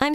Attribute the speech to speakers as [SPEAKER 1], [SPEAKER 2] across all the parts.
[SPEAKER 1] I'm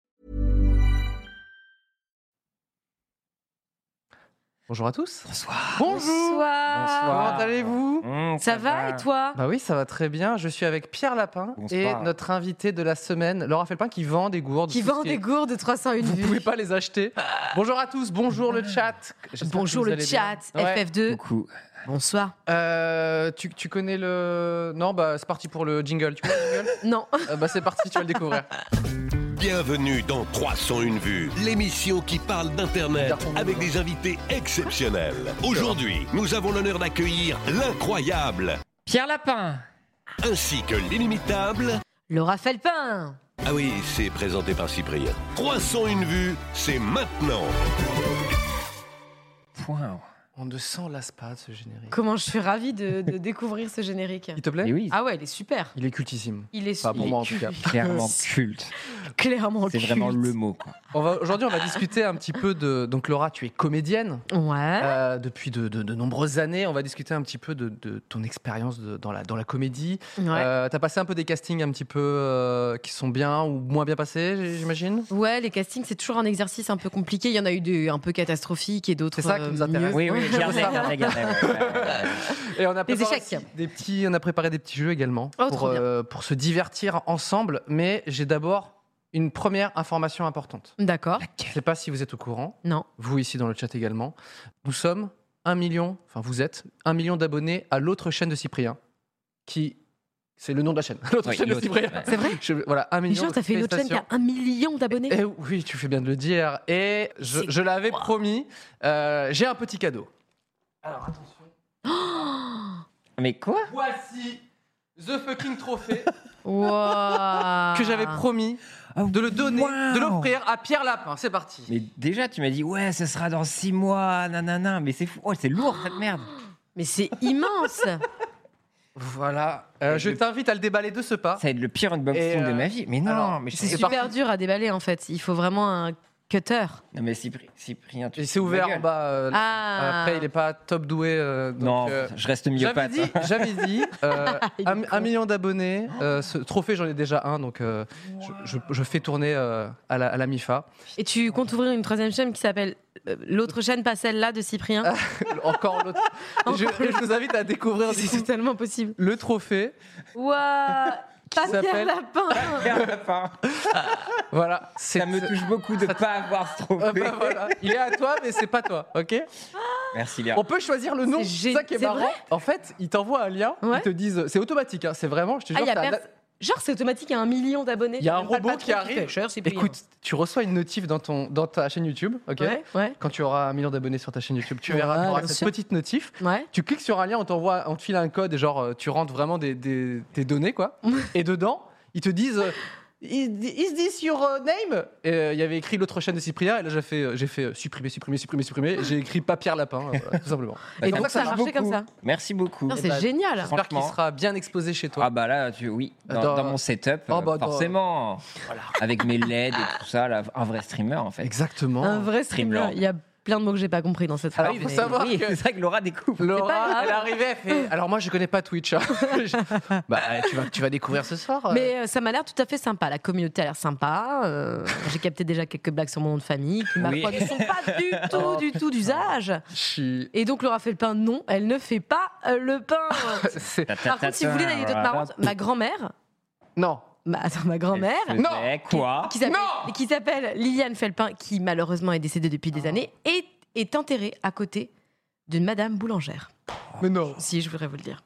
[SPEAKER 2] Bonjour à tous.
[SPEAKER 3] Bonsoir.
[SPEAKER 2] Bonsoir.
[SPEAKER 3] Comment allez-vous
[SPEAKER 4] Ça va et toi
[SPEAKER 2] Bah oui, ça va très bien. Je suis avec Pierre Lapin
[SPEAKER 3] Bonsoir.
[SPEAKER 2] et notre invité de la semaine, Laura Felpin, qui vend des gourdes.
[SPEAKER 4] Qui
[SPEAKER 2] Tout ce
[SPEAKER 4] vend des gourdes de 301
[SPEAKER 2] Vous pouvez
[SPEAKER 4] vues.
[SPEAKER 2] pas les acheter. Bonjour à tous. Bonjour le chat. J'espère que
[SPEAKER 4] Bonjour
[SPEAKER 2] vous
[SPEAKER 4] le
[SPEAKER 2] allez
[SPEAKER 4] chat,
[SPEAKER 2] bien. Ouais.
[SPEAKER 4] FF2.
[SPEAKER 3] Coucou.
[SPEAKER 4] Bonsoir.
[SPEAKER 2] Euh, tu, tu connais le. Non, bah c'est parti pour le jingle. Tu connais le jingle
[SPEAKER 4] Non.
[SPEAKER 2] Euh, Bah c'est parti, tu vas le découvrir.
[SPEAKER 5] Bienvenue dans 301 vues, l'émission qui parle d'Internet avec des invités exceptionnels. Aujourd'hui, nous avons l'honneur d'accueillir l'incroyable
[SPEAKER 3] Pierre Lapin.
[SPEAKER 5] ainsi que l'inimitable.
[SPEAKER 4] Laura Felpin.
[SPEAKER 5] Ah oui, c'est présenté par Cyprien. 301 vues, c'est maintenant.
[SPEAKER 3] Point.
[SPEAKER 2] On ne s'en lasse pas de ce générique.
[SPEAKER 4] Comment je suis ravie de, de découvrir ce générique.
[SPEAKER 2] Il te plaît
[SPEAKER 3] Et oui,
[SPEAKER 4] Ah ouais, il est super.
[SPEAKER 2] Il est cultissime.
[SPEAKER 4] Il est
[SPEAKER 2] Pas pour
[SPEAKER 4] il
[SPEAKER 2] moi,
[SPEAKER 4] est
[SPEAKER 2] en tout cas.
[SPEAKER 3] clairement culte.
[SPEAKER 4] clairement
[SPEAKER 3] C'est vraiment
[SPEAKER 4] culte.
[SPEAKER 3] le mot. quoi.
[SPEAKER 2] On va- Aujourd'hui, on va discuter un petit peu de. Donc Laura, tu es comédienne.
[SPEAKER 4] Ah Ouais.
[SPEAKER 2] Euh, depuis de, de- de nombreuses années. On va discuter un petit peu de, de ton expérience de- dans, la, dans la comédie.
[SPEAKER 4] ouais.
[SPEAKER 2] Euh, T'as passé un peu des castings un petit peu euh, qui sont bien ou moins bien passés, j- j'imagine
[SPEAKER 4] Ouais, les castings, c'est toujours un exercice un peu compliqué. Il y en a eu des un peu catastrophiques et d'autres.
[SPEAKER 2] C'est ça qui
[SPEAKER 4] euh,
[SPEAKER 2] nous intéresse.
[SPEAKER 4] mieux.
[SPEAKER 3] Oui, oui, Pierre
[SPEAKER 4] Ouais.
[SPEAKER 3] Lapin, regarde, ouais, ouais, ouais.
[SPEAKER 2] Et on a
[SPEAKER 4] Les
[SPEAKER 2] préparé
[SPEAKER 4] échecs.
[SPEAKER 2] aussi des petits, on a préparé des petits jeux également
[SPEAKER 4] Oh,
[SPEAKER 2] pour,
[SPEAKER 4] trop bien.
[SPEAKER 2] euh, pour se divertir ensemble. Mais j'ai d'abord une première information importante.
[SPEAKER 4] D'accord.
[SPEAKER 2] Je sais pas si vous êtes au courant,
[SPEAKER 4] Non.
[SPEAKER 2] vous ici dans le chat également. Nous sommes un million, enfin vous êtes un million d'abonnés à l'autre chaîne de Cyprien, qui c'est le nom de la chaîne. L'autre
[SPEAKER 3] Oui,
[SPEAKER 2] chaîne de
[SPEAKER 3] l'autre,
[SPEAKER 2] Cyprien.
[SPEAKER 3] ouais.
[SPEAKER 4] C'est vrai
[SPEAKER 2] Je- voilà, un
[SPEAKER 4] Mais
[SPEAKER 2] million.
[SPEAKER 4] genre, t'as fait une autre chaîne qui a un million d'abonnés.
[SPEAKER 2] Eh oui, tu fais bien de le dire. Et je,
[SPEAKER 4] C'est-
[SPEAKER 2] je l'avais
[SPEAKER 4] Wow.
[SPEAKER 2] promis, euh, j'ai un petit cadeau. Alors attention.
[SPEAKER 3] Mais quoi
[SPEAKER 2] Voici The Fucking Trophée
[SPEAKER 4] Wow.
[SPEAKER 2] que j'avais promis de le donner,
[SPEAKER 3] Wow.
[SPEAKER 2] de l'offrir à Pierre Lapin. C'est parti.
[SPEAKER 3] Ah, Mais déjà, tu m'as dit, ouais, ce sera dans six mois, nanana. Mais c'est fou. Oh, c'est lourd cette merde.
[SPEAKER 4] Mais c'est immense.
[SPEAKER 2] Voilà. Euh, je t'invite à le déballer de ce pas.
[SPEAKER 3] Ça va être le pire
[SPEAKER 2] Ah. Et,
[SPEAKER 3] unboxing
[SPEAKER 2] euh,
[SPEAKER 3] de ma vie. Mais non,
[SPEAKER 2] alors,
[SPEAKER 3] mais je
[SPEAKER 4] C'est
[SPEAKER 2] c'est
[SPEAKER 3] savais-
[SPEAKER 4] super
[SPEAKER 2] parti.
[SPEAKER 4] dur à déballer en fait. Il faut vraiment un cutter.
[SPEAKER 3] Non, mais Cypri- Cyprien, tu.
[SPEAKER 2] Il s'est
[SPEAKER 3] ma
[SPEAKER 2] ouvert
[SPEAKER 3] gueule.
[SPEAKER 2] en bas. euh,
[SPEAKER 4] Ah.
[SPEAKER 2] Après, il n'est pas top doué. euh, donc,
[SPEAKER 3] Non,
[SPEAKER 2] euh,
[SPEAKER 3] je reste hein.
[SPEAKER 2] J'avais
[SPEAKER 3] myopathe.
[SPEAKER 2] dit, j'avais dit euh,
[SPEAKER 4] Il est
[SPEAKER 2] un,
[SPEAKER 4] con.
[SPEAKER 2] un million d'abonnés. euh, ce trophée, j'en ai déjà un, donc euh, je, je- je fais tourner euh, à, la, à la MIFA.
[SPEAKER 4] Et tu comptes ouvrir une troisième chaîne qui s'appelle euh, l'autre chaîne, pas celle-là de Cyprien.
[SPEAKER 2] Ah, Encore l'autre. je, je vous invite à découvrir du
[SPEAKER 4] c'est
[SPEAKER 2] coup,
[SPEAKER 4] totalement possible.
[SPEAKER 2] le trophée.
[SPEAKER 4] Ouah, pas
[SPEAKER 2] Pierre s'appelle Ah,
[SPEAKER 4] Lapin.
[SPEAKER 3] Pierre Lapin.
[SPEAKER 2] Voilà. c'est-
[SPEAKER 3] Ça me touche beaucoup de pas avoir ce
[SPEAKER 2] Ah
[SPEAKER 3] trophée.
[SPEAKER 2] bah voilà. Il est à toi, mais c'est pas toi, ok
[SPEAKER 3] Merci Léa.
[SPEAKER 2] On peut choisir le nom.
[SPEAKER 4] C'est
[SPEAKER 2] C'est
[SPEAKER 4] gé-
[SPEAKER 2] ça qui est
[SPEAKER 4] c'est
[SPEAKER 2] marrant.
[SPEAKER 4] vrai
[SPEAKER 2] en fait, ils t'envoient un lien.
[SPEAKER 4] Ouais.
[SPEAKER 2] Ils te disent, c'est automatique. hein, c'est vraiment. Je te
[SPEAKER 4] Ah,
[SPEAKER 2] jure.
[SPEAKER 4] y a
[SPEAKER 2] t'as-
[SPEAKER 4] pers- Genre c'est automatique, il y a un million d'abonnés.
[SPEAKER 2] Il y a un
[SPEAKER 4] Même pas le
[SPEAKER 2] robot
[SPEAKER 4] patron
[SPEAKER 2] qui arrive.
[SPEAKER 4] fait, Cher, Cyprien.
[SPEAKER 2] Écoute, tu reçois une notif dans ton dans ta chaîne YouTube, ok
[SPEAKER 4] ouais, ouais,
[SPEAKER 2] Quand tu auras un million d'abonnés sur ta chaîne YouTube, tu
[SPEAKER 4] Ouais,
[SPEAKER 2] verras t'auras
[SPEAKER 4] bien
[SPEAKER 2] cette
[SPEAKER 4] sûr.
[SPEAKER 2] petite notif.
[SPEAKER 4] ouais.
[SPEAKER 2] Tu cliques sur un lien, on t'envoie, on te file un code et genre euh, tu rentres vraiment des, des- des données quoi. et dedans, ils te disent euh, Is is this your euh, name Et euh, il y avait écrit l'autre chaîne de Cyprien et là j'ai fait, euh, j'ai fait euh, supprimer, supprimer, supprimer, supprimer. et J'ai écrit pas Pierre Lapin, euh, voilà, tout simplement.
[SPEAKER 3] Bah,
[SPEAKER 4] Et
[SPEAKER 3] tant
[SPEAKER 4] donc,
[SPEAKER 3] que
[SPEAKER 4] ça a
[SPEAKER 3] marche
[SPEAKER 4] marché comme
[SPEAKER 3] beaucoup.
[SPEAKER 4] ça.
[SPEAKER 3] Merci beaucoup.
[SPEAKER 4] Non, c'est
[SPEAKER 2] bah,
[SPEAKER 4] génial.
[SPEAKER 2] J'espère qu'il
[SPEAKER 3] franchement.
[SPEAKER 2] sera bien exposé chez toi.
[SPEAKER 3] Ah bah là, tu, oui, dans,
[SPEAKER 2] Dans-
[SPEAKER 3] dans mon setup,
[SPEAKER 2] Ah
[SPEAKER 3] euh,
[SPEAKER 2] bah dans-
[SPEAKER 3] forcément. Avec mes LED et tout ça, là, un vrai streamer en fait.
[SPEAKER 2] Exactement.
[SPEAKER 4] bah, Un vrai streamer.
[SPEAKER 3] Streamlord.
[SPEAKER 4] Il y a plein de mots que j'ai pas compris dans cette
[SPEAKER 2] Alors,
[SPEAKER 4] phrase.
[SPEAKER 2] faut
[SPEAKER 4] mais-
[SPEAKER 2] savoir
[SPEAKER 3] Oh, Ah Oui,
[SPEAKER 2] que-
[SPEAKER 3] c'est vrai que Laura découvre.
[SPEAKER 4] pas
[SPEAKER 2] Laura,
[SPEAKER 4] grave.
[SPEAKER 2] elle arrivait, elle fait, Alors moi, je connais pas Twitch. hein. Je- bah, tu vas, tu vas découvrir ce soir. euh.
[SPEAKER 4] Mais euh, ça m'a l'air tout à fait sympa. La communauté a l'air sympa. Euh, J'ai capté déjà quelques blagues sur mon nom de famille qui, ma
[SPEAKER 3] Oui. Oh,
[SPEAKER 4] foi, ne sont pas du tout, du tout d'usage.
[SPEAKER 2] Je suis-
[SPEAKER 4] Et donc Laura fait le pain, non, elle ne fait pas euh, le pain.
[SPEAKER 2] c'est-
[SPEAKER 3] Ta- ta-
[SPEAKER 4] Par
[SPEAKER 3] ta-
[SPEAKER 4] contre, si vous voulez des anecdotes
[SPEAKER 3] ta-
[SPEAKER 4] marrantes, ma grand-mère,
[SPEAKER 2] Non.
[SPEAKER 4] ma, attends, ma grand-mère,
[SPEAKER 3] Elle
[SPEAKER 2] Non.
[SPEAKER 3] faisait Quoi
[SPEAKER 4] qui s'appelle- qui s'appelle Liliane Felpin, qui malheureusement est décédée depuis
[SPEAKER 3] Ah.
[SPEAKER 4] des années, est, est enterrée à côté d'une Madame Boulangère.
[SPEAKER 2] Mais non.
[SPEAKER 4] Si, je voudrais vous le dire.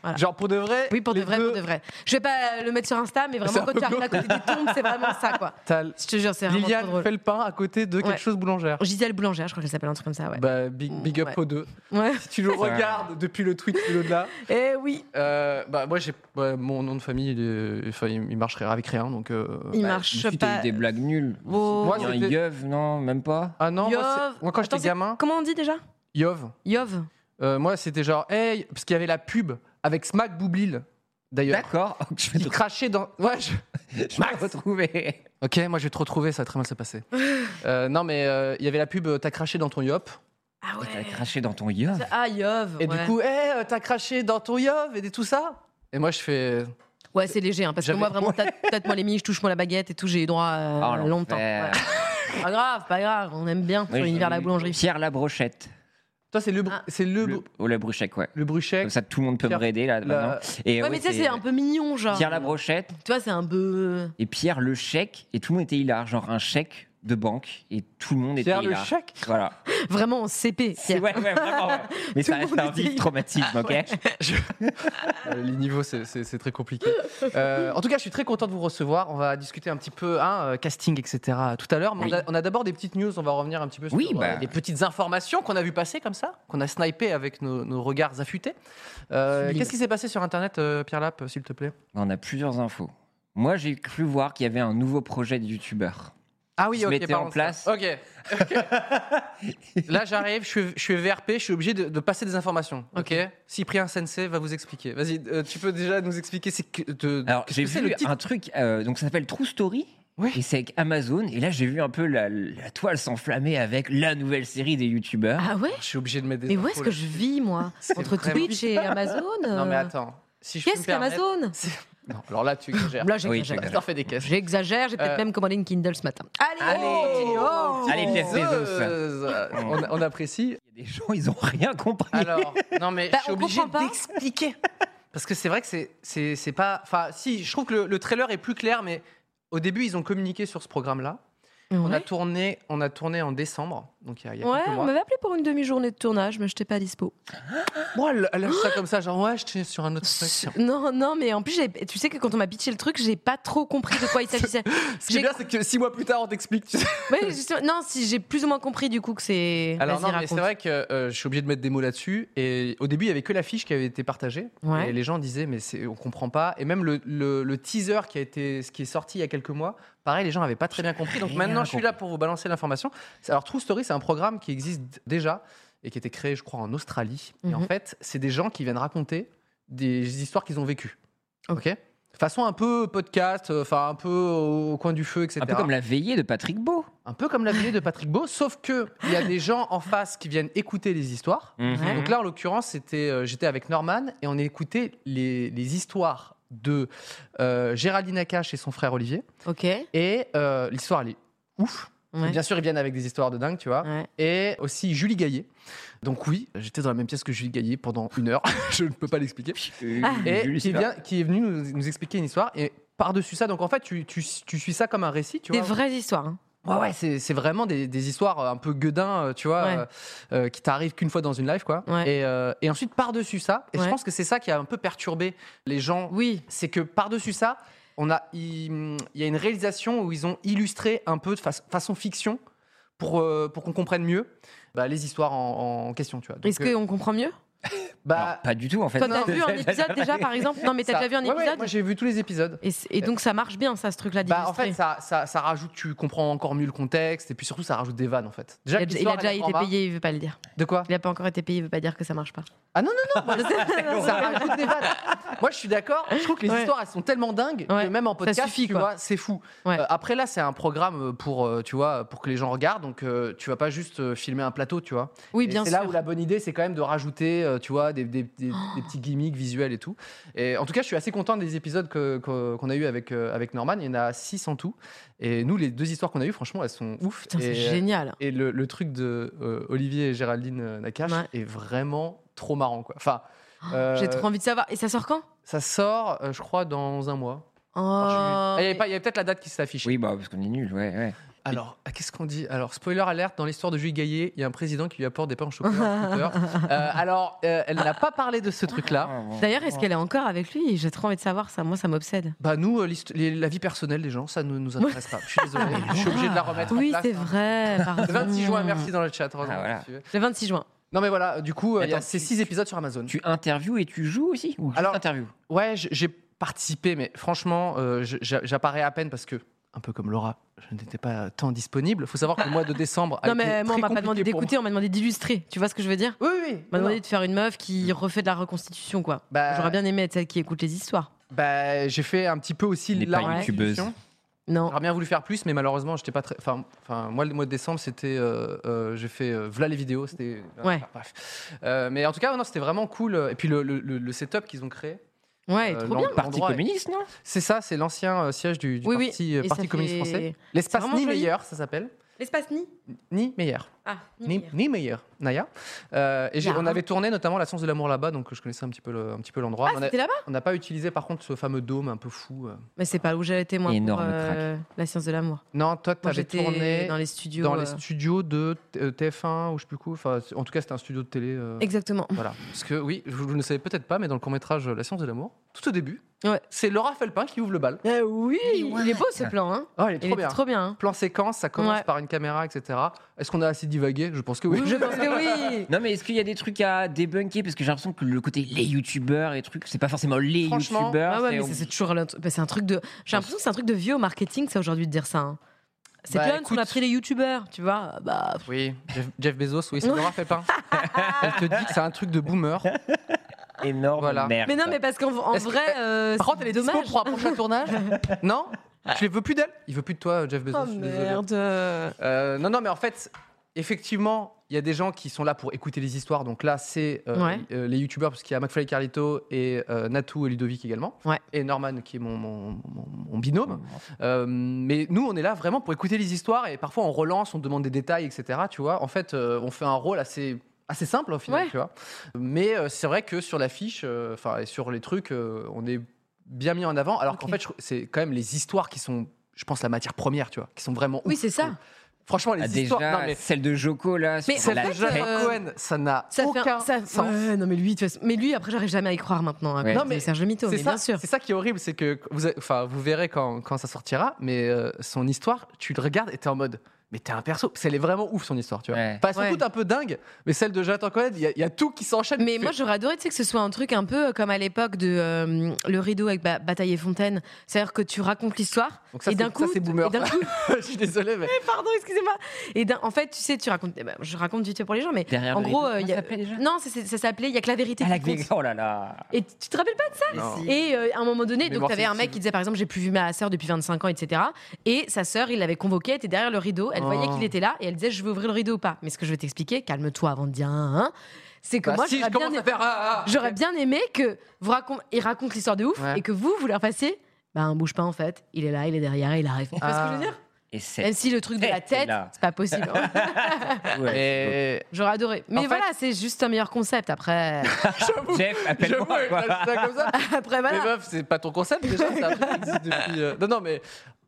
[SPEAKER 4] Voilà.
[SPEAKER 2] Genre pour de vrai.
[SPEAKER 4] Oui, pour de
[SPEAKER 2] les
[SPEAKER 4] vrai,
[SPEAKER 2] deux-
[SPEAKER 4] pour de vrai. Je vais pas le mettre sur Insta, mais
[SPEAKER 2] C'est
[SPEAKER 4] vraiment,
[SPEAKER 2] un
[SPEAKER 4] quand
[SPEAKER 2] peu
[SPEAKER 4] tu arrives à
[SPEAKER 2] glauque.
[SPEAKER 4] côté des tombes, c'est vraiment ça, quoi.
[SPEAKER 2] t'as
[SPEAKER 4] Je te jure, c'est vraiment trop
[SPEAKER 2] Liliane
[SPEAKER 4] drôle.
[SPEAKER 2] fait le pain à côté de quelque
[SPEAKER 4] Ouais.
[SPEAKER 2] chose boulangère.
[SPEAKER 4] Gisèle Boulangère, je crois qu'elle s'appelle un truc comme ça, ouais.
[SPEAKER 2] Bah, big, big up
[SPEAKER 4] Ouais.
[SPEAKER 2] aux deux.
[SPEAKER 4] ouais.
[SPEAKER 2] Si tu le regardes depuis le tweet de l'au-delà,
[SPEAKER 4] Eh oui,
[SPEAKER 2] euh, bah, moi, j'ai, ouais, mon nom de famille, il, est- enfin, il il marcherait avec rien. Donc, euh,
[SPEAKER 4] il
[SPEAKER 3] Bah,
[SPEAKER 4] marche
[SPEAKER 3] dessus, t'as
[SPEAKER 4] pas.
[SPEAKER 3] eu des blagues nulles.
[SPEAKER 4] Oh.
[SPEAKER 2] Moi,
[SPEAKER 3] Il y a un
[SPEAKER 2] c'était-
[SPEAKER 3] yeuf, non, même pas.
[SPEAKER 2] Ah non, moi, c'est-
[SPEAKER 4] Yov.
[SPEAKER 2] moi, quand
[SPEAKER 4] Attends,
[SPEAKER 2] j'étais
[SPEAKER 4] c'est-
[SPEAKER 2] gamin,
[SPEAKER 4] Comment on dit déjà
[SPEAKER 2] Yov,
[SPEAKER 4] Yov.
[SPEAKER 2] euh, moi, c'était genre, hey, parce qu'il y avait la pub avec Smack Boublil, d'ailleurs,
[SPEAKER 3] D'accord, Oh, je vais
[SPEAKER 2] qui
[SPEAKER 3] te,
[SPEAKER 2] crachait dans. Ouais, je-
[SPEAKER 3] je vais te retrouver.
[SPEAKER 2] Ok, moi je vais te retrouver, ça va très mal se passer. Euh, non, mais euh, il y avait la pub euh, T'as craché dans ton yop.
[SPEAKER 4] Ah
[SPEAKER 3] Et T'as
[SPEAKER 4] ouais.
[SPEAKER 3] craché dans ton yeuf.
[SPEAKER 4] Ah Yov.
[SPEAKER 2] Et
[SPEAKER 4] ouais.
[SPEAKER 2] du coup, hé, t'as craché dans ton yop et des- tout ça. Et moi je fais.
[SPEAKER 4] Ouais, c'est léger, hein, parce que
[SPEAKER 2] J'avais- Oh,
[SPEAKER 4] moi, vraiment, peut-être moi les miches, touche-moi la baguette et tout, j'ai eu droit
[SPEAKER 3] Ah,
[SPEAKER 4] à
[SPEAKER 3] l'enfer.
[SPEAKER 4] longtemps. Ouais. Pas grave, pas grave, on aime bien sur
[SPEAKER 3] Oui,
[SPEAKER 4] l'univers de la
[SPEAKER 3] oui.
[SPEAKER 4] boulangerie.
[SPEAKER 3] Pierre la brochette.
[SPEAKER 2] Toi, c'est le, br-
[SPEAKER 4] Ah.
[SPEAKER 2] c'est le, br-
[SPEAKER 3] Le, oh, le bruchette, ouais.
[SPEAKER 2] le bruchet.
[SPEAKER 3] Comme ça, tout le monde peut
[SPEAKER 2] Pierre-
[SPEAKER 3] me braider là.
[SPEAKER 2] la-
[SPEAKER 3] maintenant. Et
[SPEAKER 4] Ouais, mais tu sais, c'est un peu mignon, genre. euh,
[SPEAKER 3] Pierre la brochette
[SPEAKER 4] Tu vois, c'est un peu.
[SPEAKER 3] et Pierre le chèque. Et tout le monde était hilar. Genre un chèque de banque. Et tout le monde
[SPEAKER 2] Pierre
[SPEAKER 3] était
[SPEAKER 2] le
[SPEAKER 3] hilar.
[SPEAKER 2] chèque
[SPEAKER 3] Voilà.
[SPEAKER 4] Vraiment en CP.
[SPEAKER 3] C'est- Ouais, ouais, vraiment, ouais. Mais
[SPEAKER 4] Tout
[SPEAKER 3] ça
[SPEAKER 4] le
[SPEAKER 3] reste
[SPEAKER 4] monde
[SPEAKER 3] un
[SPEAKER 4] était
[SPEAKER 3] vif
[SPEAKER 4] hilar.
[SPEAKER 2] Ah
[SPEAKER 3] traumatisme, ok
[SPEAKER 2] Euh, Les niveaux, c'est- c'est c'est très compliqué. Euh, en tout cas, je suis très content de vous recevoir. On va discuter un petit peu, hein, euh, casting, etc. tout à l'heure. Mais on a- On a, d'abord des petites news. On va revenir un petit peu sur
[SPEAKER 3] Oui,
[SPEAKER 2] euh,
[SPEAKER 3] bah.
[SPEAKER 2] des petites informations qu'on a vu passer comme ça, qu'on a snipé avec nos, nos regards affûtés. Euh,
[SPEAKER 4] Sublime.
[SPEAKER 2] Qu'est-ce qui s'est passé sur Internet, euh, Pierre Lap, s'il te plaît
[SPEAKER 3] On a plusieurs infos. Moi, j'ai cru voir qu'il y avait un nouveau projet de youtubeur.
[SPEAKER 2] Ah
[SPEAKER 3] Qui
[SPEAKER 2] oui,
[SPEAKER 3] se
[SPEAKER 2] ok,
[SPEAKER 3] mettait
[SPEAKER 2] pardon,
[SPEAKER 3] en place.
[SPEAKER 2] ça. Ok. ok. Là, j'arrive, je, suis- je suis VRP, je suis obligé de, de passer des informations. Ok. Cyprien Sensei va vous expliquer. Vas-y, euh, tu peux déjà nous expliquer c'est que, de,
[SPEAKER 3] Alors,
[SPEAKER 2] qu'est-ce
[SPEAKER 3] j'ai
[SPEAKER 2] que c'est le
[SPEAKER 3] vu
[SPEAKER 2] titre
[SPEAKER 3] un truc, euh, donc ça s'appelle True Story.
[SPEAKER 2] Oui.
[SPEAKER 3] Et c'est avec Amazon. Et là, j'ai vu un peu la, la toile s'enflammer avec la nouvelle série des youtubeurs.
[SPEAKER 4] Ah ouais
[SPEAKER 2] Je suis obligé de mettre des.
[SPEAKER 4] Mais où
[SPEAKER 2] infos,
[SPEAKER 4] est-ce
[SPEAKER 2] là.
[SPEAKER 4] que je vis, moi
[SPEAKER 2] C'est
[SPEAKER 4] Entre
[SPEAKER 2] vraiment-
[SPEAKER 4] Twitch et Amazon
[SPEAKER 2] Non, mais
[SPEAKER 4] euh,
[SPEAKER 2] attends. Si je peux
[SPEAKER 4] Qu'est-ce
[SPEAKER 2] me permettre-
[SPEAKER 4] qu'Amazon
[SPEAKER 2] C'est- Non, alors là, tu exagères.
[SPEAKER 4] Là,
[SPEAKER 3] Oui,
[SPEAKER 4] j'exagère.
[SPEAKER 3] j'exagère.
[SPEAKER 2] T'en fais des caisses.
[SPEAKER 4] J'exagère, j'ai peut-être
[SPEAKER 2] Euh,
[SPEAKER 4] même commandé une Kindle ce matin. Allez
[SPEAKER 3] Allez,
[SPEAKER 4] oh
[SPEAKER 3] Allez, Jeff Bezos.
[SPEAKER 2] Euh, On, on apprécie.
[SPEAKER 3] Il y a des gens, ils n'ont rien compris.
[SPEAKER 2] Alors, non mais
[SPEAKER 4] Bah,
[SPEAKER 2] je suis
[SPEAKER 4] on
[SPEAKER 2] obligé
[SPEAKER 4] comprend pas.
[SPEAKER 2] d'expliquer parce que c'est vrai que c'est c'est c'est pas enfin si je trouve que le, le trailer est plus clair mais au début ils ont communiqué sur ce programme là. On a
[SPEAKER 4] Ouais,
[SPEAKER 2] tourné on a tourné en décembre donc il y a, il y a
[SPEAKER 4] Ouais,
[SPEAKER 2] quelques
[SPEAKER 4] on
[SPEAKER 2] mois.
[SPEAKER 4] m'avait appelé pour une demi-journée de tournage, mais je n'étais pas dispo.
[SPEAKER 2] Moi, elle, elle lâche ça comme ça genre ouais je tiens sur un autre truc.
[SPEAKER 4] Non, non, mais en plus, j'ai- tu sais que quand on m'a pitché le truc, j'ai pas trop compris de quoi il s'agissait.
[SPEAKER 2] Ce qui est
[SPEAKER 4] J'ai-
[SPEAKER 2] bien c'est que six mois plus tard on t'explique. tu sais.
[SPEAKER 4] Ouais, justement, non, si j'ai plus ou moins compris du coup que c'est.
[SPEAKER 2] Alors
[SPEAKER 4] Vas-y,
[SPEAKER 2] non mais
[SPEAKER 4] raconte.
[SPEAKER 2] c'est vrai que euh, je suis obligé de mettre des mots là-dessus et au début il y avait que l'affiche qui avait été partagée
[SPEAKER 4] Ouais.
[SPEAKER 2] et les gens disaient mais c'est on comprend pas et même le, le- le teaser qui a été ce qui est sorti il y a quelques mois pareil les gens n'avaient pas très bien compris donc
[SPEAKER 3] Rien
[SPEAKER 2] maintenant je suis
[SPEAKER 3] compris.
[SPEAKER 2] là pour vous balancer l'information C'est- alors True Story c'est un programme qui existe déjà et qui a été créé je crois en Australie et en
[SPEAKER 4] Mhm.
[SPEAKER 2] fait c'est des gens qui viennent raconter des histoires qu'ils ont vécues
[SPEAKER 4] Ok.
[SPEAKER 2] ok façon un peu podcast euh, enfin un peu au coin du feu etc
[SPEAKER 3] un peu comme la veillée de Patrick Beau.
[SPEAKER 2] un peu comme la vidéo de Patrick Beau, sauf que il y a des gens en face qui viennent écouter les histoires.
[SPEAKER 4] Mhm.
[SPEAKER 2] Donc là, en l'occurrence, c'était, euh, j'étais avec Norman et on écoutait les, les histoires de euh, Géraldine Akache et son frère Olivier.
[SPEAKER 4] Ok. Ouais.
[SPEAKER 2] Et euh, l'histoire, elle est ouf. Bien sûr, ils viennent avec des histoires de dingue, tu vois.
[SPEAKER 4] Ouais.
[SPEAKER 2] Et aussi Julie Gaillet. Donc oui, j'étais dans la même pièce que Julie Gaillet pendant une heure. Je ne peux pas l'expliquer Ah. et qui, vient- qui est venu nous, nous expliquer une histoire. Et par-dessus ça, donc en fait, tu, tu, tu suis ça comme un récit, tu
[SPEAKER 4] Des
[SPEAKER 2] vois.
[SPEAKER 4] vraies histoires. hein.
[SPEAKER 2] Ouais, ouais, c'est c'est vraiment des, des histoires euh, un peu gueudin, euh, tu vois,
[SPEAKER 4] Ouais.
[SPEAKER 2] euh, euh, qui t'arrivent qu'une fois dans une live, quoi.
[SPEAKER 4] Ouais.
[SPEAKER 2] Et, euh, et ensuite, par-dessus ça, et je
[SPEAKER 4] Ouais.
[SPEAKER 2] pense que c'est ça qui a un peu perturbé les gens,
[SPEAKER 4] Oui.
[SPEAKER 2] c'est que par-dessus ça, on a, il, il y a une réalisation où ils ont illustré un peu de fa- façon fiction pour, euh, pour qu'on comprenne mieux bah, les histoires en, en question, tu vois. Donc,
[SPEAKER 4] Est-ce
[SPEAKER 2] euh,
[SPEAKER 4] qu'on comprend mieux
[SPEAKER 2] bah,
[SPEAKER 3] pas du tout, en fait.
[SPEAKER 4] Toi, t'as
[SPEAKER 2] non,
[SPEAKER 4] vu un épisode déjà, par exemple Non, mais t'as
[SPEAKER 2] ça-
[SPEAKER 4] déjà vu un
[SPEAKER 2] ouais, ouais,
[SPEAKER 4] épisode
[SPEAKER 2] Moi, j'ai vu tous les épisodes.
[SPEAKER 4] et, c'est- et donc ça marche bien, ça, ce truc-là
[SPEAKER 2] Bah, en
[SPEAKER 4] d'illustrer.
[SPEAKER 2] fait, ça, ça, ça rajoute, tu comprends encore mieux le contexte, et puis surtout, ça rajoute des vannes en fait.
[SPEAKER 4] il
[SPEAKER 2] Déjà,
[SPEAKER 4] a,
[SPEAKER 2] que
[SPEAKER 4] déjà- il
[SPEAKER 2] l'histoire,
[SPEAKER 4] a déjà
[SPEAKER 2] elle est
[SPEAKER 4] été
[SPEAKER 2] en bas.
[SPEAKER 4] payé, il veut pas le dire.
[SPEAKER 2] De quoi
[SPEAKER 4] Il a pas encore été payé, il veut pas dire que ça marche pas.
[SPEAKER 2] Ah non, non, non, moi, ça rajoute des vannes. Moi, je suis d'accord. Je trouve que les
[SPEAKER 4] Ouais.
[SPEAKER 2] histoires, elles sont tellement dingues que
[SPEAKER 4] Ouais.
[SPEAKER 2] même en podcast,
[SPEAKER 4] suffit,
[SPEAKER 2] tu
[SPEAKER 4] quoi.
[SPEAKER 2] vois, c'est fou.
[SPEAKER 4] Ouais.
[SPEAKER 2] Euh, après, là, c'est un programme pour, euh, tu vois, pour que les gens regardent. Donc, euh, tu vas pas juste euh, filmer un plateau, tu vois.
[SPEAKER 4] Oui,
[SPEAKER 2] Et
[SPEAKER 4] bien
[SPEAKER 2] c'est
[SPEAKER 4] sûr. Oh.
[SPEAKER 2] là où la bonne idée, c'est quand même de rajouter, euh, tu vois, des, des- des- des petits gimmicks visuels et tout. Et en tout cas, je suis assez content des épisodes que- que- qu'on a eu avec, euh, avec Norman. Il y en a six en tout. Et nous, les deux histoires qu'on a eues, franchement, elles sont ouf.
[SPEAKER 4] Putain, c'est
[SPEAKER 2] Et, euh,
[SPEAKER 4] génial.
[SPEAKER 2] et le, le truc de euh, Olivier et Géraldine euh, Nakache
[SPEAKER 4] Ouais. Oh,
[SPEAKER 2] est vraiment trop marrant, quoi. Enfin, euh,
[SPEAKER 4] J'ai trop envie de savoir. Et ça sort quand
[SPEAKER 2] ça sort, euh, je crois, dans un mois.
[SPEAKER 4] Oh,
[SPEAKER 2] En juillet. Ah, Il y avait
[SPEAKER 4] mais-
[SPEAKER 2] pas- il y avait peut-être la date qui s'affiche.
[SPEAKER 3] Oui, bah, parce qu'on est nul, ouais, ouais.
[SPEAKER 2] Alors, ah, qu'est-ce qu'on dit Alors, spoiler alerte, dans l'histoire de Julie Gaillet, il y a un président qui lui apporte des pains au chocolat. Twitter. Euh, alors, euh, elle n'a pas parlé de ce
[SPEAKER 3] Ah.
[SPEAKER 2] truc-là.
[SPEAKER 4] D'ailleurs,
[SPEAKER 2] Oh.
[SPEAKER 4] est-ce qu'elle est encore avec lui J'ai trop envie de savoir ça. Moi, ça m'obsède.
[SPEAKER 2] Bah, nous, euh, l'hist- les- la vie personnelle des gens, ça ne nous intéresse pas. Je suis désolé, je suis obligé de la remettre en
[SPEAKER 4] Oui,
[SPEAKER 2] place. hein.
[SPEAKER 4] c'est vrai.
[SPEAKER 2] Le 26 juin, merci dans le chat. Rosanne,
[SPEAKER 3] Ah, voilà.
[SPEAKER 2] si tu veux.
[SPEAKER 4] Le 26 juin.
[SPEAKER 2] Non, mais voilà, du coup, euh, il y a
[SPEAKER 3] Attends,
[SPEAKER 2] ces
[SPEAKER 3] tu-
[SPEAKER 2] six épisodes sur Amazon.
[SPEAKER 3] Tu interviews et tu joues aussi Ou juste
[SPEAKER 2] Alors-
[SPEAKER 3] interview
[SPEAKER 2] Ouais, j- j'ai participé, mais franchement, euh, je- j'a- j'apparais à peine parce que, un peu comme Laura, je n'étais pas tant disponible. Il faut savoir que le mois de décembre. a
[SPEAKER 4] Non,
[SPEAKER 2] été
[SPEAKER 4] mais moi,
[SPEAKER 2] très
[SPEAKER 4] on m'a pas
[SPEAKER 2] compliqué
[SPEAKER 4] demandé
[SPEAKER 2] pour moi.
[SPEAKER 4] d'écouter, on m'a demandé d'illustrer. Tu vois ce que je veux dire
[SPEAKER 2] Oui, oui, oui.
[SPEAKER 4] On m'a
[SPEAKER 2] Non,
[SPEAKER 4] demandé
[SPEAKER 2] non.
[SPEAKER 4] de faire une meuf qui refait de la reconstitution, quoi.
[SPEAKER 2] Bah-
[SPEAKER 4] J'aurais bien aimé être celle qui écoute les histoires.
[SPEAKER 2] Bah, j'ai fait un petit peu aussi
[SPEAKER 3] Les
[SPEAKER 2] la
[SPEAKER 3] pailles youtubeuses.
[SPEAKER 2] restitution.
[SPEAKER 4] Non.
[SPEAKER 2] J'aurais bien voulu faire plus, mais malheureusement, j'étais pas très. Enfin, enfin, moi, le mois de décembre, c'était. euh, euh, j'ai fait euh, voilà les vidéos. C'était.
[SPEAKER 4] Ouais.
[SPEAKER 2] Bref. Euh, mais en tout cas, non, c'était vraiment cool. Et puis le, le- le- le setup qu'ils ont créé.
[SPEAKER 4] Ouais,
[SPEAKER 2] euh,
[SPEAKER 4] trop
[SPEAKER 2] l'en-
[SPEAKER 4] bien.
[SPEAKER 3] Parti
[SPEAKER 2] l'endroit est-
[SPEAKER 3] communiste, non
[SPEAKER 2] C'est ça, c'est l'ancien euh, siège du, du
[SPEAKER 4] Oui, oui.
[SPEAKER 2] parti,
[SPEAKER 4] Et
[SPEAKER 2] euh,
[SPEAKER 4] ça
[SPEAKER 2] parti communiste
[SPEAKER 4] fait-
[SPEAKER 2] français.
[SPEAKER 4] c'est
[SPEAKER 2] L'espace
[SPEAKER 4] vraiment
[SPEAKER 2] ni
[SPEAKER 4] joli.
[SPEAKER 2] meilleur, ça s'appelle.
[SPEAKER 4] L'espace Ni
[SPEAKER 2] Ni meilleur.
[SPEAKER 4] Ah,
[SPEAKER 2] Ni, ni meilleur. Naya. Euh, et j'ai-
[SPEAKER 4] Naya.
[SPEAKER 2] on avait tourné notamment la science de l'amour là-bas, donc je connaissais un petit peu le- un petit peu l'endroit.
[SPEAKER 4] Ah,
[SPEAKER 2] On a-
[SPEAKER 4] c'était là-bas
[SPEAKER 2] on n'a pas utilisé par contre ce fameux dôme un peu fou. euh.
[SPEAKER 4] Mais c'est pas où j'avais été, moi, pour
[SPEAKER 3] Énorme
[SPEAKER 4] euh, la science de l'amour.
[SPEAKER 2] Non, toi,
[SPEAKER 4] Moi,
[SPEAKER 2] t'avais
[SPEAKER 4] j'étais
[SPEAKER 2] tourné
[SPEAKER 4] dans les studios.
[SPEAKER 2] dans les
[SPEAKER 4] euh,
[SPEAKER 2] studios de T- euh, TF1 ou je sais plus quoi. Enfin, c'est- en tout cas, c'était un studio de télé. euh,
[SPEAKER 4] Exactement.
[SPEAKER 2] voilà. Parce que oui, vous vous ne le savez peut-être pas, mais dans le court métrage La science de l'amour, tout au début,
[SPEAKER 4] Ouais.
[SPEAKER 2] c'est Laura Felpin qui ouvre le bal.
[SPEAKER 4] Eh oui, il est beau ce plan, hein.
[SPEAKER 2] Oh, il est
[SPEAKER 4] Il
[SPEAKER 2] trop
[SPEAKER 4] est
[SPEAKER 2] bien.
[SPEAKER 4] trop bien. hein.
[SPEAKER 2] Plan séquence, ça commence
[SPEAKER 4] Ouais.
[SPEAKER 2] par une caméra, etc. Est-ce qu'on a assez divagué Je pense que oui.
[SPEAKER 4] Je pense que oui.
[SPEAKER 3] Non, mais est-ce qu'il y a des trucs à débunker Parce que j'ai l'impression que le côté les youtubeurs et trucs, c'est pas forcément les
[SPEAKER 2] Franchement,
[SPEAKER 3] youtubeurs.
[SPEAKER 4] Ah ouais,
[SPEAKER 3] c'est-
[SPEAKER 4] mais ça, c'est toujours l'int- bah, c'est un truc de. J'ai l'impression que c'est un truc de vieux au marketing, ça aujourd'hui de dire ça. hein. C'est
[SPEAKER 2] Bah,
[SPEAKER 4] bien qu'on
[SPEAKER 2] écoute.
[SPEAKER 4] a pris les youtubeurs, tu vois. Bah, pff,
[SPEAKER 2] Oui, Jeff, Jeff Bezos, oui, c'est Laura Felpin. Elle te dit que c'est un truc de boomer.
[SPEAKER 3] énorme
[SPEAKER 2] Voilà.
[SPEAKER 3] merde.
[SPEAKER 4] Mais non, mais parce qu'en en
[SPEAKER 2] Est-ce que-
[SPEAKER 4] vrai, euh,
[SPEAKER 2] Par contre,
[SPEAKER 4] c'est
[SPEAKER 2] elle est dispo
[SPEAKER 4] dommage.
[SPEAKER 2] pour un prochain tournage Non Je les veux plus d'elle Il veut plus de toi, Jeff Bezos.
[SPEAKER 4] Oh
[SPEAKER 2] je suis désolé.
[SPEAKER 4] merde.
[SPEAKER 2] Euh, non, non, mais en fait, effectivement, il y a des gens qui sont là pour écouter les histoires. Donc là, c'est euh,
[SPEAKER 4] Ouais.
[SPEAKER 2] euh, les youtubeurs, parce qu'il y a McFly et Carlito et euh, Natou et Ludovic également.
[SPEAKER 4] Ouais.
[SPEAKER 2] Et Norman, qui est mon, mon- mon- mon binôme. Euh, mais nous, on est là vraiment pour écouter les histoires et parfois on relance, on demande des détails, etc. Tu vois, en fait, euh, on fait un rôle assez assez simple au final,
[SPEAKER 4] Ouais.
[SPEAKER 2] tu vois. Mais euh, c'est vrai que sur l'affiche, euh, enfin et sur les trucs, euh, on est bien mis en avant. Alors qu'en
[SPEAKER 4] Ok.
[SPEAKER 2] fait, je- c'est quand même les histoires qui sont, je pense, la matière première, tu vois, qui sont vraiment.
[SPEAKER 4] Oui,
[SPEAKER 2] ouf.
[SPEAKER 4] c'est ça.
[SPEAKER 2] Franchement, les
[SPEAKER 3] Ah, déjà,
[SPEAKER 2] histoires. non, mais
[SPEAKER 3] celle de Joko là.
[SPEAKER 4] Mais
[SPEAKER 3] sur
[SPEAKER 4] en
[SPEAKER 3] la
[SPEAKER 4] fait,
[SPEAKER 2] Jean-Jacques
[SPEAKER 4] euh,
[SPEAKER 2] Cohen, ça n'a
[SPEAKER 4] Ça fait un-
[SPEAKER 2] aucun
[SPEAKER 4] ça-
[SPEAKER 2] sens.
[SPEAKER 4] Ouais, non, mais lui, de toute façon- mais lui, après, j'arrive jamais à y croire maintenant. hein,
[SPEAKER 3] Ouais.
[SPEAKER 4] quand
[SPEAKER 2] Non,
[SPEAKER 4] il
[SPEAKER 2] mais
[SPEAKER 4] dit Serge Mito,
[SPEAKER 2] C'est
[SPEAKER 4] mais
[SPEAKER 2] ça,
[SPEAKER 4] bien sûr.
[SPEAKER 2] c'est ça qui est horrible, c'est que vous, avez- enfin, vous verrez quand, quand ça sortira, mais euh, son histoire, tu le regardes et t'es en mode, mais t'es un perso. C'est- Elle est vraiment ouf son histoire, tu vois.
[SPEAKER 3] Ouais.
[SPEAKER 2] Pas sans
[SPEAKER 4] Ouais.
[SPEAKER 2] doute un peu dingue, mais celle de Jonathan Cohen, il y, a- il y a tout qui s'enchaîne.
[SPEAKER 4] Mais
[SPEAKER 2] Tu
[SPEAKER 4] moi,
[SPEAKER 2] fais-
[SPEAKER 4] j'aurais adoré tu sais, que ce soit un truc un peu comme à l'époque de euh, Le Rideau avec Ba- Bataille et Fontaine. C'est-à-dire que tu racontes l'histoire
[SPEAKER 2] Donc ça,
[SPEAKER 4] et
[SPEAKER 2] c'est-
[SPEAKER 4] d'un
[SPEAKER 2] ça,
[SPEAKER 4] coup.
[SPEAKER 2] c'est boomer.
[SPEAKER 4] et d'un coup-
[SPEAKER 2] je suis désolé, mais
[SPEAKER 4] pardon, excusez-moi. Et d'un- en fait, tu sais, tu racontes. eh ben, je raconte vite fait pour les gens, mais
[SPEAKER 3] Derrière
[SPEAKER 4] en
[SPEAKER 3] le
[SPEAKER 4] gros,
[SPEAKER 3] rideau,
[SPEAKER 4] euh, il y a-
[SPEAKER 3] comment ça s'appelait déjà
[SPEAKER 4] non, c'est- c'est- ça s'appelait Il y a que la vérité.
[SPEAKER 3] Ah, la
[SPEAKER 4] qui compte.
[SPEAKER 3] Oh là là.
[SPEAKER 4] Et tu te rappelles pas de ça
[SPEAKER 2] Non.
[SPEAKER 4] Et euh, à un moment donné, donc
[SPEAKER 2] Mémoire
[SPEAKER 4] t'avais un mec
[SPEAKER 2] sélective.
[SPEAKER 4] qui disait par exemple j'ai plus vu ma sœur depuis 25 ans, etc. Et sa sœur, il l'avait convoqué, elle était derrière le rideau, elle voyait
[SPEAKER 2] Oh.
[SPEAKER 4] qu'il était là et elle disait je veux ouvrir le rideau ou pas. Mais ce que je vais t'expliquer, calme-toi avant de dire un, un, c'est que
[SPEAKER 2] Bah,
[SPEAKER 4] moi
[SPEAKER 2] si je
[SPEAKER 4] j'aurais bien,
[SPEAKER 2] commence à faire. ah, ah, ah.
[SPEAKER 4] j'aurais bien aimé que vous racon- il raconte l'histoire de ouf
[SPEAKER 2] Ouais.
[SPEAKER 4] et que vous vous leur fassiez bah un bouge pas en fait, il est là, il est derrière, il arrive. Tu vois ce que je veux dire
[SPEAKER 3] Et
[SPEAKER 4] Même
[SPEAKER 3] c'est.
[SPEAKER 4] si le truc de la
[SPEAKER 3] Tête est
[SPEAKER 4] tête,
[SPEAKER 3] là.
[SPEAKER 4] c'est pas possible. hein.
[SPEAKER 2] Et-
[SPEAKER 4] J'aurais adoré. Mais
[SPEAKER 2] fait-
[SPEAKER 4] voilà, c'est juste un meilleur concept après.
[SPEAKER 3] Jeff,
[SPEAKER 2] J'avoue,
[SPEAKER 3] appelle-moi.
[SPEAKER 2] avec
[SPEAKER 3] quoi.
[SPEAKER 2] la- ça comme ça.
[SPEAKER 4] après voilà.
[SPEAKER 2] Mais meuf, c'est pas ton concept déjà, c'est un truc qui existe depuis. euh, Non, non, mais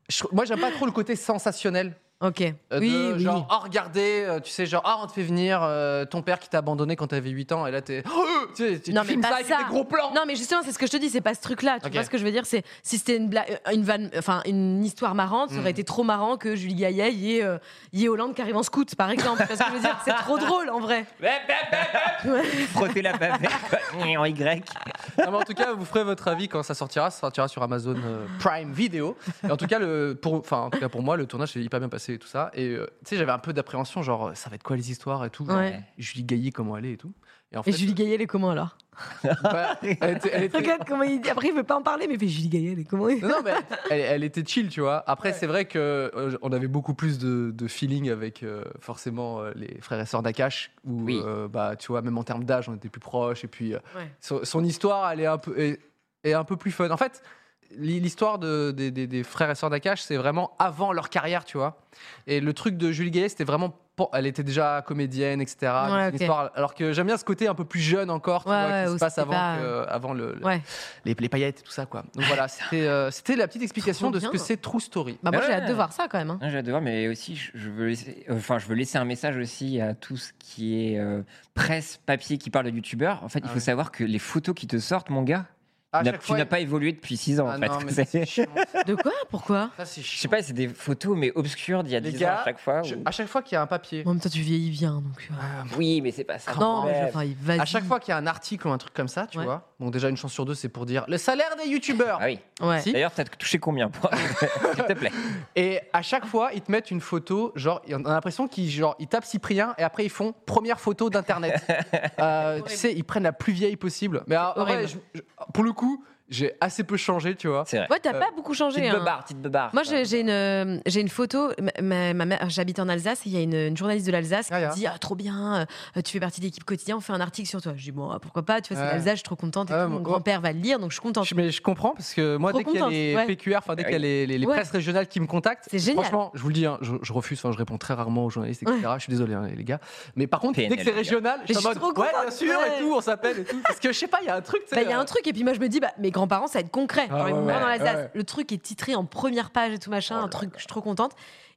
[SPEAKER 2] je- moi, j'aime pas trop le côté sensationnel
[SPEAKER 4] OK.
[SPEAKER 2] Euh,
[SPEAKER 4] oui,
[SPEAKER 2] de,
[SPEAKER 4] oui.
[SPEAKER 2] Genre, oh, regardez, euh, tu sais, genre, ah, on te fait venir euh, ton père qui t'a abandonné quand t'avais 8 ans, et là, t'es. Oh, tu sais, tu,
[SPEAKER 4] Non,
[SPEAKER 2] tu
[SPEAKER 4] mais
[SPEAKER 2] filmes
[SPEAKER 4] pas
[SPEAKER 2] ça avec
[SPEAKER 4] ça.
[SPEAKER 2] des gros plans.
[SPEAKER 4] Non, mais justement, c'est ce que je te dis, c'est pas ce truc-là. Tu
[SPEAKER 2] Ok.
[SPEAKER 4] vois ce que je veux dire C'est si c'était une blague, euh, une vanne, enfin une histoire marrante, ça aurait été trop marrant que Julie Gaillet y ait, euh, y ait Hollande qui arrive en scout, par exemple. Parce que je veux dire, c'est trop drôle en vrai.
[SPEAKER 3] Bap, bap, bap, bap. Frotter la pavette quoi. en Y.
[SPEAKER 2] Non, mais en tout cas, vous ferez votre avis quand ça sortira. Ça sortira sur Amazon euh, Prime Video. Et en tout cas, le, pour, enfin, en tout cas, pour moi, le tournage s'est hyper bien passé et tout ça. Et euh, tu sais, j'avais un peu d'appréhension, genre, euh, ça va être quoi les histoires et tout. genre,
[SPEAKER 4] Ouais.
[SPEAKER 2] Julie Gaillet, comment elle est et tout. Et en
[SPEAKER 4] Et Julie Gaillet, elle est comment alors
[SPEAKER 2] bah, elle était- elle était-
[SPEAKER 4] Regarde comment il dit. Après, il veut pas en parler, mais il fait Julie Gaillet, elle est comment
[SPEAKER 2] Non, non, mais elle, elle était chill, tu vois. Après, c'est vrai que euh, on avait beaucoup plus de, de feeling avec euh, forcément euh, les frères et sœurs d'Akash, où
[SPEAKER 3] Oui.
[SPEAKER 2] euh, bah tu vois, même en termes d'âge, on était plus proches. Et puis euh,
[SPEAKER 4] Ouais.
[SPEAKER 2] son, son histoire, elle est un peu est, est un peu plus fun. En fait, l'hi- l'histoire de, des, des- des frères et sœurs d'Akash, c'est vraiment avant leur carrière, tu vois. Et le truc de Julie Gaillet, c'était vraiment pen- elle était déjà comédienne, etc. Donc,
[SPEAKER 4] Ouais,
[SPEAKER 2] c'est une
[SPEAKER 4] ok.
[SPEAKER 2] histoire- alors que j'aime bien ce côté un peu plus jeune encore, tu
[SPEAKER 4] Ouais,
[SPEAKER 2] vois,
[SPEAKER 4] ouais,
[SPEAKER 2] qui
[SPEAKER 4] où
[SPEAKER 2] se passe
[SPEAKER 4] c'était
[SPEAKER 2] avant,
[SPEAKER 4] pas-
[SPEAKER 2] que- avant le, le-
[SPEAKER 4] Ouais.
[SPEAKER 2] les, les paillettes et tout ça, quoi. Donc voilà, c'était euh, c'était la petite explication
[SPEAKER 4] Trop
[SPEAKER 2] de ce
[SPEAKER 4] bien.
[SPEAKER 2] que c'est True Story.
[SPEAKER 4] Bah, moi,
[SPEAKER 3] Ouais.
[SPEAKER 4] j'ai hâte de voir ça quand même. hein.
[SPEAKER 3] Non, J'ai hâte de voir, mais aussi, je- je veux, laisser, enfin, je veux laisser un message aussi à tout ce qui est euh, presse, papier qui parle de youtubeur. En fait, il
[SPEAKER 2] Ah
[SPEAKER 3] faut
[SPEAKER 2] ouais.
[SPEAKER 3] savoir que les photos qui te sortent, mon gars,
[SPEAKER 2] À
[SPEAKER 3] n'a-
[SPEAKER 2] chaque
[SPEAKER 3] tu
[SPEAKER 2] fois,
[SPEAKER 3] n'as
[SPEAKER 2] il-
[SPEAKER 3] pas évolué depuis 6 ans.
[SPEAKER 2] Ah
[SPEAKER 3] en fait.
[SPEAKER 2] non, mais ça, c'est chiant.
[SPEAKER 4] De quoi Pourquoi
[SPEAKER 2] Ça, c'est
[SPEAKER 3] Je
[SPEAKER 2] chiant.
[SPEAKER 3] sais pas, c'est des photos, mais obscures d'il y a
[SPEAKER 2] Les
[SPEAKER 3] 10 ans
[SPEAKER 2] gars,
[SPEAKER 3] à chaque fois.
[SPEAKER 2] Je- Ah.
[SPEAKER 3] ou-
[SPEAKER 2] à chaque fois qu'il y a un papier,
[SPEAKER 4] En même temps, tu vieillis bien, donc. euh,
[SPEAKER 3] Oui, mais c'est pas ça.
[SPEAKER 4] Non, mais
[SPEAKER 3] Ah, Ouais.
[SPEAKER 4] je- enfin, il- vas-y.
[SPEAKER 2] à chaque fois qu'il y a un article ou un truc comme ça, tu
[SPEAKER 4] Ouais.
[SPEAKER 2] vois. Bon, déjà, une chance sur deux, c'est pour dire le salaire des youtubeurs.
[SPEAKER 3] Ah oui.
[SPEAKER 4] Ouais.
[SPEAKER 2] Si.
[SPEAKER 3] D'ailleurs, t'as touché combien pour- S'il te plaît.
[SPEAKER 2] Et à chaque fois, ils te mettent une photo, genre, on a l'impression qu'ils genre, ils tapent Cyprien et après ils font première photo d'Internet. Euh, tu sais, ils prennent la plus vieille possible. Mais alors, en vrai,
[SPEAKER 4] horrible.
[SPEAKER 2] je- je- pour le coup, j'ai assez peu changé, tu vois.
[SPEAKER 3] C'est vrai.
[SPEAKER 4] Ouais, t'as
[SPEAKER 2] Euh,
[SPEAKER 4] pas beaucoup changé.
[SPEAKER 3] Petite
[SPEAKER 4] hein.
[SPEAKER 3] beubare, petite beubare.
[SPEAKER 4] Moi, j'ai j'ai une, euh, j'ai une photo. ma- ma- ma mère- euh, J'habite en Alsace et il y a une, une journaliste de l'Alsace qui
[SPEAKER 2] Ah,
[SPEAKER 4] me
[SPEAKER 2] ah.
[SPEAKER 4] dit ah, Trop bien, euh, tu fais partie de l'équipe quotidien, on fait un article sur toi. Je dis Bon, ah, pourquoi pas, tu vois, c'est
[SPEAKER 2] Ouais. Ah,
[SPEAKER 4] l'Alsace, je suis trop contente. Et
[SPEAKER 2] Ouais,
[SPEAKER 4] tout,
[SPEAKER 2] moi-
[SPEAKER 4] mon grand-père va le lire, donc je suis contente.
[SPEAKER 2] Je- mais je comprends parce que moi,
[SPEAKER 4] Trop
[SPEAKER 2] dès qu'il y a
[SPEAKER 4] contente,
[SPEAKER 2] les
[SPEAKER 4] ouais.
[SPEAKER 2] PQR, enfin dès qu'il y a
[SPEAKER 3] Oui.
[SPEAKER 2] les, les- les
[SPEAKER 4] Ouais.
[SPEAKER 2] presses régionales qui me contactent,
[SPEAKER 4] C'est génial.
[SPEAKER 2] franchement, je vous le dis, hein, je, je refuse, hein, je réponds très rarement aux journalistes, etc. Je suis désolé, hein, les gars. Mais par contre, dès
[SPEAKER 3] PNL,
[SPEAKER 2] que c'est
[SPEAKER 3] les gars.
[SPEAKER 2] régional, je suis
[SPEAKER 4] Mais
[SPEAKER 2] en
[SPEAKER 4] je suis
[SPEAKER 2] mode,
[SPEAKER 4] trop
[SPEAKER 2] ouais,
[SPEAKER 4] contente,
[SPEAKER 2] bien sûr,
[SPEAKER 4] ouais.
[SPEAKER 2] et tout, on s'appelle et tout. Parce que je sais pas, il y a un truc, tu
[SPEAKER 4] Bah,
[SPEAKER 2] sais,
[SPEAKER 4] Il y a
[SPEAKER 2] euh,
[SPEAKER 4] un truc, et puis moi, je me dis bah, Mes grands-parents, ça va être concret.
[SPEAKER 2] Ah,
[SPEAKER 4] Genre, ils
[SPEAKER 2] ouais,
[SPEAKER 4] vont voir dans
[SPEAKER 2] ouais,
[SPEAKER 4] l'Alsace.
[SPEAKER 2] ouais. Oh
[SPEAKER 4] Le truc est titré en première page et tout machin, un truc, je suis trop contente.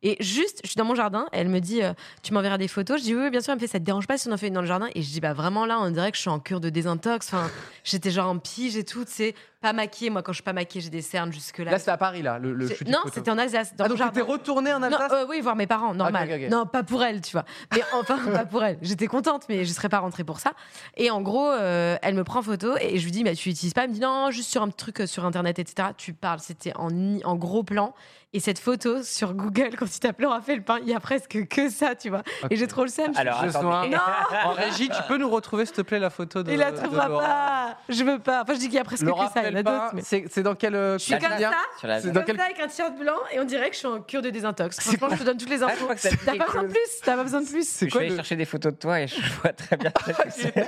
[SPEAKER 4] Et juste, je suis dans mon jardin, elle me dit euh, Tu m'enverras des photos Je dis Oui, oui, bien sûr, elle me fait Ça te dérange pas si on en fait une dans le jardin Et je dis Bah vraiment, là, on dirait que je suis en cure de désintox. Enfin, j'étais genre en pige et tout, tu sais, pas maquillée. Moi, quand je suis pas maquillée, j'ai des cernes jusque-là.
[SPEAKER 2] Là, c'était à Paris, là, le, le
[SPEAKER 4] C'est-
[SPEAKER 2] shooting
[SPEAKER 4] non,
[SPEAKER 2] photo.
[SPEAKER 4] c'était en Alsace.
[SPEAKER 2] Ah,
[SPEAKER 4] Dans mon
[SPEAKER 2] donc
[SPEAKER 4] jardin.
[SPEAKER 2] t'étais retourné en
[SPEAKER 4] Non,
[SPEAKER 2] Alsace
[SPEAKER 4] euh, oui, voir mes parents, normal.
[SPEAKER 2] ok, ok.
[SPEAKER 4] Non, pas pour elle, tu vois. Mais enfin, pas pour elle. J'étais contente, mais je serais pas rentrée pour ça. Et en gros, euh, elle me prend photo et je lui dis, mais tu l'utilises pas Elle me dit, non, juste sur un petit truc euh, sur Internet, etc. Tu parles, c'était en, i- en gros plan. Et cette photo sur Google, quand tu tapes Laura Felpin, il y a presque que ça, tu vois. Et j'ai trop le seum. je-
[SPEAKER 3] Alors,
[SPEAKER 2] Je
[SPEAKER 3] attendez.
[SPEAKER 2] sois- En régie, tu peux nous retrouver, s'il te plaît, la photo de.
[SPEAKER 4] il la
[SPEAKER 2] de
[SPEAKER 4] trouvera
[SPEAKER 2] euh, Laura.
[SPEAKER 4] pas. Je veux pas. Enfin, je dis qu'il y a presque
[SPEAKER 2] Laura
[SPEAKER 4] que ça. Il y en a
[SPEAKER 2] Felpin,
[SPEAKER 4] d'autres. mais-
[SPEAKER 2] c'est c'est dans quel. euh,
[SPEAKER 4] Je suis comme
[SPEAKER 2] quotidien
[SPEAKER 4] ça.
[SPEAKER 3] Sur la-
[SPEAKER 2] C'est dans
[SPEAKER 4] Comme
[SPEAKER 2] quel-
[SPEAKER 4] ça avec un t-shirt blanc et on dirait que je suis en cure de désintox. Franchement, je te donne toutes les infos.
[SPEAKER 3] crois que ça te
[SPEAKER 4] T'as pas besoin de plus. T'as pas besoin de plus.
[SPEAKER 2] C'est
[SPEAKER 3] Je
[SPEAKER 2] quoi
[SPEAKER 3] vais
[SPEAKER 2] le-
[SPEAKER 3] chercher des photos de toi et je vois très bien ce que c'est.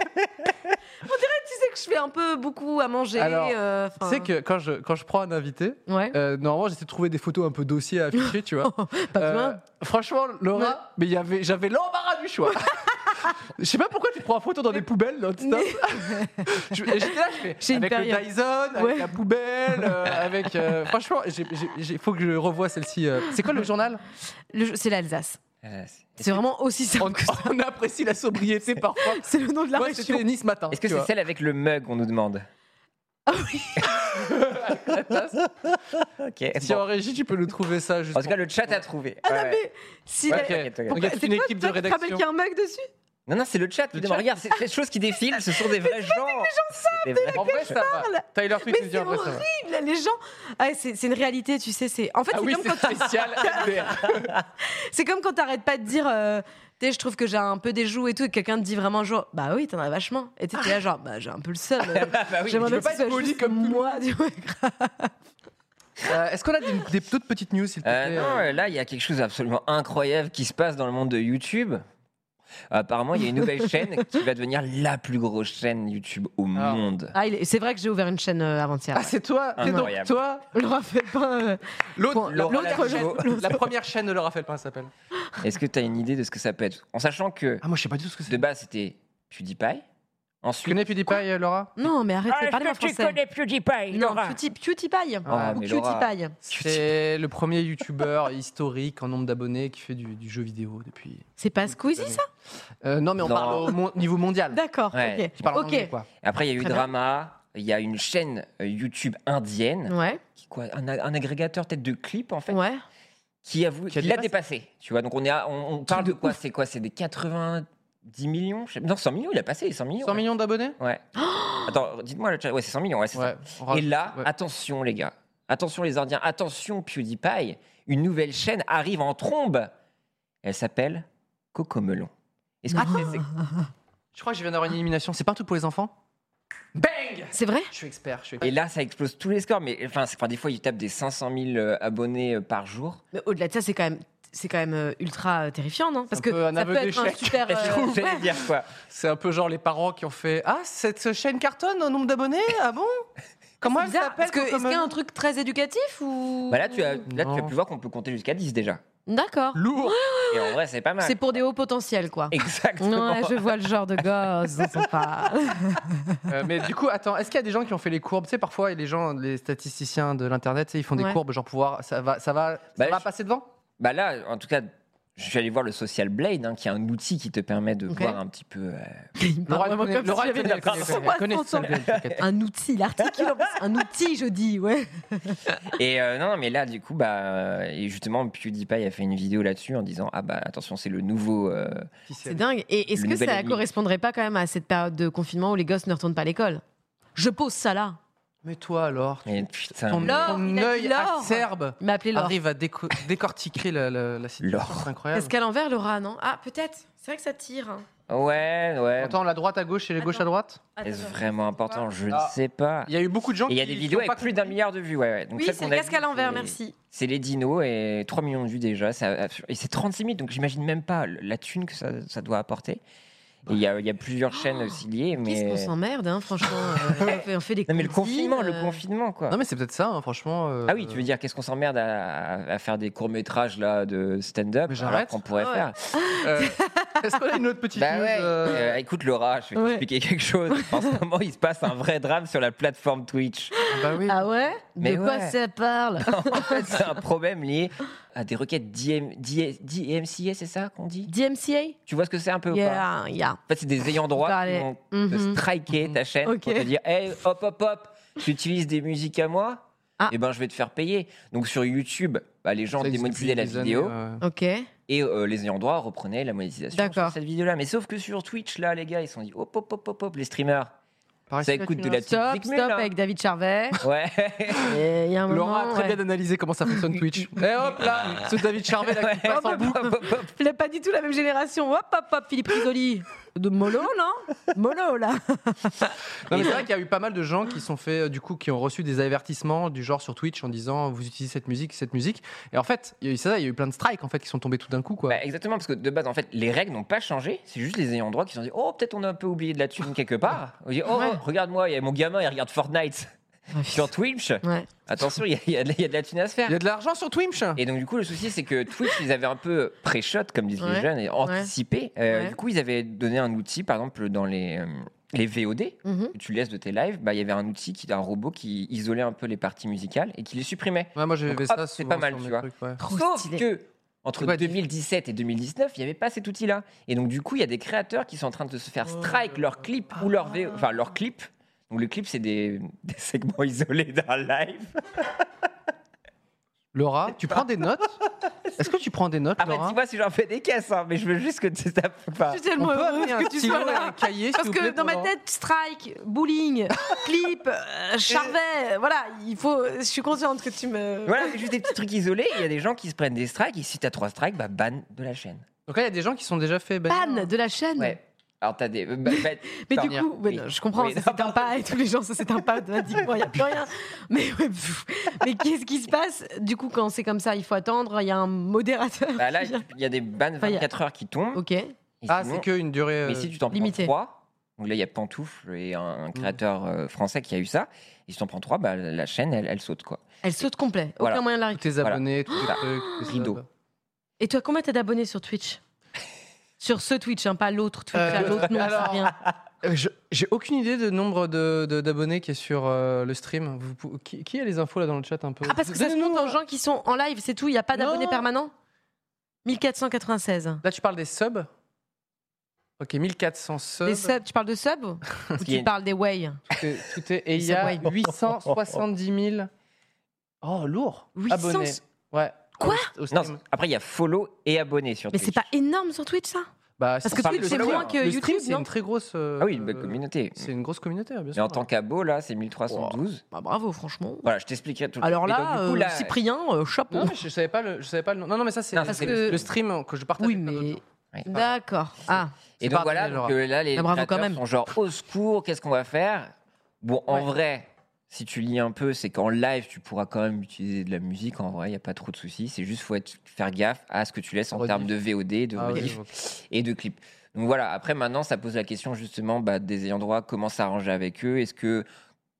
[SPEAKER 4] Tu sais que je fais un peu beaucoup à manger.
[SPEAKER 2] Alors,
[SPEAKER 4] euh,
[SPEAKER 2] Tu
[SPEAKER 4] enfin,
[SPEAKER 2] sais que quand je, quand je prends un invité,
[SPEAKER 4] Ouais.
[SPEAKER 2] euh, normalement, j'essaie de trouver des photos un peu dossier à afficher, tu vois.
[SPEAKER 4] pas
[SPEAKER 2] Euh,
[SPEAKER 4] besoin.
[SPEAKER 2] franchement, Laura,
[SPEAKER 4] Ouais.
[SPEAKER 2] mais il y avait- j'avais l'embarras du choix. Je sais pas pourquoi tu te prends en photo dans des poubelles non-stop. Je- et J'étais là, je fais
[SPEAKER 4] J'ai une
[SPEAKER 2] avec le
[SPEAKER 4] période.
[SPEAKER 2] Dyson, avec
[SPEAKER 4] Ouais.
[SPEAKER 2] la poubelle, euh, avec. euh, franchement, il faut que je revoie celle-ci. euh. C'est quoi le journal
[SPEAKER 4] Le jeu- C'est l'Alsace.
[SPEAKER 3] Euh, c'est-
[SPEAKER 4] C'est vraiment aussi
[SPEAKER 2] on,
[SPEAKER 4] simple que ça.
[SPEAKER 2] on apprécie la sobriété parfois.
[SPEAKER 4] C'est le nom de la
[SPEAKER 2] Moi,
[SPEAKER 4] région.
[SPEAKER 2] c'était Nice matin.
[SPEAKER 3] Est-ce que
[SPEAKER 2] tu
[SPEAKER 3] c'est
[SPEAKER 2] vois.
[SPEAKER 3] celle avec le mug, on nous demande Ah oui Ok.
[SPEAKER 2] Si Ah
[SPEAKER 3] bon.
[SPEAKER 2] en régie, tu peux nous trouver ça juste.
[SPEAKER 3] En tout cas, le chat a trouvé. Ouais.
[SPEAKER 4] Si
[SPEAKER 2] Ok.
[SPEAKER 4] la-
[SPEAKER 3] t'inquiète.
[SPEAKER 2] Donc, il y a toute
[SPEAKER 4] C'est
[SPEAKER 2] une
[SPEAKER 4] quoi,
[SPEAKER 2] équipe de
[SPEAKER 4] toi qui te rappelles
[SPEAKER 2] rédaction.
[SPEAKER 4] qu'il y a un mug dessus
[SPEAKER 3] Non, non, c'est le chat. évidemment.
[SPEAKER 2] chat.
[SPEAKER 3] Regarde, c'est- ces choses qui défilent, ce sont des vrais gens. C'est des vrais-
[SPEAKER 2] En vrai, ça va. Tyler Tweet nous
[SPEAKER 4] Mais
[SPEAKER 2] dit
[SPEAKER 4] c'est
[SPEAKER 2] en vrai, ça va.
[SPEAKER 4] horrible, là, les gens. Ah, c'est c'est une réalité, tu sais. C'est en fait,
[SPEAKER 2] Ah
[SPEAKER 4] c'est
[SPEAKER 2] oui,
[SPEAKER 4] comme
[SPEAKER 2] c'est
[SPEAKER 4] quand
[SPEAKER 2] spécial. LDR.
[SPEAKER 4] c'est comme quand t'arrêtes pas de dire. euh, Tu sais, je trouve que j'ai un peu des joues et tout, et quelqu'un te dit vraiment un jour, bah oui, t'en as vachement. Et t'étais là, genre, bah j'ai un peu le seul.
[SPEAKER 3] Bah oui,
[SPEAKER 4] J'aimerais
[SPEAKER 3] mais
[SPEAKER 4] bien que ce
[SPEAKER 3] tu peux
[SPEAKER 4] soit
[SPEAKER 2] poli
[SPEAKER 4] juste
[SPEAKER 2] comme tout le
[SPEAKER 4] moi. tu vois, grave.
[SPEAKER 2] Euh, Est-ce qu'on a des, des toutes petites news, s'il te
[SPEAKER 3] pas- Euh,
[SPEAKER 2] plaît
[SPEAKER 3] non, euh, là, il y a quelque chose d'absolument incroyable qui se passe dans le monde de YouTube. Apparemment, il y a une nouvelle chaîne qui va devenir la plus grosse chaîne YouTube au
[SPEAKER 2] Ah.
[SPEAKER 3] monde.
[SPEAKER 4] Ah, il est- c'est vrai que j'ai ouvert une chaîne euh, avant-hier.
[SPEAKER 2] Ah, c'est toi C'est donc
[SPEAKER 3] Incroyable.
[SPEAKER 2] toi
[SPEAKER 4] Laura Felpin. euh,
[SPEAKER 2] L'autre,
[SPEAKER 4] Bon,
[SPEAKER 2] la,
[SPEAKER 4] l'autre,
[SPEAKER 2] première chaîne-
[SPEAKER 3] l'autre.
[SPEAKER 2] la première chaîne de Laura Felpin s'appelle.
[SPEAKER 3] Est-ce que tu as une idée de ce que ça peut être En sachant que
[SPEAKER 2] Ah, moi, je sais pas du tout ce que
[SPEAKER 3] de base, c'était PewDiePie.
[SPEAKER 2] Tu
[SPEAKER 3] Ensuite,
[SPEAKER 2] connais PewDiePie, euh, Laura
[SPEAKER 4] Non, mais arrête, c'est pas les français.
[SPEAKER 3] PewDiePie
[SPEAKER 4] Non, Cutie, PewDiePie.
[SPEAKER 3] Ah,
[SPEAKER 4] ou
[SPEAKER 3] mais Laura.
[SPEAKER 4] PewDiePie.
[SPEAKER 2] C'est le premier youtubeur historique en nombre d'abonnés qui fait du, du jeu vidéo depuis.
[SPEAKER 4] C'est pas Squeezie, ça
[SPEAKER 2] Euh, non, mais on
[SPEAKER 3] Non.
[SPEAKER 2] parle au mon- niveau mondial.
[SPEAKER 4] D'accord,
[SPEAKER 3] Ouais.
[SPEAKER 2] Je parle en
[SPEAKER 4] ok.
[SPEAKER 2] anglais, quoi.
[SPEAKER 3] Après, il y a eu
[SPEAKER 4] Très bien.
[SPEAKER 3] Drama. Il y a une chaîne euh, YouTube indienne,
[SPEAKER 4] Ok. Ouais,
[SPEAKER 3] qui, quoi, un, un agrégateur peut-être de clips en fait,
[SPEAKER 4] ouais.
[SPEAKER 3] qui, avoue-
[SPEAKER 2] Qui a
[SPEAKER 3] qui l'a
[SPEAKER 2] dépassé.
[SPEAKER 3] dépassé. Tu vois, donc on, est à- on, on parle de quoi C'est quoi C'est des 90 millions je sais- Non, 100 millions, il a passé les 100 millions.
[SPEAKER 2] 100
[SPEAKER 3] ouais.
[SPEAKER 2] millions d'abonnés
[SPEAKER 3] Ouais. Attends, dites-moi le chat. Ouais, c'est 100 millions, ouais, c'est
[SPEAKER 2] Ouais. on
[SPEAKER 3] ça. Et
[SPEAKER 2] rajoute-
[SPEAKER 3] là,
[SPEAKER 2] ouais.
[SPEAKER 3] attention les gars, attention les Indiens, attention PewDiePie, une nouvelle chaîne arrive en trombe. Elle s'appelle Cocomelon. Est-ce que
[SPEAKER 4] Non.
[SPEAKER 3] tu sais-
[SPEAKER 2] je crois que je viens d'avoir une élimination. C'est partout pour les enfants Bang
[SPEAKER 4] C'est vrai
[SPEAKER 2] Je suis expert. Je suis
[SPEAKER 3] Et
[SPEAKER 2] expert.
[SPEAKER 3] là, ça explose tous les scores. Mais enfin, c'est- enfin, des fois, ils tapent des 500 000 euh, abonnés euh, par jour.
[SPEAKER 4] Mais au-delà de ça, c'est quand même. C'est quand même euh, ultra euh, terrifiant, non Parce
[SPEAKER 2] un
[SPEAKER 4] que
[SPEAKER 2] peu un
[SPEAKER 4] ça
[SPEAKER 2] aveu
[SPEAKER 4] peut être un
[SPEAKER 2] d'échec.
[SPEAKER 4] super.
[SPEAKER 3] Qu'est-ce que
[SPEAKER 4] euh,
[SPEAKER 3] vous allez
[SPEAKER 4] ouais.
[SPEAKER 3] dire quoi
[SPEAKER 2] C'est un peu genre les parents qui ont fait Ah, cette chaîne cartonne au nombre d'abonnés Ah bon Comment
[SPEAKER 4] C'est
[SPEAKER 2] elle
[SPEAKER 4] bizarre.
[SPEAKER 2] s'appelle
[SPEAKER 4] Parce que- Est-ce
[SPEAKER 2] Cocomelon
[SPEAKER 4] qu'il y a un truc très éducatif ou
[SPEAKER 3] bah là, tu as, là, tu as
[SPEAKER 2] Non.
[SPEAKER 3] pu voir qu'on peut compter jusqu'à 10 déjà.
[SPEAKER 4] D'accord.
[SPEAKER 2] Lourd.
[SPEAKER 3] Et en vrai, c'est pas mal.
[SPEAKER 4] C'est pour des hauts potentiels, quoi.
[SPEAKER 3] Exactement.
[SPEAKER 4] Ouais, je vois le genre de gosse, ils sont pas.
[SPEAKER 2] Euh, mais du coup, attends, est-ce qu'il y a des gens qui ont fait les courbes Tu sais, parfois, les gens, les statisticiens de l'internet, tu sais, ils font des
[SPEAKER 4] Ouais.
[SPEAKER 2] courbes, genre pouvoir, ça va, ça va, ça
[SPEAKER 3] Bah,
[SPEAKER 2] va
[SPEAKER 3] je-
[SPEAKER 2] passer devant.
[SPEAKER 3] Bah là, en tout cas, je suis allé voir le Social Blade, hein, qui est un outil qui te permet de
[SPEAKER 4] Ok.
[SPEAKER 3] voir un petit peu. euh,
[SPEAKER 2] Laura, elle connaît-
[SPEAKER 4] comme si
[SPEAKER 2] Laura, elle
[SPEAKER 4] j'avais
[SPEAKER 2] connaît, elle connaît, elle
[SPEAKER 4] la
[SPEAKER 2] connaît,
[SPEAKER 4] façon de
[SPEAKER 2] elle connaît, t'inquiète.
[SPEAKER 4] Un outil, l'article, en plus, un outil, je dis, ouais.
[SPEAKER 3] Et euh, non, non, mais là, du coup, bah, euh, et justement, PewDiePie a fait une vidéo là-dessus en disant ah bah attention, c'est le nouveau. euh,
[SPEAKER 2] Qui sait
[SPEAKER 4] C'est dingue. Et est-ce
[SPEAKER 3] Le
[SPEAKER 4] que
[SPEAKER 3] nouvel
[SPEAKER 4] ça
[SPEAKER 3] ami.
[SPEAKER 4] correspondrait pas quand même à cette période de confinement où les gosses ne retournent pas à l'école Je pose ça là.
[SPEAKER 2] Mais toi, alors,
[SPEAKER 3] Mais putain,
[SPEAKER 2] ton,
[SPEAKER 3] Ah, mais-
[SPEAKER 4] Laure,
[SPEAKER 2] ton
[SPEAKER 4] il a dit
[SPEAKER 2] œil
[SPEAKER 4] Laure.
[SPEAKER 2] acerbe
[SPEAKER 4] Il m'a appelé Laure.
[SPEAKER 2] arrive à déco- décortiquer la, la- la situation.
[SPEAKER 3] Laure.
[SPEAKER 2] C'est incroyable.
[SPEAKER 4] Est-ce qu'à l'envers, Laura, non Ah, peut-être. C'est vrai que ça tire. hein.
[SPEAKER 3] ouais, ouais.
[SPEAKER 2] Attends, la droite à gauche et la gauche à droite
[SPEAKER 4] Attends,
[SPEAKER 3] Est-ce
[SPEAKER 4] attends,
[SPEAKER 3] vraiment
[SPEAKER 4] je sais
[SPEAKER 3] important
[SPEAKER 4] pas.
[SPEAKER 3] Je ne
[SPEAKER 2] Ah.
[SPEAKER 3] sais pas.
[SPEAKER 2] Il y a eu beaucoup de gens
[SPEAKER 3] Et il y a
[SPEAKER 2] qui-
[SPEAKER 3] des
[SPEAKER 2] qui
[SPEAKER 3] vidéos
[SPEAKER 2] ont
[SPEAKER 3] avec
[SPEAKER 2] pas
[SPEAKER 3] plus d'un milliard de vues, ouais. ouais. Donc
[SPEAKER 4] Oui,
[SPEAKER 3] celle
[SPEAKER 4] c'est
[SPEAKER 3] qu'on
[SPEAKER 4] le
[SPEAKER 3] a
[SPEAKER 4] casque à
[SPEAKER 3] vue,
[SPEAKER 4] l'envers,
[SPEAKER 3] c'est-
[SPEAKER 4] merci.
[SPEAKER 3] C'est les dinos et 3 millions de vues déjà. Ça, et c'est 36 minutes, donc j'imagine même pas la thune que ça, ça doit apporter. Et Il y, a- il y a plusieurs chaînes aussi liées, mais.
[SPEAKER 4] Oh, Qu'est-ce qu'on s'emmerde, hein, franchement euh, on, fait, on fait des
[SPEAKER 3] Non, mais le
[SPEAKER 4] cousines,
[SPEAKER 3] confinement, le
[SPEAKER 4] euh,
[SPEAKER 3] confinement, quoi.
[SPEAKER 2] Non, mais c'est peut-être ça, hein, franchement. euh,
[SPEAKER 3] Ah oui, tu veux dire qu'est-ce qu'on s'emmerde à, à- à faire des courts métrages là de stand-up
[SPEAKER 2] Mais
[SPEAKER 3] alors
[SPEAKER 2] j'arrête.
[SPEAKER 3] qu'on pourrait
[SPEAKER 4] Ah ouais.
[SPEAKER 3] faire.
[SPEAKER 2] euh, Est-ce qu'on a une autre petite
[SPEAKER 3] Bah
[SPEAKER 2] news,
[SPEAKER 3] ouais.
[SPEAKER 2] euh,
[SPEAKER 3] euh, écoute Laura, je vais
[SPEAKER 4] Ouais.
[SPEAKER 3] t'expliquer quelque chose. En ce moment, il se passe un vrai drame sur la plateforme Twitch.
[SPEAKER 2] Bah oui.
[SPEAKER 4] Ah ouais De
[SPEAKER 3] Mais
[SPEAKER 4] quoi
[SPEAKER 3] ouais.
[SPEAKER 4] ça parle
[SPEAKER 3] en fait, c'est un problème lié à des requêtes DM, DMCA, c'est ça qu'on dit
[SPEAKER 4] DMCA
[SPEAKER 3] Tu vois ce que c'est un peu ou pas
[SPEAKER 4] Yeah, yeah.
[SPEAKER 3] En fait, c'est des ayants droit
[SPEAKER 4] Bah,
[SPEAKER 3] qui
[SPEAKER 4] allez.
[SPEAKER 3] vont te
[SPEAKER 4] Mhm.
[SPEAKER 3] striker ta chaîne pour
[SPEAKER 4] Ok.
[SPEAKER 3] te dire Hey, hop, hop, hop, tu utilises des musiques à moi
[SPEAKER 4] Ah.
[SPEAKER 3] Eh ben, je vais te faire payer. Donc sur YouTube, bah, les gens
[SPEAKER 2] Ça existe
[SPEAKER 3] démonétisaient la
[SPEAKER 2] depuis des
[SPEAKER 3] vidéo
[SPEAKER 2] années, ouais.
[SPEAKER 4] Ok.
[SPEAKER 3] et euh, les ayants droit reprenaient la monétisation sur
[SPEAKER 4] D'accord.
[SPEAKER 3] cette vidéo-là. Mais sauf que sur Twitch, là, les gars, ils se sont dit Hop, hop, hop, hop, hop, les streamers,
[SPEAKER 2] Pareil,
[SPEAKER 3] ça Bah, écoute de la petite
[SPEAKER 4] Stop,
[SPEAKER 3] musique
[SPEAKER 4] stop
[SPEAKER 3] nulle, hein.
[SPEAKER 4] avec David Charvet.
[SPEAKER 3] Ouais.
[SPEAKER 4] Et Il y a un moment.
[SPEAKER 2] Laura a très
[SPEAKER 4] ouais.
[SPEAKER 2] bien analysé comment ça fonctionne Twitch.
[SPEAKER 3] Eh,
[SPEAKER 2] Et hop là, ce David Charvet là qui passe en
[SPEAKER 3] Hop,
[SPEAKER 2] boucle.
[SPEAKER 3] hop, hop, hop.
[SPEAKER 4] Il n'a pas du tout la même génération. Hop, hop, hop, Philippe Risoli. De Molo, non Molo, là.
[SPEAKER 2] Non, mais c'est vrai qu'il y a eu pas mal de gens qui sont fait, euh, du coup, qui ont reçu des avertissements du genre sur Twitch en disant vous utilisez cette musique, cette musique. Et en fait, il y a eu ça, il y a eu plein de strikes en fait qui sont tombés tout d'un coup quoi.
[SPEAKER 3] Bah, exactement, parce que de base, en fait, les règles n'ont pas changé. C'est juste les ayants droit qui se sont dit Oh, peut-être on a un peu oublié de la thune quelque part. On dit Oh,
[SPEAKER 4] Ouais.
[SPEAKER 3] regarde-moi, il y a mon gamin, il regarde Fortnite sur Twitch.
[SPEAKER 4] Ouais.
[SPEAKER 3] Attention, il y, a- il y a de la- il y a de la thune à se faire.
[SPEAKER 2] Il y a de l'argent sur Twitch.
[SPEAKER 3] Et donc, du coup, le souci, c'est que Twitch, ils avaient un peu pré-shot, comme disent les
[SPEAKER 4] Ouais.
[SPEAKER 3] jeunes, et anticipé. Euh,
[SPEAKER 4] Ouais.
[SPEAKER 3] Du coup, ils avaient donné un outil, par exemple, dans les, euh, les VOD,
[SPEAKER 4] Mhm.
[SPEAKER 3] que tu laisses de tes lives, bah, il y avait un outil, qui, un robot qui isolait un peu les parties musicales et qui les supprimait.
[SPEAKER 2] Ouais, moi j'ai
[SPEAKER 3] Donc,
[SPEAKER 2] vu
[SPEAKER 3] hop,
[SPEAKER 2] ça.
[SPEAKER 3] c'est
[SPEAKER 2] souvent
[SPEAKER 3] pas mal,
[SPEAKER 2] sur
[SPEAKER 3] tu
[SPEAKER 2] mes
[SPEAKER 3] vois.
[SPEAKER 2] trucs, ouais.
[SPEAKER 4] Trop
[SPEAKER 3] Sauf
[SPEAKER 4] stylé.
[SPEAKER 3] que entre
[SPEAKER 2] C'est quoi,
[SPEAKER 3] 2017 et 2019, il n'y avait pas cet outil-là. Et donc, du coup, il y a des créateurs qui sont en train de se faire
[SPEAKER 4] Oh
[SPEAKER 3] strike leur clip ou leur, V- E, enfin, leur clip. Donc, le clip, c'est des, des segments isolés d'un live.
[SPEAKER 2] Laura, tu prends des notes Est-ce que tu prends des notes,
[SPEAKER 3] Ah, bah,
[SPEAKER 2] Laura
[SPEAKER 3] dis-moi si j'en fais des caisses, hein, mais je veux juste que tu tapes pas.
[SPEAKER 4] Je suis
[SPEAKER 2] On
[SPEAKER 4] tellement
[SPEAKER 2] peut
[SPEAKER 4] heureuse
[SPEAKER 2] amener un
[SPEAKER 4] que tu sois
[SPEAKER 2] stylo et un
[SPEAKER 4] là.
[SPEAKER 2] cahier, hein, s'il
[SPEAKER 4] Parce
[SPEAKER 2] vous
[SPEAKER 4] que
[SPEAKER 2] plaît,
[SPEAKER 4] dans ma
[SPEAKER 2] Laura
[SPEAKER 4] tête, strike, bowling, clip, euh, Charvet, voilà, il faut. Je suis consciente que tu me.
[SPEAKER 3] Voilà, c'est juste des petits trucs isolés. Il y a des gens qui se prennent des strikes. Et si t'as trois strikes, bah, ban de la chaîne.
[SPEAKER 2] Donc là, il y a des gens qui sont déjà fait. bannir.
[SPEAKER 4] Panne de la chaîne.
[SPEAKER 3] Ouais. Alors, t'as des. bah, bah,
[SPEAKER 4] Mais du
[SPEAKER 3] dernière.
[SPEAKER 4] coup, ouais,
[SPEAKER 3] Oui.
[SPEAKER 4] non, je comprends,
[SPEAKER 3] Oui, Bah,
[SPEAKER 4] ça,
[SPEAKER 3] non,
[SPEAKER 4] c'est un pas et tous les gens, ça c'est un pas automatiquement, il n'y a plus rien. Mais, ouais, pff, mais qu'est-ce qui se passe Du coup, quand c'est comme ça, il faut attendre, il y a un modérateur.
[SPEAKER 3] bah, là,
[SPEAKER 4] qui vient.
[SPEAKER 3] il y a des bans
[SPEAKER 4] Enfin, il y a-
[SPEAKER 3] 24 heures qui tombent.
[SPEAKER 4] Ok,
[SPEAKER 3] Et
[SPEAKER 2] Ah,
[SPEAKER 3] sinon-
[SPEAKER 2] c'est que une durée. euh,
[SPEAKER 3] Mais si tu t'en prends
[SPEAKER 4] Limité. Mm.
[SPEAKER 3] trois, donc là il y a Pantoufle et un, un créateur euh, français qui a eu ça, et si t'en prends trois, bah, la chaîne elle, elle saute quoi.
[SPEAKER 4] elle saute complet, aucun
[SPEAKER 3] Voilà.
[SPEAKER 4] moyen de la
[SPEAKER 2] Tous
[SPEAKER 4] récupérer.
[SPEAKER 2] tes abonnés, tous tes
[SPEAKER 3] Voilà.
[SPEAKER 2] trucs, tes
[SPEAKER 3] Rideau.
[SPEAKER 2] subs.
[SPEAKER 4] Et toi, combien t'as d'abonnés sur Twitch Sur ce Twitch, hein, pas l'autre Twitch,
[SPEAKER 2] Euh,
[SPEAKER 4] là, l'autre nom,
[SPEAKER 2] alors-
[SPEAKER 4] ça vient.
[SPEAKER 2] Euh, je- J'ai aucune idée de nombre de- de- d'abonnés qui est sur euh, le stream. Vous pou- qui, qui a les infos là dans le chat un peu
[SPEAKER 4] Ah, parce que ça se
[SPEAKER 2] Donnez-nous-
[SPEAKER 4] compte en gens qui sont en live, c'est tout, il n'y a pas d'abonnés
[SPEAKER 2] Non.
[SPEAKER 4] permanents 1496.
[SPEAKER 2] Là, tu parles des subs Ok, 1400 subs.
[SPEAKER 4] Des subs, tu parles de subs Ou
[SPEAKER 3] qu'il y a
[SPEAKER 4] tu
[SPEAKER 3] une-
[SPEAKER 4] parles des way
[SPEAKER 2] Tout est- tout est- et il
[SPEAKER 4] Des
[SPEAKER 2] y a
[SPEAKER 4] Subway.
[SPEAKER 2] 870 000. Oh, lourd
[SPEAKER 4] 800
[SPEAKER 2] Abonnés. Ouais.
[SPEAKER 4] Quoi
[SPEAKER 2] Au- au stream.
[SPEAKER 3] Non, c'est- après il y a follow et abonné sur
[SPEAKER 4] Mais
[SPEAKER 3] Twitch.
[SPEAKER 4] c'est pas énorme sur Twitch ça
[SPEAKER 2] Bah,
[SPEAKER 4] Parce
[SPEAKER 2] si
[SPEAKER 4] que
[SPEAKER 2] on parle
[SPEAKER 4] Twitch,
[SPEAKER 2] de
[SPEAKER 3] c'est
[SPEAKER 2] followers,
[SPEAKER 3] moins
[SPEAKER 4] que
[SPEAKER 2] le
[SPEAKER 4] YouTube,
[SPEAKER 2] stream, c'est
[SPEAKER 4] non
[SPEAKER 2] une très grosse. euh,
[SPEAKER 3] Ah oui, bah, communauté.
[SPEAKER 2] C'est une grosse communauté, bien
[SPEAKER 3] Mais
[SPEAKER 2] sûr.
[SPEAKER 3] en tant qu'abo là c'est 1312.
[SPEAKER 4] Bah bravo, franchement.
[SPEAKER 3] Voilà, je t'expliquerai tout. le-
[SPEAKER 4] Alors
[SPEAKER 3] Mais donc,
[SPEAKER 4] là,
[SPEAKER 3] du coup,
[SPEAKER 4] euh,
[SPEAKER 3] là,
[SPEAKER 4] Cyprien, euh, chapeau.
[SPEAKER 2] Non, mais je savais pas le, je savais pas le nom. Non, non, mais ça, c'est
[SPEAKER 3] Non,
[SPEAKER 2] ça,
[SPEAKER 3] parce
[SPEAKER 2] c'est
[SPEAKER 4] que-
[SPEAKER 2] le stream que je partage.
[SPEAKER 4] Oui,
[SPEAKER 2] avec plein d'autres
[SPEAKER 4] mais.
[SPEAKER 2] gens.
[SPEAKER 4] D'accord. Ah,
[SPEAKER 3] et donc
[SPEAKER 2] pardon,
[SPEAKER 3] voilà,
[SPEAKER 2] Laura.
[SPEAKER 3] donc, euh, là les
[SPEAKER 4] Ah, bravo,
[SPEAKER 3] créateurs
[SPEAKER 4] quand même.
[SPEAKER 3] sont genre au secours, qu'est-ce qu'on va faire Bon, en vrai. Si tu lis un peu, c'est qu'en live, tu pourras quand même utiliser de la musique. En vrai, il n'y a pas trop de soucis. C'est juste faut être, faire gaffe à ce que tu laisses en
[SPEAKER 2] Rediff.
[SPEAKER 3] termes de VOD, de
[SPEAKER 2] Ah oui,
[SPEAKER 3] rediff,
[SPEAKER 2] ok.
[SPEAKER 3] et de clips. Donc voilà, après maintenant, ça pose la question justement bah, des ayants droit, comment s'arranger avec eux Est-ce que,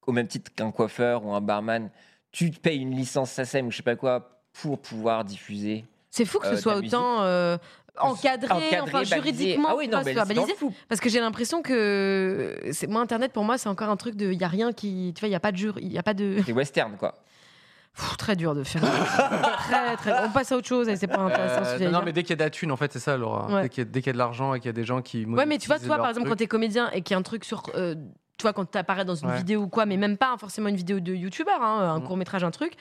[SPEAKER 3] au même titre qu'un coiffeur ou un barman, tu te payes une licence SACEM ou je sais pas quoi pour pouvoir diffuser
[SPEAKER 4] C'est fou que
[SPEAKER 3] Euh,
[SPEAKER 4] ce
[SPEAKER 3] de
[SPEAKER 4] soit
[SPEAKER 3] la musique.
[SPEAKER 4] autant euh, encadré,
[SPEAKER 3] Encadré,
[SPEAKER 4] enfin,
[SPEAKER 3] balisé.
[SPEAKER 4] juridiquement,
[SPEAKER 3] Ah oui, non,
[SPEAKER 4] enfin,
[SPEAKER 3] mais
[SPEAKER 4] soit
[SPEAKER 3] c'est
[SPEAKER 4] balisé.
[SPEAKER 3] dans le fou.
[SPEAKER 4] Parce que j'ai l'impression que c'est moi Internet pour moi c'est encore un truc de il y a rien qui tu vois il y a pas de jur il y a pas de
[SPEAKER 3] C'est western, quoi.
[SPEAKER 4] Pff, très dur de faire très très on passe à autre chose et c'est pas intéressant ce que
[SPEAKER 2] Euh,
[SPEAKER 4] j'allais
[SPEAKER 2] non,
[SPEAKER 4] dire.
[SPEAKER 2] mais dès qu'il y a de la thune, en fait, c'est ça, Laura.
[SPEAKER 4] Ouais.
[SPEAKER 2] Dès qu'il y a- dès qu'il y a de l'argent et qu'il y a des gens qui.
[SPEAKER 4] ouais mais tu vois toi par exemple quand
[SPEAKER 2] quand
[SPEAKER 4] t'es comédien et qu'il y a un truc sur euh, tu vois quand t'apparais dans une
[SPEAKER 2] Ouais.
[SPEAKER 4] vidéo ou quoi mais même pas forcément une vidéo de youtubeur hein, un
[SPEAKER 2] Mm.
[SPEAKER 4] court métrage un truc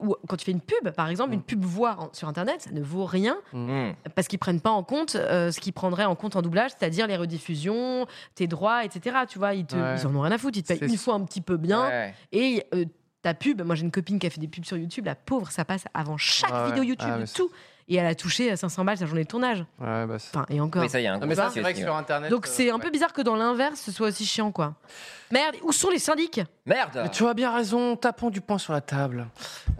[SPEAKER 4] ou quand tu fais une pub par exemple
[SPEAKER 2] Mm.
[SPEAKER 4] une pub voix en- sur internet ça ne vaut rien
[SPEAKER 3] Hmm.
[SPEAKER 4] parce qu'ils prennent pas en compte euh, ce qu'ils prendraient en compte en doublage, c'est-à-dire les rediffusions, tes droits, etc. Tu vois, ils, te-
[SPEAKER 2] Ouais.
[SPEAKER 4] ils en ont rien à foutre. Ils te payent
[SPEAKER 2] C'est
[SPEAKER 4] une
[SPEAKER 2] sûr.
[SPEAKER 4] fois un petit peu bien
[SPEAKER 3] Ouais.
[SPEAKER 4] et euh, ta pub. Moi, j'ai une copine qui a fait des pubs sur YouTube. La pauvre, ça passe avant chaque
[SPEAKER 2] Ah ouais.
[SPEAKER 4] vidéo YouTube,
[SPEAKER 2] Ah, mais
[SPEAKER 4] de
[SPEAKER 2] c'est-
[SPEAKER 4] tout. Et elle a touché à 500 balles sa journée de tournage.
[SPEAKER 2] Ouais, bah, c'est-
[SPEAKER 4] Enfin, et encore.
[SPEAKER 3] Oui, ça, il y a un
[SPEAKER 2] Non,
[SPEAKER 3] gros
[SPEAKER 2] mais ça,
[SPEAKER 3] souci
[SPEAKER 2] c'est vrai que
[SPEAKER 3] aussi, hein.
[SPEAKER 2] sur
[SPEAKER 3] ouais.
[SPEAKER 2] Internet.
[SPEAKER 4] Donc
[SPEAKER 2] euh,
[SPEAKER 4] c'est un
[SPEAKER 2] ouais.
[SPEAKER 4] peu bizarre que dans l'inverse, ce soit aussi chiant, quoi. Merde, où sont les syndics
[SPEAKER 3] Merde
[SPEAKER 2] Mais tu as bien raison, tapons du poing sur la table.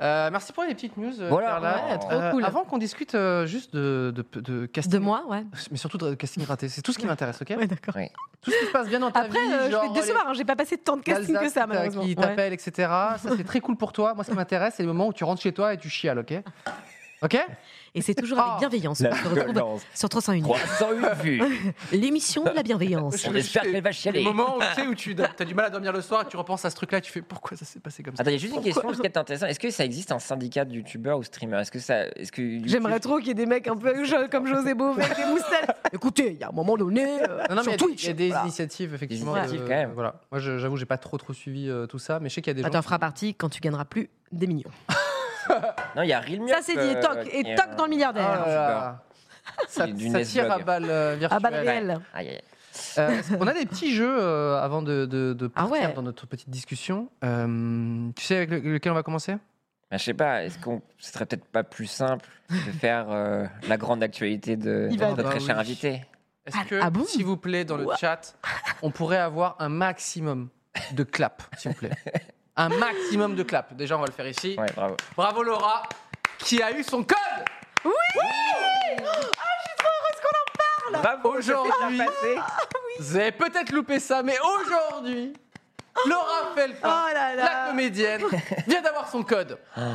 [SPEAKER 2] Euh, merci pour les petites news. euh,
[SPEAKER 3] Voilà.
[SPEAKER 2] Carla.
[SPEAKER 3] Ouais,
[SPEAKER 4] trop cool.
[SPEAKER 2] Avant qu'on discute euh, juste de, de, de casting.
[SPEAKER 4] De moi, ouais.
[SPEAKER 2] Mais surtout de casting raté. C'est tout ce qui m'intéresse, ok
[SPEAKER 4] Ouais, d'accord.
[SPEAKER 2] Tout ce qui se passe bien dans ta
[SPEAKER 4] Après,
[SPEAKER 2] vie.
[SPEAKER 4] euh, je
[SPEAKER 2] genre,
[SPEAKER 4] vais te
[SPEAKER 2] les-
[SPEAKER 4] décevoir, hein, j'ai pas passé tant de casting que
[SPEAKER 2] Balzac
[SPEAKER 4] ça,
[SPEAKER 2] qui t'a-
[SPEAKER 4] malheureusement.
[SPEAKER 2] Qui
[SPEAKER 4] Ouais.
[SPEAKER 2] t'appelle, etc. Ça, c'est très cool pour toi. Moi, ce qui m'intéresse, c'est le moment où tu rentres chez toi et tu chiales, ok Ok
[SPEAKER 4] Et c'est toujours
[SPEAKER 2] Ah.
[SPEAKER 4] avec bienveillance qu'on se retrouve
[SPEAKER 3] violence.
[SPEAKER 4] sur 301.
[SPEAKER 3] 308 vues.
[SPEAKER 4] L'émission de la bienveillance.
[SPEAKER 3] On espère qu'elle va chialer.
[SPEAKER 2] Le moment où tu, sais, où tu as du mal à dormir le soir et tu repenses à ce truc-là, tu fais pourquoi ça s'est passé comme ça
[SPEAKER 3] Attends, il y a juste une question qui est intéressante. Est-ce que ça existe un syndicat de youtubeurs ou streamers Est-ce que ça. Est-ce que YouTube-
[SPEAKER 4] J'aimerais trop qu'il y ait des mecs un peu jo- comme José Bové avec des moustaches. Écoutez, il y a un moment donné euh,
[SPEAKER 2] Non, non, mais il y
[SPEAKER 4] sur
[SPEAKER 2] a des-
[SPEAKER 4] Twitch.
[SPEAKER 2] il y a des
[SPEAKER 4] voilà.
[SPEAKER 2] initiatives, effectivement.
[SPEAKER 3] Des initiatives,
[SPEAKER 2] de-
[SPEAKER 3] quand même.
[SPEAKER 2] Voilà. Moi, je- j'avoue, j'ai pas trop, trop suivi euh, tout ça, mais je sais qu'il y a des
[SPEAKER 4] Bah,
[SPEAKER 2] gens.
[SPEAKER 4] T'en feras partie quand tu gagneras plus des millions.
[SPEAKER 3] Non, il y a Real euh,
[SPEAKER 4] Ça, c'est dit
[SPEAKER 2] euh,
[SPEAKER 4] et toc, et toc dans le
[SPEAKER 2] Ah
[SPEAKER 4] milliardaire.
[SPEAKER 2] là là. Ça,
[SPEAKER 3] Du
[SPEAKER 2] ça
[SPEAKER 3] Nesblog.
[SPEAKER 2] tire à balles euh, virtuelles.
[SPEAKER 4] Ah bah, réel.
[SPEAKER 3] Aïe, aïe.
[SPEAKER 2] Euh, est-ce- on a des petits jeux euh, avant de, de- de
[SPEAKER 4] Ah
[SPEAKER 2] partir
[SPEAKER 4] ouais.
[SPEAKER 2] dans notre petite discussion. Euh, tu sais avec le- lequel on va commencer
[SPEAKER 3] Ben, je sais pas, est-ce qu'on ce serait peut-être pas plus simple de faire euh, la grande actualité de,
[SPEAKER 4] Il va-
[SPEAKER 3] notre
[SPEAKER 2] Ah bah
[SPEAKER 3] très cher
[SPEAKER 2] oui.
[SPEAKER 3] invité
[SPEAKER 2] Est-ce
[SPEAKER 4] Ah-
[SPEAKER 2] que,
[SPEAKER 4] ah bon
[SPEAKER 2] s'il vous plaît, dans le
[SPEAKER 4] Ouah.
[SPEAKER 2] chat, on pourrait avoir un maximum de clap, s'il vous plaît Un maximum de clap. Déjà, on va le faire ici.
[SPEAKER 3] Ouais, bravo.
[SPEAKER 2] Bravo Laura, qui a eu son code
[SPEAKER 3] Bravo
[SPEAKER 2] Aujourd'hui. Vous avez peut-être loupé ça, mais aujourd'hui, Laura Felpin,
[SPEAKER 4] Oh là
[SPEAKER 2] la
[SPEAKER 4] là.
[SPEAKER 2] comédienne, vient d'avoir son code.
[SPEAKER 4] Même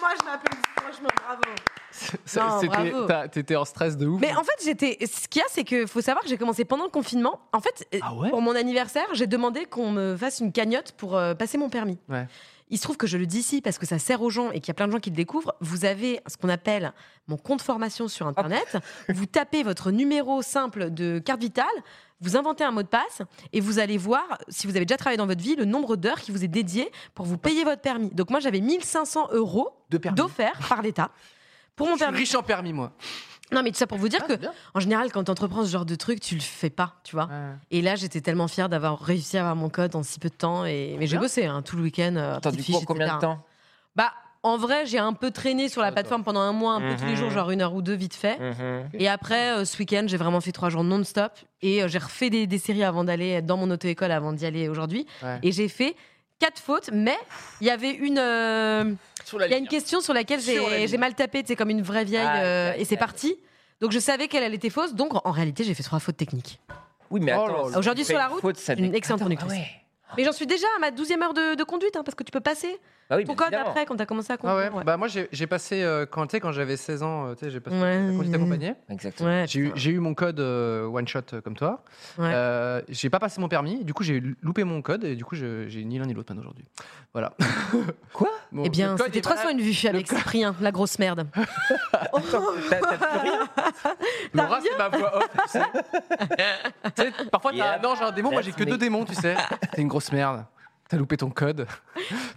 [SPEAKER 4] moi, je m'applaudis, franchement, bravo. Non,
[SPEAKER 2] C'était-
[SPEAKER 4] bravo.
[SPEAKER 2] t'as- T'étais en stress de ouf.
[SPEAKER 4] Mais en fait, j'étais. Ce qu'il y a, c'est que faut savoir que j'ai commencé pendant le confinement. En fait, euh,
[SPEAKER 2] Ah ouais
[SPEAKER 4] pour mon anniversaire, j'ai demandé qu'on me fasse une cagnotte pour euh, passer mon permis.
[SPEAKER 2] Ouais.
[SPEAKER 4] Il se trouve que je le dis ici parce que ça sert aux gens et qu'il y a plein de gens qui le découvrent. Vous avez ce qu'on appelle mon compte formation sur
[SPEAKER 2] Ah.
[SPEAKER 4] Internet. vous tapez votre numéro simple de carte vitale, vous inventez un mot de passe et vous allez voir, si vous avez déjà travaillé dans votre vie, le nombre d'heures qui vous est dédié pour vous payer votre permis. Donc moi, j'avais 1500 euros
[SPEAKER 2] De permis.
[SPEAKER 4] d'offert par l'État pour mon
[SPEAKER 2] je suis
[SPEAKER 4] permis.
[SPEAKER 2] riche en permis, moi.
[SPEAKER 4] Non, mais tout ça pour vous dire
[SPEAKER 2] Ah,
[SPEAKER 4] que
[SPEAKER 2] c'est bien.
[SPEAKER 4] en général, quand tu entreprends ce genre de truc, tu le fais pas, tu vois. Et là, j'étais tellement fière d'avoir réussi à avoir mon code en si peu de temps. Et... Mais j'ai
[SPEAKER 2] Bien.
[SPEAKER 4] bossé hein, tout le week-end. euh,
[SPEAKER 3] Ah Attends,
[SPEAKER 4] petite
[SPEAKER 3] du coup,
[SPEAKER 4] fiche,
[SPEAKER 3] en combien
[SPEAKER 4] etc..
[SPEAKER 3] de temps
[SPEAKER 4] Bah, en vrai, j'ai un peu traîné sur la
[SPEAKER 2] Ah,
[SPEAKER 4] plateforme pendant un mois, un peu tous les
[SPEAKER 3] Mhm.
[SPEAKER 4] jours, genre une heure ou deux, vite fait.
[SPEAKER 3] Mhm.
[SPEAKER 4] Et après, euh, ce week-end, j'ai vraiment fait trois jours non-stop. Et euh, j'ai refait des, des séries avant d'aller dans mon auto-école, avant d'y aller aujourd'hui.
[SPEAKER 2] Ouais.
[SPEAKER 4] Et j'ai fait quatre fautes, mais il y avait une. euh,
[SPEAKER 2] Sur la
[SPEAKER 4] il y a une question sur laquelle
[SPEAKER 2] Sur la
[SPEAKER 4] j'ai
[SPEAKER 2] ligne.
[SPEAKER 4] j'ai mal tapé, c'est comme une vraie vieille,
[SPEAKER 3] Ah,
[SPEAKER 4] euh,
[SPEAKER 3] aïe,
[SPEAKER 4] et c'est
[SPEAKER 3] aïe.
[SPEAKER 4] parti. Donc je savais qu'elle elle était fausse, donc en réalité j'ai fait trois fautes techniques.
[SPEAKER 3] Oui, mais
[SPEAKER 2] Oh
[SPEAKER 3] attends.
[SPEAKER 2] là là.
[SPEAKER 3] ça
[SPEAKER 4] Aujourd'hui,
[SPEAKER 3] fait
[SPEAKER 4] sur la
[SPEAKER 3] une
[SPEAKER 4] route,
[SPEAKER 3] faute, ça
[SPEAKER 4] une
[SPEAKER 3] dé-
[SPEAKER 4] excellente
[SPEAKER 3] Attends,
[SPEAKER 4] conductrice.
[SPEAKER 3] ah ouais.
[SPEAKER 4] Mais j'en suis déjà à ma 12e heure de, de conduite, hein, parce que tu peux passer
[SPEAKER 3] Bah oui,
[SPEAKER 4] ton
[SPEAKER 3] bien
[SPEAKER 4] code
[SPEAKER 3] évidemment.
[SPEAKER 4] après quand t'as commencé à
[SPEAKER 2] Ah ouais.
[SPEAKER 4] conduire. ouais.
[SPEAKER 2] Bah moi j'ai j'ai passé euh, quand tu sais quand j'avais 16 ans, euh, tu sais j'ai passé
[SPEAKER 4] Ouais.
[SPEAKER 2] la conduite accompagnée.
[SPEAKER 3] Exactement.
[SPEAKER 4] Ouais,
[SPEAKER 2] J'ai eu,
[SPEAKER 4] putain.
[SPEAKER 2] j'ai eu mon code euh, one shot euh, comme toi.
[SPEAKER 4] Ouais.
[SPEAKER 2] Euh, j'ai pas passé mon permis, du coup j'ai loupé mon code et du coup je- j'ai ni l'un ni l'autre maintenant aujourd'hui. Voilà.
[SPEAKER 3] Quoi
[SPEAKER 2] Bon,
[SPEAKER 4] Eh bien,
[SPEAKER 2] le code
[SPEAKER 4] c'était
[SPEAKER 2] est
[SPEAKER 4] 3
[SPEAKER 2] valable.
[SPEAKER 4] une vue avec Cyprien, la grosse merde. Oh.
[SPEAKER 3] T'as- t'as plus rien
[SPEAKER 4] T'as
[SPEAKER 2] Laura, c'est ma voix off, tu sais. Tu sais, Parfois t'as
[SPEAKER 3] Yeah.
[SPEAKER 2] un ange, un démon, moi j'ai que
[SPEAKER 3] That's me.
[SPEAKER 2] deux démons, tu sais. T'es une grosse merde. T'as loupé ton code.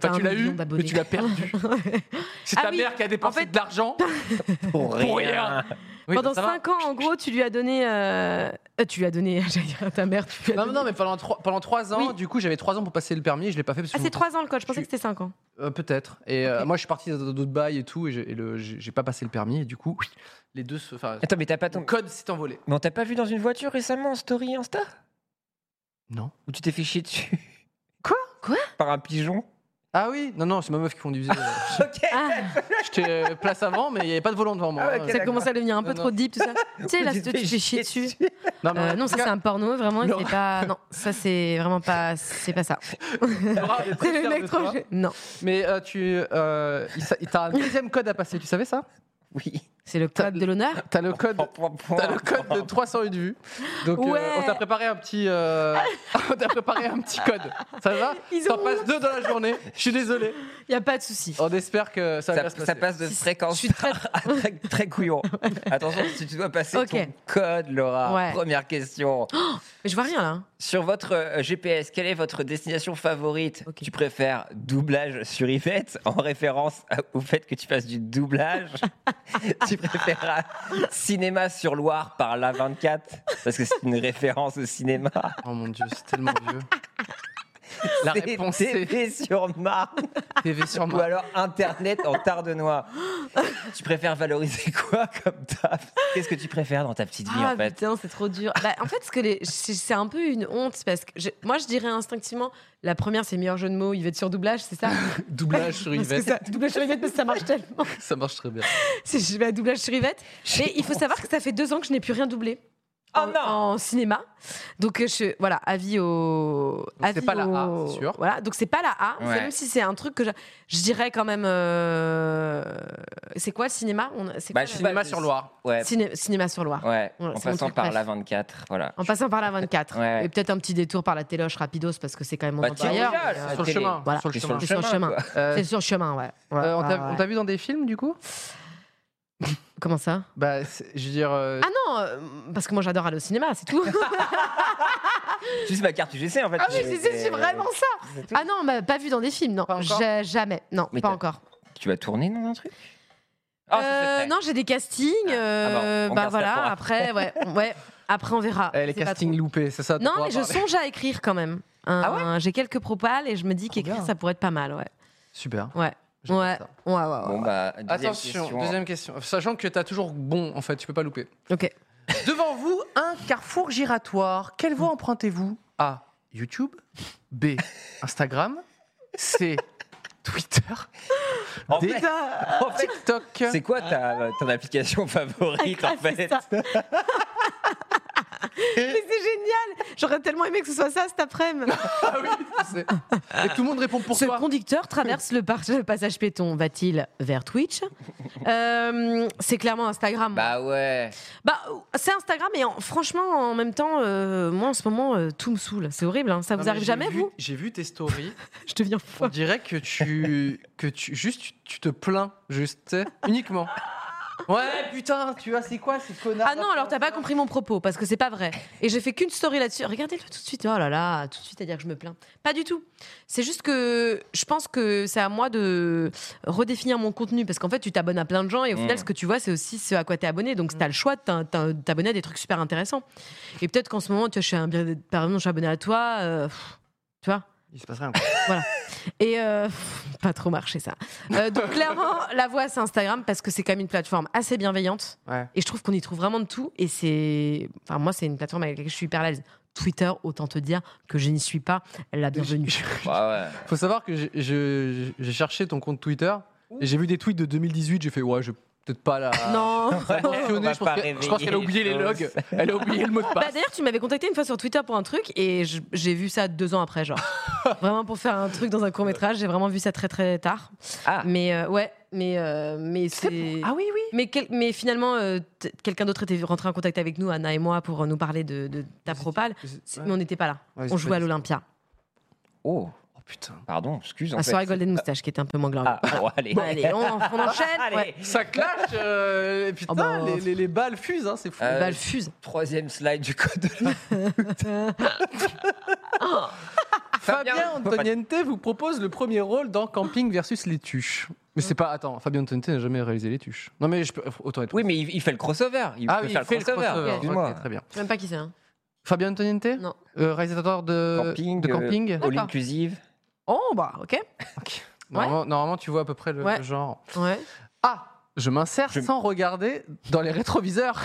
[SPEAKER 4] T'as
[SPEAKER 2] Enfin, tu
[SPEAKER 4] un
[SPEAKER 2] l'as
[SPEAKER 4] million
[SPEAKER 2] eu, mais
[SPEAKER 4] d'abonnés.
[SPEAKER 2] tu l'as perdu. C'est
[SPEAKER 4] Ah
[SPEAKER 2] ta
[SPEAKER 4] oui,
[SPEAKER 2] mère qui a dépensé
[SPEAKER 4] fait-
[SPEAKER 2] de l'argent
[SPEAKER 3] Pour
[SPEAKER 2] pour
[SPEAKER 3] rien.
[SPEAKER 2] rien. Oui,
[SPEAKER 4] pendant
[SPEAKER 2] ça va.
[SPEAKER 4] 5 ans, en gros, tu lui as donné. euh, euh, tu lui as donné, j'allais dire à ta mère. Tu lui as
[SPEAKER 2] Non,
[SPEAKER 4] donné-
[SPEAKER 2] non, mais pendant 3, pendant trois ans,
[SPEAKER 4] Oui.
[SPEAKER 2] du coup, j'avais 3 ans pour passer le permis et je l'ai pas fait parce que
[SPEAKER 4] Ah, c'est
[SPEAKER 2] mon-
[SPEAKER 4] 3 ans le code, je pensais que c'était 5 ans.
[SPEAKER 2] Euh, Peut-être. Et euh,
[SPEAKER 4] Ok.
[SPEAKER 2] moi, je suis parti dans d'autres bails et tout, et j'ai et le- j'ai- j'ai pas passé le permis, et du coup, les deux se. Enfin,
[SPEAKER 3] Attends, mais t'as pas
[SPEAKER 2] ton
[SPEAKER 3] ton.
[SPEAKER 2] code s'est envolé.
[SPEAKER 3] Mais on t'a pas vu dans une voiture récemment en story Insta
[SPEAKER 2] Non.
[SPEAKER 3] Où tu t'es fait chier dessus
[SPEAKER 4] Quoi Quoi
[SPEAKER 3] Par un pigeon
[SPEAKER 2] Ah oui Non, non, c'est ma meuf qui conduisait. euh,
[SPEAKER 3] Ok.
[SPEAKER 4] Ah,
[SPEAKER 2] J'étais euh, place avant, mais il n'y avait pas de volant devant moi.
[SPEAKER 3] Ah,
[SPEAKER 2] hein.
[SPEAKER 3] ok,
[SPEAKER 4] ça
[SPEAKER 3] d'accord.
[SPEAKER 4] commence à devenir un peu
[SPEAKER 2] Non,
[SPEAKER 4] trop deep, tout ça. tu sais, là,
[SPEAKER 3] Vous
[SPEAKER 4] tu te
[SPEAKER 3] êtes
[SPEAKER 4] fais chier
[SPEAKER 3] chier
[SPEAKER 4] dessus.
[SPEAKER 2] Non, mais
[SPEAKER 4] Euh,
[SPEAKER 2] en
[SPEAKER 4] non,
[SPEAKER 2] tout
[SPEAKER 4] ça,
[SPEAKER 2] cas,
[SPEAKER 4] c'est un porno, vraiment,
[SPEAKER 2] Laura-
[SPEAKER 4] c'est pas. Non, ça, c'est vraiment pas. C'est pas ça.
[SPEAKER 2] Laura, elle est
[SPEAKER 4] C'est
[SPEAKER 2] très
[SPEAKER 4] le
[SPEAKER 2] fière
[SPEAKER 4] mec
[SPEAKER 2] de
[SPEAKER 4] trop.
[SPEAKER 2] toi.
[SPEAKER 4] gé- Non,
[SPEAKER 2] Mais euh, tu, euh, il sa- t'as un deuxième code à passer, tu savais ça
[SPEAKER 3] Oui.
[SPEAKER 4] c'est le
[SPEAKER 2] T'as-
[SPEAKER 4] code de l'honneur.
[SPEAKER 2] T'as le code. T'as le code de 308 vues. Donc euh,
[SPEAKER 4] Ouais.
[SPEAKER 2] on t'a préparé un petit, euh, on t'a préparé un petit code. Ça va
[SPEAKER 4] Ils
[SPEAKER 2] T'en
[SPEAKER 4] ont
[SPEAKER 2] passes deux dans la journée. Je suis désolé.
[SPEAKER 4] Il y a pas de souci.
[SPEAKER 2] On espère que ça va
[SPEAKER 3] Ça,
[SPEAKER 2] bien se
[SPEAKER 3] ça
[SPEAKER 2] passer.
[SPEAKER 3] passe de
[SPEAKER 4] Si-
[SPEAKER 3] fréquence
[SPEAKER 4] Je suis très.
[SPEAKER 3] à très, très couillon. Attention, si tu dois passer
[SPEAKER 4] Ok.
[SPEAKER 3] ton code, Laura.
[SPEAKER 4] Ouais.
[SPEAKER 3] Première question.
[SPEAKER 4] Mais je vois rien là. hein.
[SPEAKER 3] Sur votre euh, GPS, quelle est votre destination favorite
[SPEAKER 4] Ok.
[SPEAKER 3] Tu préfères doublage sur Yvette en référence à- au fait que tu fasses du doublage Tu préfères euh, cinéma sur Loire par la 24 parce que c'est une référence au cinéma.
[SPEAKER 2] Oh mon dieu, c'est tellement vieux. La
[SPEAKER 3] C'est
[SPEAKER 2] réponse c'est
[SPEAKER 3] TV sur Marne
[SPEAKER 2] TV sur
[SPEAKER 3] ou
[SPEAKER 2] moi.
[SPEAKER 3] alors Internet en tardenois. tu préfères valoriser quoi comme taf Qu'est-ce que tu préfères dans ta petite vie
[SPEAKER 4] Ah
[SPEAKER 3] en fait
[SPEAKER 4] putain, c'est trop dur. Bah, en fait, ce que les... c'est c'est un peu une honte parce que je- moi, je dirais instinctivement, la première, c'est meilleur jeu de mots, Yvette sur doublage, c'est ça
[SPEAKER 2] Doublage sur
[SPEAKER 4] Parce que
[SPEAKER 2] Yvette,
[SPEAKER 4] ça- Bah, Doublage sur Yvette, parce que ça marche tellement.
[SPEAKER 2] ça marche très bien.
[SPEAKER 4] C'est je vais à doublage sur Yvette. Et il faut savoir que ça fait deux ans que je n'ai plus rien doublé.
[SPEAKER 3] Oh
[SPEAKER 4] en,
[SPEAKER 3] non
[SPEAKER 4] en cinéma. Donc euh, je, voilà, avis au.
[SPEAKER 2] c'est
[SPEAKER 4] avis
[SPEAKER 2] pas la A,
[SPEAKER 4] au-
[SPEAKER 2] c'est sûr.
[SPEAKER 4] Voilà, donc c'est pas la A.
[SPEAKER 3] Ouais.
[SPEAKER 4] c'est Même si c'est un truc que je, je dirais quand même. euh, c'est quoi le cinéma On, c'est
[SPEAKER 3] Bah,
[SPEAKER 4] quoi
[SPEAKER 3] je
[SPEAKER 4] le-
[SPEAKER 3] sais
[SPEAKER 2] Cinéma sur Loire.
[SPEAKER 3] Ouais,
[SPEAKER 4] Ciné- cinéma sur Loire.
[SPEAKER 3] ouais.
[SPEAKER 4] Oh. Ouais,
[SPEAKER 3] en
[SPEAKER 4] c'est mon
[SPEAKER 3] passant
[SPEAKER 4] truc,
[SPEAKER 3] par
[SPEAKER 4] bref.
[SPEAKER 3] la 24, voilà. Bah,
[SPEAKER 4] En passant par la 24.
[SPEAKER 3] Ouais.
[SPEAKER 4] Et peut-être un petit détour par la Téloche rapidos parce que c'est quand même mon
[SPEAKER 3] Bah, tiens,
[SPEAKER 4] intérieur.
[SPEAKER 3] regarde,
[SPEAKER 4] mais, euh,
[SPEAKER 3] la
[SPEAKER 2] Sur le
[SPEAKER 3] télé.
[SPEAKER 2] chemin.
[SPEAKER 4] Voilà.
[SPEAKER 2] Sur le
[SPEAKER 3] Et
[SPEAKER 2] chemin.
[SPEAKER 4] C'est sur le chemin.
[SPEAKER 3] quoi.
[SPEAKER 2] Euh,
[SPEAKER 4] C'est sur le chemin, ouais. Ouais,
[SPEAKER 2] euh, on t'a-
[SPEAKER 4] ouais,
[SPEAKER 2] on
[SPEAKER 4] ouais.
[SPEAKER 2] t'a vu dans des films du coup
[SPEAKER 4] Comment ça
[SPEAKER 2] Bah, c'est- je veux dire. euh,
[SPEAKER 4] Ah non, euh, parce que moi j'adore aller au cinéma, c'est tout.
[SPEAKER 3] Juste ma carte UGC en fait.
[SPEAKER 4] ah oui, c'est- c'est c'est vraiment ça.
[SPEAKER 3] C'est tout.
[SPEAKER 4] Ah non, bah, pas vu dans des films, non.
[SPEAKER 2] Pas encore
[SPEAKER 4] Ja- jamais. Non,
[SPEAKER 3] Mais
[SPEAKER 4] pas
[SPEAKER 3] t'as-
[SPEAKER 4] encore.
[SPEAKER 3] Tu vas tourner dans un truc Ah, c'est
[SPEAKER 4] Euh,
[SPEAKER 3] secret.
[SPEAKER 4] non, j'ai des castings. euh,
[SPEAKER 3] Ah bon, on
[SPEAKER 4] bah
[SPEAKER 3] garde ça pour
[SPEAKER 4] voilà, après, ouais, on- ouais, après on verra.
[SPEAKER 2] eh, les
[SPEAKER 4] Ah, C'est pas
[SPEAKER 2] castings
[SPEAKER 4] trop-
[SPEAKER 2] loupés, c'est ça dont
[SPEAKER 4] Non,
[SPEAKER 2] on va
[SPEAKER 4] mais je
[SPEAKER 2] parler.
[SPEAKER 4] songe à écrire quand même.
[SPEAKER 3] Ah
[SPEAKER 4] Un- J'ai quelques propales et je me dis qu'écrire
[SPEAKER 2] bien.
[SPEAKER 4] ça pourrait être pas mal, ouais.
[SPEAKER 2] Super.
[SPEAKER 4] Ouais.
[SPEAKER 2] J'aime
[SPEAKER 4] Ouais.
[SPEAKER 2] ça.
[SPEAKER 4] Ouais, ouais, ouais.
[SPEAKER 3] Bon bah, deuxième
[SPEAKER 2] Attention,
[SPEAKER 3] question.
[SPEAKER 2] deuxième question. Sachant que t'as toujours bon, en fait, tu peux pas louper.
[SPEAKER 3] bah.
[SPEAKER 4] Ok.
[SPEAKER 2] Devant vous, un carrefour giratoire. Quelle voie empruntez-vous A. YouTube. B. Instagram. C. Twitter.
[SPEAKER 3] En
[SPEAKER 2] D.
[SPEAKER 3] fait, en fait,
[SPEAKER 2] TikTok.
[SPEAKER 3] c'est quoi ta, ton application favorite
[SPEAKER 4] Ah,
[SPEAKER 3] en
[SPEAKER 4] c'est
[SPEAKER 3] fait
[SPEAKER 4] ça. Mais c'est génial J'aurais tellement aimé que ce soit ça cet après-midi.
[SPEAKER 2] Ah oui, c'est- Et tout le monde répond pour
[SPEAKER 4] Ce
[SPEAKER 2] toi.
[SPEAKER 4] conducteur traverse le, par- le passage piéton. Va-t-il vers Twitch Euh, C'est clairement Instagram. moi.
[SPEAKER 3] Bah ouais.
[SPEAKER 4] Bah, c'est Instagram, et en- franchement, en même temps, euh, moi en ce moment, euh, tout me saoule. C'est horrible, hein. ça
[SPEAKER 2] Non,
[SPEAKER 4] vous
[SPEAKER 2] mais
[SPEAKER 4] arrive
[SPEAKER 2] j'ai
[SPEAKER 4] jamais,
[SPEAKER 2] vu-
[SPEAKER 4] vous
[SPEAKER 2] J'ai vu tes stories.
[SPEAKER 4] Je deviens
[SPEAKER 2] On
[SPEAKER 4] folle.
[SPEAKER 2] dirait que tu, que tu, juste, tu, tu te plains, juste, tu sais, uniquement. Ouais, putain, tu vois, c'est quoi ces connards
[SPEAKER 4] Ah non, alors t'as pas compris mon propos, parce que c'est pas vrai. Et j'ai fait qu'une story là-dessus. Regardez-le tout de suite. Oh là là, tout de suite à dire que je me plains. Pas du tout. C'est juste que je pense que c'est à moi de redéfinir mon contenu, parce qu'en fait, tu t'abonnes à plein de gens, et au
[SPEAKER 3] Mm.
[SPEAKER 4] final, ce que tu vois, c'est aussi ce à quoi t'es abonné.
[SPEAKER 2] Mm.
[SPEAKER 4] Donc t'as le choix de t'in- t'in- t'abonner à des trucs super intéressants. Et peut-être qu'en ce moment, tu vois, je suis, un, par exemple, je suis abonné à toi, euh, pff, tu vois
[SPEAKER 2] Il se passe rien.
[SPEAKER 4] Et euh, pff, pas trop marché ça. Euh, donc clairement, la voix c'est Instagram parce que c'est quand même une plateforme assez bienveillante.
[SPEAKER 2] Ouais.
[SPEAKER 4] Et je trouve qu'on y trouve vraiment de tout. Et c'est, enfin moi c'est une plateforme avec laquelle je suis hyper à l'aise. Twitter, autant te dire que je n'y suis pas la bienvenue.
[SPEAKER 3] Bah
[SPEAKER 2] Faut savoir que j'ai- je- j'ai cherché ton compte Twitter et j'ai vu des tweets de 2018. J'ai fait ouais, je vais peut-être pas la.
[SPEAKER 4] Non.
[SPEAKER 2] Bah,
[SPEAKER 3] ouais.
[SPEAKER 2] mentionner,
[SPEAKER 3] On va
[SPEAKER 2] je pense
[SPEAKER 3] pas
[SPEAKER 2] qu'elle- je pense qu'elle a
[SPEAKER 3] réveiller
[SPEAKER 2] oublié les
[SPEAKER 3] les
[SPEAKER 2] logs.
[SPEAKER 3] choses.
[SPEAKER 2] Elle a oublié le mot de
[SPEAKER 4] Bah,
[SPEAKER 2] passe.
[SPEAKER 4] d'ailleurs, tu m'avais contacté une fois sur Twitter pour un truc et je- j'ai vu ça deux ans après, genre. vraiment pour faire un truc dans un court métrage, j'ai vraiment vu ça très très tard.
[SPEAKER 3] Ah.
[SPEAKER 4] Mais euh, ouais, mais euh, mais c'est.
[SPEAKER 2] oui, oui.
[SPEAKER 4] Mais, quel- mais finalement, euh, t- quelqu'un d'autre était rentré en contact avec nous, Anna et moi, pour euh, nous parler de, de ta propale. C'est- Mais on n'était pas là.
[SPEAKER 2] Ouais, c'est
[SPEAKER 4] on
[SPEAKER 2] pas
[SPEAKER 4] jouait à l'Olympia.
[SPEAKER 3] Oh,
[SPEAKER 2] Oh putain.
[SPEAKER 3] pardon, excuse. en
[SPEAKER 4] La
[SPEAKER 3] fait.
[SPEAKER 4] soirée Golden Moustache, qui était un peu moins glorieuse.
[SPEAKER 3] Ah, bon, allez.
[SPEAKER 4] Bon, allez, on, on enchaîne.
[SPEAKER 3] Allez.
[SPEAKER 4] ouais.
[SPEAKER 2] Ça clash. euh, et putain,
[SPEAKER 4] Oh, bah,
[SPEAKER 2] les, les- les balles fusent, hein, c'est fou.
[SPEAKER 3] Euh,
[SPEAKER 4] Bah, le fuse.
[SPEAKER 3] Troisième slide du code. de la-
[SPEAKER 2] Fabien
[SPEAKER 3] Fabien-
[SPEAKER 2] Antoniente vous propose le premier rôle dans Camping versus les Tuches. Mais c'est pas. Attends, Fabien Antoniente n'a jamais réalisé les Tuches. Non mais je peux- autant être.
[SPEAKER 3] Oui, mais il, il fait le crossover. Il
[SPEAKER 2] Ah
[SPEAKER 3] peut
[SPEAKER 2] oui,
[SPEAKER 3] faire
[SPEAKER 2] il fait le crossover.
[SPEAKER 3] Excuse-moi.
[SPEAKER 2] Ok, très bien.
[SPEAKER 4] Je sais même pas qui c'est. hein.
[SPEAKER 2] Fabien Antoniente
[SPEAKER 4] Non.
[SPEAKER 2] Euh, réalisateur de
[SPEAKER 3] Camping,
[SPEAKER 2] de
[SPEAKER 3] euh,
[SPEAKER 2] camping.
[SPEAKER 3] All inclusive.
[SPEAKER 4] Oh, bah, ok.
[SPEAKER 2] Ok. Normalement, normalement, tu vois à peu près le,
[SPEAKER 4] Ouais.
[SPEAKER 2] le genre.
[SPEAKER 4] Ouais.
[SPEAKER 2] A. Je m'insère
[SPEAKER 3] Je-
[SPEAKER 2] sans regarder dans les rétroviseurs.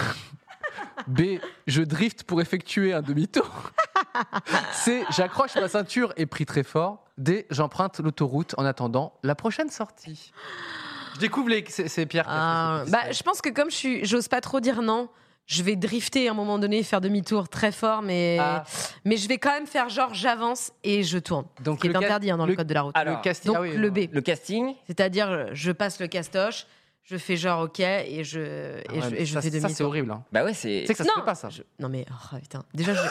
[SPEAKER 2] B. Je drift pour effectuer un demi-tour. C'est j'accroche ma ceinture et prie très fort. D j'emprunte l'autoroute en attendant la prochaine sortie. Je découvre les. C'est c'est Pierre. qui a
[SPEAKER 4] Ah,
[SPEAKER 2] fait ce
[SPEAKER 4] bah,
[SPEAKER 2] petit
[SPEAKER 4] je pense que comme je suis, j'ose pas trop dire non, je vais drifter à un moment donné, faire demi-tour très fort, mais,
[SPEAKER 2] Ah.
[SPEAKER 4] mais je vais quand même faire genre j'avance et je tourne.
[SPEAKER 2] Donc
[SPEAKER 4] ce qui
[SPEAKER 2] le
[SPEAKER 4] est
[SPEAKER 2] ca-
[SPEAKER 4] interdit hein, dans le,
[SPEAKER 2] le-
[SPEAKER 4] code de la route.
[SPEAKER 2] style.
[SPEAKER 3] Alors,
[SPEAKER 2] le casting.
[SPEAKER 4] Donc
[SPEAKER 2] ah oui,
[SPEAKER 4] le B.
[SPEAKER 2] ouais.
[SPEAKER 3] Le casting,
[SPEAKER 4] C'est-à-dire, euh, je passe le castoche, je fais genre ok et je, et
[SPEAKER 2] Ah
[SPEAKER 4] je,
[SPEAKER 2] ouais,
[SPEAKER 4] et je
[SPEAKER 2] ça,
[SPEAKER 4] fais
[SPEAKER 2] ça, c'est
[SPEAKER 4] demi-tour.
[SPEAKER 2] horrible. hein.
[SPEAKER 3] bah ouais,
[SPEAKER 2] Tu
[SPEAKER 3] c'est.
[SPEAKER 2] sais que ça se
[SPEAKER 4] Non.
[SPEAKER 2] fait pas ça.
[SPEAKER 4] Je- Non mais oh, putain, déjà je.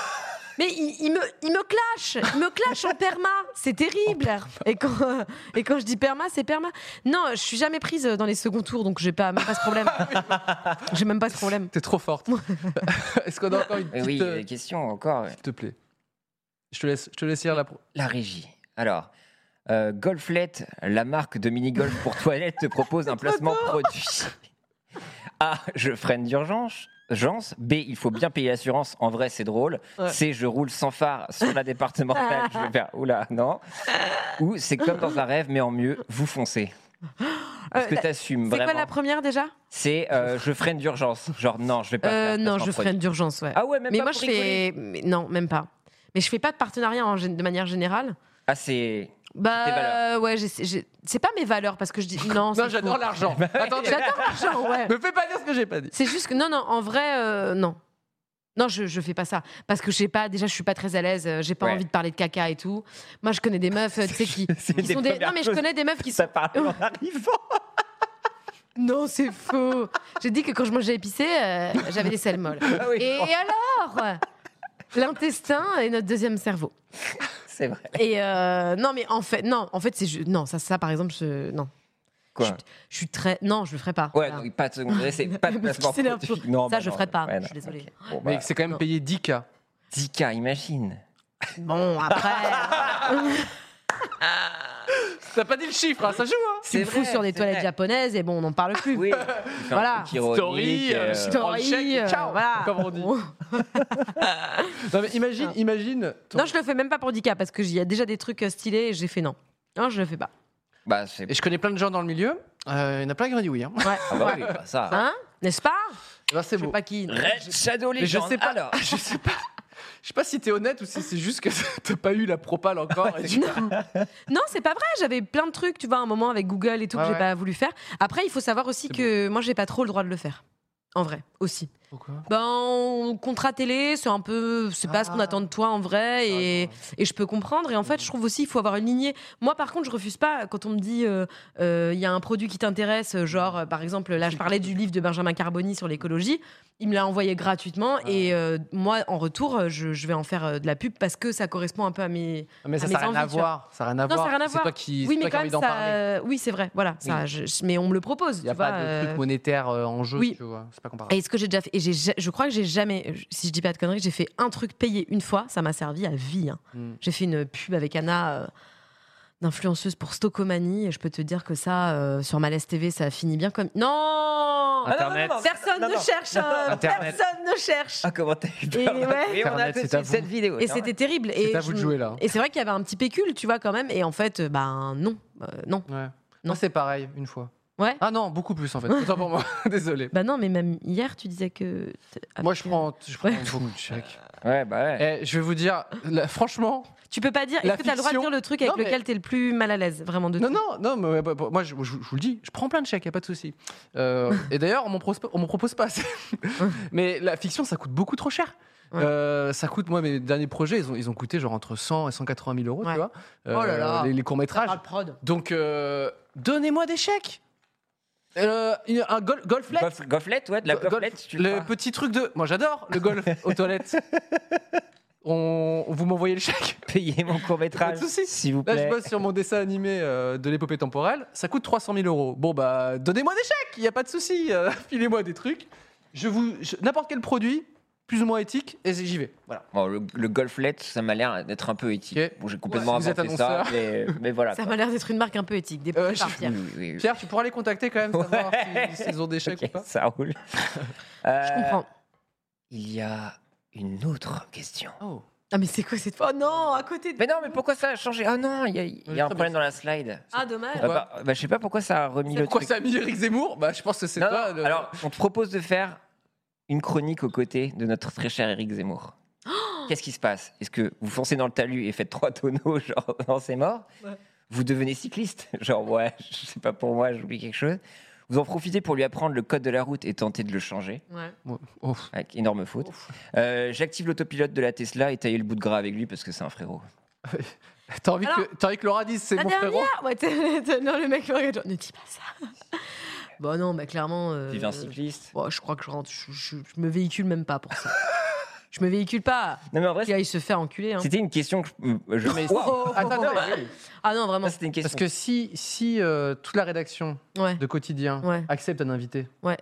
[SPEAKER 4] Mais il, il me, il me clash, il me clash en perma, c'est terrible. Et quand, euh, et quand je dis perma, c'est perma. Non, je suis jamais prise dans les seconds tours, donc j'ai pas, même pas ce problème.
[SPEAKER 3] Ah
[SPEAKER 4] J'ai même pas ce problème.
[SPEAKER 2] T'es trop forte. Est-ce qu'on a encore une
[SPEAKER 3] Eh
[SPEAKER 2] petite.
[SPEAKER 3] Oui,
[SPEAKER 2] euh,
[SPEAKER 3] euh, question encore.
[SPEAKER 2] S'il te plaît. Je te laisse, je te laisse lire la. pro-
[SPEAKER 3] La régie. Alors, euh, Golflette, la marque de mini-golf pour toilette, te propose un placement produit. A. Je freine d'urgence. Jance. B. Il faut bien payer l'assurance. En vrai, c'est drôle.
[SPEAKER 2] Ouais.
[SPEAKER 3] C. Je roule sans phare sur la départementale. je vais faire oula, non. Ou c'est comme dans un rêve, mais en mieux, vous foncez. Est-ce
[SPEAKER 4] Euh,
[SPEAKER 3] que
[SPEAKER 4] la-
[SPEAKER 3] t'assumes
[SPEAKER 4] C'est
[SPEAKER 3] vraiment
[SPEAKER 4] quoi la première déjà
[SPEAKER 3] C'est euh, je freine d'urgence. Genre, non, je vais pas.
[SPEAKER 4] Euh,
[SPEAKER 3] faire
[SPEAKER 4] Non,
[SPEAKER 3] placement
[SPEAKER 4] je
[SPEAKER 3] produit.
[SPEAKER 4] freine d'urgence, ouais.
[SPEAKER 3] Ah ouais, même
[SPEAKER 4] mais
[SPEAKER 3] pas
[SPEAKER 4] moi
[SPEAKER 3] pour
[SPEAKER 4] je fais,
[SPEAKER 3] rigoler.
[SPEAKER 4] mais non, même pas. Mais je fais pas de partenariat en gén- de manière générale.
[SPEAKER 3] Ah, c'est. tes
[SPEAKER 4] Bah
[SPEAKER 3] valeurs.
[SPEAKER 4] ouais, j'ai- j'ai- c'est pas mes valeurs parce que je dis non.
[SPEAKER 2] Non,
[SPEAKER 4] c'est
[SPEAKER 2] j'adore
[SPEAKER 4] faux.
[SPEAKER 2] l'argent. Attendez.
[SPEAKER 4] J'adore l'argent, ouais.
[SPEAKER 2] Me fais pas dire ce que j'ai pas dit.
[SPEAKER 4] C'est juste que non, non, en vrai, euh, non. Non, je, je fais pas ça. Parce que je sais pas, déjà, je suis pas très à l'aise, euh, j'ai pas
[SPEAKER 3] Ouais.
[SPEAKER 4] envie de parler de caca et tout. Moi, je connais des meufs, euh, tu sais, qui,
[SPEAKER 3] C'est
[SPEAKER 4] qui
[SPEAKER 3] des
[SPEAKER 4] sont des. Non,
[SPEAKER 3] premières
[SPEAKER 4] mais je
[SPEAKER 3] choses
[SPEAKER 4] connais des meufs qui
[SPEAKER 3] Ça
[SPEAKER 4] sont.
[SPEAKER 3] parle en arrivant.
[SPEAKER 4] Non, c'est faux. J'ai dit que quand je mangeais épicé, euh, j'avais des selles molles.
[SPEAKER 3] Ah oui,
[SPEAKER 4] Et, alors L'intestin est notre deuxième cerveau.
[SPEAKER 3] c'est vrai.
[SPEAKER 4] Et euh, non, mais en fait, non, en fait, c'est ju- non, ça, ça, par exemple, je, non,
[SPEAKER 3] Quoi
[SPEAKER 4] je suis très, non, je le ferai pas.
[SPEAKER 3] Ouais,
[SPEAKER 4] Voilà.
[SPEAKER 3] donc pas de second degré, c'est pas de
[SPEAKER 4] Parce
[SPEAKER 3] placement
[SPEAKER 4] qu'il s'énerve
[SPEAKER 3] produit.
[SPEAKER 4] toujours. Ça, je ferai pas, je suis
[SPEAKER 3] non,
[SPEAKER 4] désolée.
[SPEAKER 3] ok. Bon,
[SPEAKER 2] Mais
[SPEAKER 3] bah,
[SPEAKER 2] c'est quand même
[SPEAKER 4] non.
[SPEAKER 2] payé 10K.
[SPEAKER 3] 10K, imagine.
[SPEAKER 4] Bon, après,
[SPEAKER 2] T'as pas dit le chiffre, hein, ça joue, hein
[SPEAKER 4] tu me fous sur des toilettes japonaises et bon, on n'en parle plus.
[SPEAKER 3] Oui,
[SPEAKER 4] Voilà.
[SPEAKER 3] voilà.
[SPEAKER 2] Story, euh,
[SPEAKER 4] Story,
[SPEAKER 2] prends le chèque,
[SPEAKER 4] euh,
[SPEAKER 2] ciao,
[SPEAKER 4] voilà.
[SPEAKER 2] comme on dit. Non, mais imagine, imagine. ton-
[SPEAKER 4] Ah. Non, je le fais même pas pour 10K parce qu'il y a déjà des trucs euh, stylés et j'ai fait non. Non, je le fais pas.
[SPEAKER 3] Bah, c'est
[SPEAKER 2] Et je connais plein de gens dans le milieu. euh, il y en a plein qui ont dit oui. Hein.
[SPEAKER 4] Ouais.
[SPEAKER 3] ah bah oui, bah, ça.
[SPEAKER 4] Hein N'est-ce pas
[SPEAKER 2] Eh ben, c'est
[SPEAKER 4] Je sais
[SPEAKER 2] beau.
[SPEAKER 4] pas qui.
[SPEAKER 3] Red Shadow
[SPEAKER 2] Mais je
[SPEAKER 3] Legends.
[SPEAKER 2] sais pas.
[SPEAKER 3] Alors,
[SPEAKER 2] Je sais pas. Je sais pas si t'es honnête ou si c'est juste que t'as pas eu la propale encore. et du coup-
[SPEAKER 4] Non, Non, c'est pas vrai. J'avais plein de trucs, tu vois, un moment avec Google et tout
[SPEAKER 2] Ah
[SPEAKER 4] que j'ai
[SPEAKER 2] ouais.
[SPEAKER 4] pas voulu faire. Après, il faut savoir aussi que moi, j'ai pas trop le droit de le faire. En vrai, aussi.
[SPEAKER 2] Pourquoi
[SPEAKER 4] Ben, on- contrat télé, c'est un peu, c'est pas ce qu'on
[SPEAKER 2] Ah.
[SPEAKER 4] attend de toi en vrai, et, et je peux comprendre. Et en fait, je trouve aussi, il faut avoir une lignée. Moi, par contre, je refuse pas quand on me dit, euh, euh, il y a un produit qui t'intéresse, euh, genre, euh, par exemple, là, je parlais du livre de Benjamin Carboni sur l'écologie. Il me l'a envoyé gratuitement,
[SPEAKER 2] Ah
[SPEAKER 4] et euh, moi, en retour, euh, je, je vais en faire euh, de la, pub parce que ça correspond un peu à mes.
[SPEAKER 2] Ah, Mais ça,
[SPEAKER 4] à
[SPEAKER 2] ça n'a
[SPEAKER 4] mes
[SPEAKER 2] rien à
[SPEAKER 4] envies, tu
[SPEAKER 2] voir. Ça n'a rien à
[SPEAKER 4] Non, ça
[SPEAKER 2] voir.
[SPEAKER 4] n'a rien à
[SPEAKER 2] C'est
[SPEAKER 4] voir.
[SPEAKER 2] toi qui,
[SPEAKER 4] oui,
[SPEAKER 2] c'est
[SPEAKER 4] mais
[SPEAKER 2] toi qui as envie
[SPEAKER 4] quand
[SPEAKER 2] d'en
[SPEAKER 4] même, ça.
[SPEAKER 2] parler.
[SPEAKER 4] euh, Oui, c'est vrai. Voilà. Ça,
[SPEAKER 2] Oui.
[SPEAKER 4] je- je- mais on me le propose.
[SPEAKER 2] Il n'y a
[SPEAKER 4] tu
[SPEAKER 2] pas
[SPEAKER 4] vois,
[SPEAKER 2] de
[SPEAKER 4] euh,
[SPEAKER 2] truc monétaire euh, en jeu,
[SPEAKER 4] oui.
[SPEAKER 2] tu vois. C'est pas comparable.
[SPEAKER 4] Et ce que j'ai déjà fait, et j'ai, ja- je crois que j'ai jamais, euh, si je dis pas de conneries, j'ai fait un truc payé une fois, ça m'a servi à vie. hein.
[SPEAKER 2] Mm.
[SPEAKER 4] J'ai fait une pub avec Anna, euh, d'influenceuse pour Stocomanie, et je peux te dire que ça, euh, sur Malaise TV, ça finit bien comme. Non
[SPEAKER 3] Ah, non, non,
[SPEAKER 2] Internet.
[SPEAKER 3] non, non,
[SPEAKER 4] Personne
[SPEAKER 3] non,
[SPEAKER 4] ne
[SPEAKER 3] non.
[SPEAKER 4] cherche
[SPEAKER 3] Non, non.
[SPEAKER 4] euh,
[SPEAKER 2] Internet.
[SPEAKER 4] Personne ne cherche
[SPEAKER 3] Ah, comment t'as eu
[SPEAKER 4] Et
[SPEAKER 3] peur
[SPEAKER 4] ouais.
[SPEAKER 3] Et on a
[SPEAKER 2] Internet,
[SPEAKER 3] tout de
[SPEAKER 2] c'est à
[SPEAKER 3] suite cette
[SPEAKER 2] vous.
[SPEAKER 3] vidéo.
[SPEAKER 4] Et
[SPEAKER 3] quand
[SPEAKER 4] c'était terrible.
[SPEAKER 2] C'est
[SPEAKER 4] Et,
[SPEAKER 2] à vous de
[SPEAKER 4] je-
[SPEAKER 2] jouer, là. hein.
[SPEAKER 4] et c'est vrai qu'il y avait un petit pécule, tu vois, quand même, et en fait, euh, ben non. euh, non.
[SPEAKER 2] Ouais.
[SPEAKER 4] Non.
[SPEAKER 2] Moi, c'est pareil, une fois.
[SPEAKER 4] Ouais
[SPEAKER 2] Ah non, beaucoup plus en fait. Autant pour moi, désolé.
[SPEAKER 4] Bah non, mais même hier, tu disais que. t-
[SPEAKER 2] Moi, je prends, je prends
[SPEAKER 4] Ouais.
[SPEAKER 2] beaucoup de chèques.
[SPEAKER 3] même. Ouais, bah ouais.
[SPEAKER 2] Eh, je vais vous dire, là, franchement,
[SPEAKER 4] Tu peux pas dire.
[SPEAKER 2] La
[SPEAKER 4] Est-ce que t'as le droit de
[SPEAKER 2] fiction-
[SPEAKER 4] dire le truc avec
[SPEAKER 2] Non, mais-
[SPEAKER 4] lequel t'es le plus mal à l'aise, vraiment de
[SPEAKER 2] non,
[SPEAKER 4] tout
[SPEAKER 2] non, non, mais, bah, bah, moi, je, je- je vous le dis, je prends plein de chèques, y a pas de souci. Euh, et d'ailleurs, on m'en propose, pas- on m'en propose pas. assez. mais la fiction, ça coûte beaucoup trop cher.
[SPEAKER 4] Ouais.
[SPEAKER 2] Euh, ça coûte, moi, mes derniers projets, ils ont, ils ont coûté genre entre 100 et 180 000 euros,
[SPEAKER 4] Ouais.
[SPEAKER 2] tu vois. Euh,
[SPEAKER 4] Oh là là.
[SPEAKER 2] Les, les courts métrages.
[SPEAKER 4] Ah, le prod.
[SPEAKER 2] Donc, euh, donnez-moi des chèques. Euh, une- un gol- golflet.
[SPEAKER 3] Gof- Goflette, ouais, de la
[SPEAKER 2] Go-
[SPEAKER 3] goflette,
[SPEAKER 2] golf.
[SPEAKER 3] tu
[SPEAKER 2] le
[SPEAKER 3] crois.
[SPEAKER 2] petit truc de. Moi j'adore le golf aux toilettes. On, vous m'envoyez le chèque
[SPEAKER 3] Payez mon
[SPEAKER 2] Pas
[SPEAKER 3] court-métrage,
[SPEAKER 2] de souci.
[SPEAKER 3] s'il vous
[SPEAKER 2] Là, je
[SPEAKER 3] plaît.
[SPEAKER 2] bosse sur mon dessin animé euh, de l'épopée temporelle. Ça coûte 300 000 euros. Bon, bah, donnez-moi des chèques, il n'y a pas de souci. euh, Filez-moi des trucs. Je vous. je- N'importe quel produit, plus ou moins éthique, et j'y vais. Voilà.
[SPEAKER 3] Bon, le, le golflet, ça m'a l'air d'être un peu éthique.
[SPEAKER 2] Ok.
[SPEAKER 3] Bon, j'ai complètement
[SPEAKER 2] Ouais, vous êtes
[SPEAKER 3] inventé ça,
[SPEAKER 2] annonceur.
[SPEAKER 3] mais, mais voilà.
[SPEAKER 4] Ça
[SPEAKER 3] quoi.
[SPEAKER 4] m'a l'air d'être une marque un peu éthique. Des
[SPEAKER 2] Euh,
[SPEAKER 4] petits par
[SPEAKER 2] je-
[SPEAKER 4] Pierre.
[SPEAKER 3] Oui, oui, oui.
[SPEAKER 2] Pierre, tu pourras les contacter quand même, savoir
[SPEAKER 3] Ouais.
[SPEAKER 2] si- s'ils ont des chèques
[SPEAKER 3] Ok,
[SPEAKER 2] ou pas.
[SPEAKER 3] ça roule. Euh,
[SPEAKER 4] Je comprends.
[SPEAKER 3] Il y a une autre question.
[SPEAKER 2] Oh.
[SPEAKER 4] Ah, mais c'est quoi cette fois Oh non, à côté de.
[SPEAKER 3] Mais non, mais pourquoi ça a changé Ah non, il y a, il y a
[SPEAKER 2] Oui,
[SPEAKER 3] un
[SPEAKER 2] très
[SPEAKER 3] problème dans la slide.
[SPEAKER 4] Ah, dommage.
[SPEAKER 3] Ah bah, bah, je sais pas pourquoi ça a remis le
[SPEAKER 2] Pourquoi
[SPEAKER 3] truc.
[SPEAKER 2] ça a mis Eric Zemmour Bah, je pense que c'est
[SPEAKER 3] Non,
[SPEAKER 2] toi.
[SPEAKER 3] non,
[SPEAKER 2] le-
[SPEAKER 3] Alors, on te propose de faire une chronique aux côtés de notre très cher Éric Zemmour.
[SPEAKER 4] Oh
[SPEAKER 3] Qu'est-ce qui se passe Est-ce que vous foncez dans le talus et faites trois tonneaux, genre non, c'est mort Vous devenez cycliste, genre ouais, je sais pas pour moi, j'oublie quelque chose. Vous en profitez pour lui apprendre le code de la route et tenter de le changer,
[SPEAKER 4] Ouais.
[SPEAKER 2] Ouais. Oh.
[SPEAKER 3] avec énorme faute. Euh, J'active l'autopilote de la Tesla et taille le bout de gras avec lui parce que c'est un frérot.
[SPEAKER 2] T'as envie,
[SPEAKER 4] Alors,
[SPEAKER 2] que- t'as envie que Laura dise c'est
[SPEAKER 4] La
[SPEAKER 2] mon
[SPEAKER 4] dernière
[SPEAKER 2] frérot
[SPEAKER 4] ouais, t'es- t'es- Non, le mec me regarde genre, ne dis pas ça. bah non, mais clairement. euh,
[SPEAKER 3] Vive un cycliste.
[SPEAKER 4] bon, je crois que je rentre. Je, je- je me véhicule même pas pour ça. je me véhicule pas.
[SPEAKER 3] Non mais en vrai,
[SPEAKER 4] Qu'il aille se faire enculer. Hein.
[SPEAKER 3] c'était une question que je. je-
[SPEAKER 4] Oh,
[SPEAKER 3] Wow,
[SPEAKER 4] oh, oh,
[SPEAKER 2] Attends,
[SPEAKER 4] oh.
[SPEAKER 2] non,
[SPEAKER 4] Ah non, vraiment.
[SPEAKER 3] ça, c'était une
[SPEAKER 2] Parce
[SPEAKER 3] question.
[SPEAKER 2] que si, si euh, toute la rédaction
[SPEAKER 4] Ouais.
[SPEAKER 2] de quotidien
[SPEAKER 4] Ouais.
[SPEAKER 2] accepte un invité,
[SPEAKER 4] Ouais.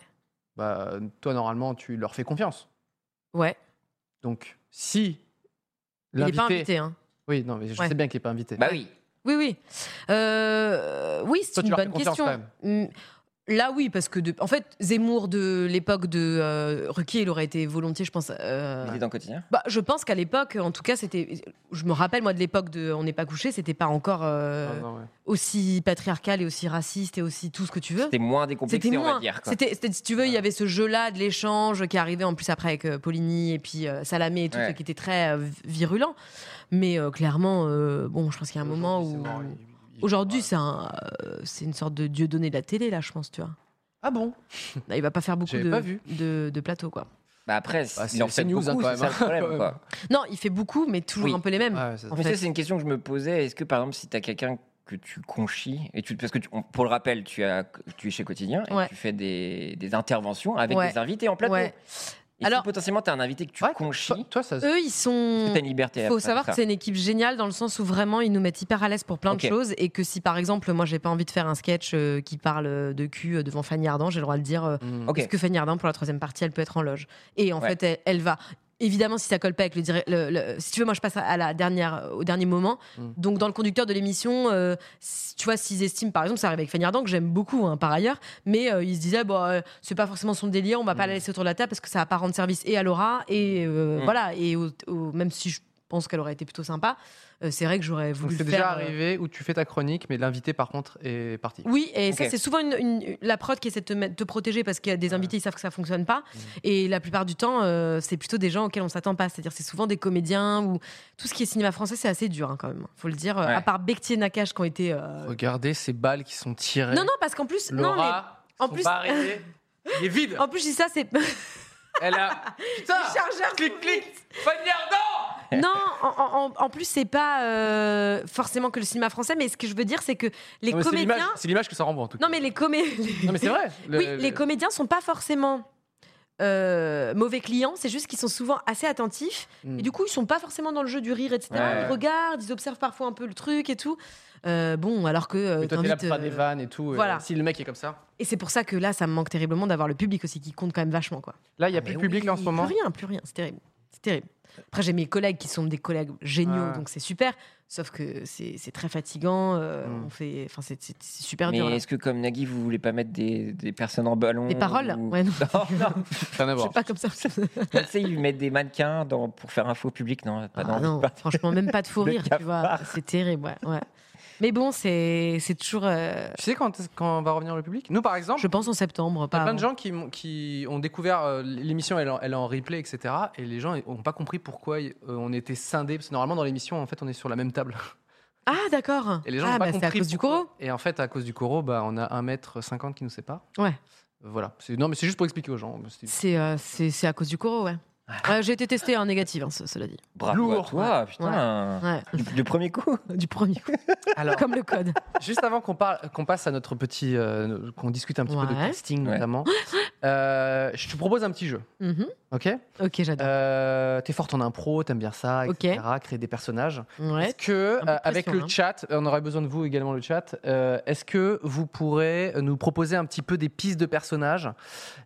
[SPEAKER 2] bah, toi normalement tu leur fais confiance.
[SPEAKER 4] Ouais.
[SPEAKER 2] Donc si
[SPEAKER 4] Il est pas
[SPEAKER 2] l'invité,
[SPEAKER 4] invité. Hein.
[SPEAKER 2] oui non mais je
[SPEAKER 4] Ouais.
[SPEAKER 2] sais bien qu'il est pas invité.
[SPEAKER 3] Bah oui.
[SPEAKER 4] Oui, oui. Euh, oui, c'est
[SPEAKER 2] Toi, tu
[SPEAKER 4] une
[SPEAKER 2] leur fais
[SPEAKER 4] bonne
[SPEAKER 2] confiance,
[SPEAKER 4] question.
[SPEAKER 2] quand
[SPEAKER 4] Hum, Là, oui, parce que de... en fait, Zemmour de l'époque de euh, Ruquier, il aurait été volontiers, je pense. euh,
[SPEAKER 3] Il est dans le quotidien.
[SPEAKER 4] Bah, je pense qu'à l'époque, en tout cas, c'était. Je me rappelle moi de l'époque de On n'est pas couché, c'était pas encore euh,
[SPEAKER 2] Ah, non, ouais.
[SPEAKER 4] aussi patriarcal et aussi raciste et aussi tout ce que tu veux.
[SPEAKER 3] C'était moins décomplexé, on va dire. quoi.
[SPEAKER 4] C'était, c'était- si tu veux, il y avait ce jeu-là de l'échange qui arrivait en plus après avec euh, Polini et puis euh, Salamé et tout,
[SPEAKER 3] Ouais.
[SPEAKER 4] ce qui était très euh, virulent. Mais euh, clairement, euh, bon, je pense qu'il y a un moment
[SPEAKER 2] Aujourd'hui,
[SPEAKER 4] où.
[SPEAKER 2] c'est mort, il- il-
[SPEAKER 4] Aujourd'hui, c'est, un, euh, c'est une sorte de dieu donné de la télé, là, je pense, tu vois.
[SPEAKER 2] ah bon
[SPEAKER 4] Là, il va pas faire beaucoup
[SPEAKER 2] J'avais
[SPEAKER 4] de,
[SPEAKER 2] pas vu.
[SPEAKER 4] de, de plateaux, quoi.
[SPEAKER 3] Bah après,
[SPEAKER 2] Bah,
[SPEAKER 3] il en
[SPEAKER 2] c'est- c'est
[SPEAKER 3] fait
[SPEAKER 2] news, hein,
[SPEAKER 3] beaucoup,
[SPEAKER 2] quand
[SPEAKER 3] c'est ça
[SPEAKER 2] même.
[SPEAKER 3] le problème. quoi.
[SPEAKER 4] Non, il fait beaucoup, mais toujours
[SPEAKER 3] Oui.
[SPEAKER 4] un peu les mêmes.
[SPEAKER 2] Ouais, c'est ça.
[SPEAKER 4] en
[SPEAKER 3] Mais
[SPEAKER 4] fait.
[SPEAKER 3] ça, c'est une question que je me posais. Est-ce que, par exemple, si tu as quelqu'un que tu conchies, et tu, parce que, tu- on- pour le rappel, tu, as, tu es chez Quotidien et
[SPEAKER 4] Ouais.
[SPEAKER 3] tu fais des, des interventions avec
[SPEAKER 4] Ouais.
[SPEAKER 3] des invités en plateau.
[SPEAKER 4] Ouais.
[SPEAKER 3] Et
[SPEAKER 4] Alors-
[SPEAKER 3] si potentiellement, tu as un invité que tu
[SPEAKER 2] Ouais,
[SPEAKER 3] conchies,
[SPEAKER 2] Toi, toi, ça.
[SPEAKER 4] Eux, ils
[SPEAKER 3] est-ce
[SPEAKER 4] sont.
[SPEAKER 3] que tu as une liberté
[SPEAKER 4] Il
[SPEAKER 3] après
[SPEAKER 4] faut
[SPEAKER 3] tout
[SPEAKER 4] savoir
[SPEAKER 3] ça
[SPEAKER 4] que c'est une équipe géniale dans le sens où vraiment ils nous mettent hyper à l'aise pour plein
[SPEAKER 3] Ok.
[SPEAKER 4] de choses et que si par exemple moi j'ai pas envie de faire un sketch euh, qui parle euh, de cul euh, devant Fanny Ardant, j'ai le droit de dire euh,
[SPEAKER 2] Hmm.
[SPEAKER 3] Ok.
[SPEAKER 4] est-ce que Fanny Ardant pour la troisième partie elle peut être en loge et en
[SPEAKER 3] Ouais.
[SPEAKER 4] fait elle, elle va évidemment si ça colle pas avec le, direct- le- le- si tu veux moi je passe à la dernière au dernier moment
[SPEAKER 2] Mm.
[SPEAKER 4] donc dans le conducteur de l'émission euh, si- tu vois s'ils estiment par exemple ça arrive avec Fanny Ardant que j'aime beaucoup hein, par ailleurs mais euh, ils se disaient bon euh, c'est pas forcément son délire on va
[SPEAKER 2] Mm.
[SPEAKER 4] pas la laisser autour de la table parce que ça va pas rendre service et à Laura et euh,
[SPEAKER 3] Mm.
[SPEAKER 4] voilà et au- au- même si je pense qu'elle aurait été plutôt sympa euh, c'est vrai que j'aurais
[SPEAKER 2] Donc,
[SPEAKER 4] voulu
[SPEAKER 2] c'est
[SPEAKER 4] le
[SPEAKER 2] déjà
[SPEAKER 4] faire, euh,
[SPEAKER 2] arrivé où tu fais ta chronique, mais l'invité par contre est parti.
[SPEAKER 4] oui, et ça,
[SPEAKER 3] Ok.
[SPEAKER 4] c'est souvent une, une- la prod qui essaie de te, mettre- te protéger parce qu'il y a des invités, ils savent que ça fonctionne pas.
[SPEAKER 2] Mmh.
[SPEAKER 4] Et la plupart du temps, euh, c'est plutôt des gens auxquels on s'attend pas. C'est-à-dire, c'est souvent des comédiens ou tout ce qui est cinéma français, c'est assez dur hein, quand même. Faut le dire. Euh,
[SPEAKER 3] Ouais.
[SPEAKER 4] À part Bectier et Nakache qui ont été. euh,
[SPEAKER 2] Regardez ces balles qui sont tirées.
[SPEAKER 4] Non, non, parce qu'en plus. non, mais
[SPEAKER 2] Laura,
[SPEAKER 4] en
[SPEAKER 2] son
[SPEAKER 4] plus-
[SPEAKER 2] barré, il est vide.
[SPEAKER 4] En plus, je dis ça, c'est.
[SPEAKER 2] Elle a. Putain
[SPEAKER 4] chargeur
[SPEAKER 2] Ah, Clic, clic Fanny Ardant
[SPEAKER 4] Non, en, en- en- en plus, c'est pas euh, forcément que le cinéma français, mais ce que je veux dire, c'est que les
[SPEAKER 2] Non, mais c'est l'image-
[SPEAKER 4] comédiens.
[SPEAKER 2] C'est l'image que ça renvoie en tout cas.
[SPEAKER 4] Non, mais les comédiens.
[SPEAKER 2] Non, mais c'est vrai. le-
[SPEAKER 4] Oui, les comédiens sont pas forcément euh, mauvais clients, c'est juste qu'ils sont souvent assez attentifs.
[SPEAKER 2] Hmm.
[SPEAKER 4] Et du coup, ils sont pas forcément dans le jeu du rire, etc.
[SPEAKER 3] Ouais.
[SPEAKER 4] Ils regardent, ils observent parfois un peu le truc et tout. Euh, bon, alors que. euh,
[SPEAKER 2] Mais toi, t'es là
[SPEAKER 4] t'invites,
[SPEAKER 2] pour faire des
[SPEAKER 4] euh,
[SPEAKER 2] vannes et tout. et
[SPEAKER 4] voilà.
[SPEAKER 2] Si le mec est comme ça.
[SPEAKER 4] Et c'est pour ça que là, ça me manque terriblement d'avoir le public aussi qui compte quand même vachement, quoi.
[SPEAKER 2] Là, il n'y a
[SPEAKER 3] Ah,
[SPEAKER 2] plus
[SPEAKER 3] mais
[SPEAKER 2] de public là, en ce
[SPEAKER 4] Plus
[SPEAKER 2] moment.
[SPEAKER 4] rien, plus rien, c'est terrible. C'est terrible. Après, j'ai mes collègues qui sont des collègues géniaux,
[SPEAKER 2] Ouais.
[SPEAKER 4] donc c'est super. Sauf que c'est c'est très fatigant. euh,
[SPEAKER 2] Hmm.
[SPEAKER 4] On fait, enfin, c'est c'est- c'est super dur.
[SPEAKER 3] Mais
[SPEAKER 4] là.
[SPEAKER 3] est-ce que, comme Nagui, vous voulez pas mettre des, des personnes en ballon
[SPEAKER 4] Des paroles
[SPEAKER 3] ou-
[SPEAKER 4] Ouais, non.
[SPEAKER 3] Non, non.
[SPEAKER 2] Rien à
[SPEAKER 4] Je
[SPEAKER 2] voir.
[SPEAKER 4] sais pas comme ça.
[SPEAKER 3] Tu sais, ils mettent des mannequins dans- pour faire un faux public. Non, pas
[SPEAKER 4] Ah
[SPEAKER 3] d'envie.
[SPEAKER 4] non, franchement, même pas de fou
[SPEAKER 3] Le
[SPEAKER 4] rire, tu vois. C'est terrible, ouais. ouais. Mais bon, c'est c'est toujours. euh,
[SPEAKER 2] Tu sais quand, quand on va revenir le public Nous, par exemple,
[SPEAKER 4] je pense en septembre.
[SPEAKER 2] il y
[SPEAKER 4] Pas
[SPEAKER 2] a plein de
[SPEAKER 4] avant.
[SPEAKER 2] gens qui, m'ont- qui ont découvert euh, l'émission, elle, est en- elle est en replay, etc. Et les gens n'ont pas compris pourquoi euh, on était scindés. Parce que normalement, dans l'émission, en fait, on est sur la même table.
[SPEAKER 4] Ah, d'accord.
[SPEAKER 2] Et les gens
[SPEAKER 4] ah,
[SPEAKER 2] n'ont pas
[SPEAKER 4] bah, c'est
[SPEAKER 2] compris.
[SPEAKER 4] à cause du
[SPEAKER 2] pourquoi.
[SPEAKER 4] coro.
[SPEAKER 2] Et en fait, à cause du coro, bah, on a 1m50 qui nous sépare.
[SPEAKER 4] Ouais.
[SPEAKER 2] Voilà. C'est- Non, mais c'est juste pour expliquer aux gens. C'était-
[SPEAKER 4] C'est euh, c'est c'est à cause du coro, ouais. Ouais, J'ai été testée en négative, hein, ce- cela dit.
[SPEAKER 3] Bravo
[SPEAKER 2] Lourd.
[SPEAKER 3] à toi, putain.
[SPEAKER 4] Ouais,
[SPEAKER 3] Du, du premier coup.
[SPEAKER 4] du premier coup.
[SPEAKER 2] Alors,
[SPEAKER 4] Comme le code.
[SPEAKER 2] Juste avant qu'on parle, qu'on passe à notre petit, euh, qu'on discute un petit peu de
[SPEAKER 4] Ouais.
[SPEAKER 2] casting
[SPEAKER 3] Ouais.
[SPEAKER 2] notamment, euh, je te propose un petit jeu,
[SPEAKER 4] Mhm.
[SPEAKER 2] ok
[SPEAKER 4] Ok, j'adore.
[SPEAKER 2] Euh, T'es forte en impro, t'aimes bien ça,
[SPEAKER 4] Ok.
[SPEAKER 2] etc. Créer des personnages.
[SPEAKER 4] Ouais.
[SPEAKER 2] Est-ce que
[SPEAKER 4] Un peu de
[SPEAKER 2] euh, avec
[SPEAKER 4] pression,
[SPEAKER 2] le
[SPEAKER 4] hein.
[SPEAKER 2] chat, on aurait besoin de vous également le chat. euh, Est-ce que vous pourrez nous proposer un petit peu des pistes de personnages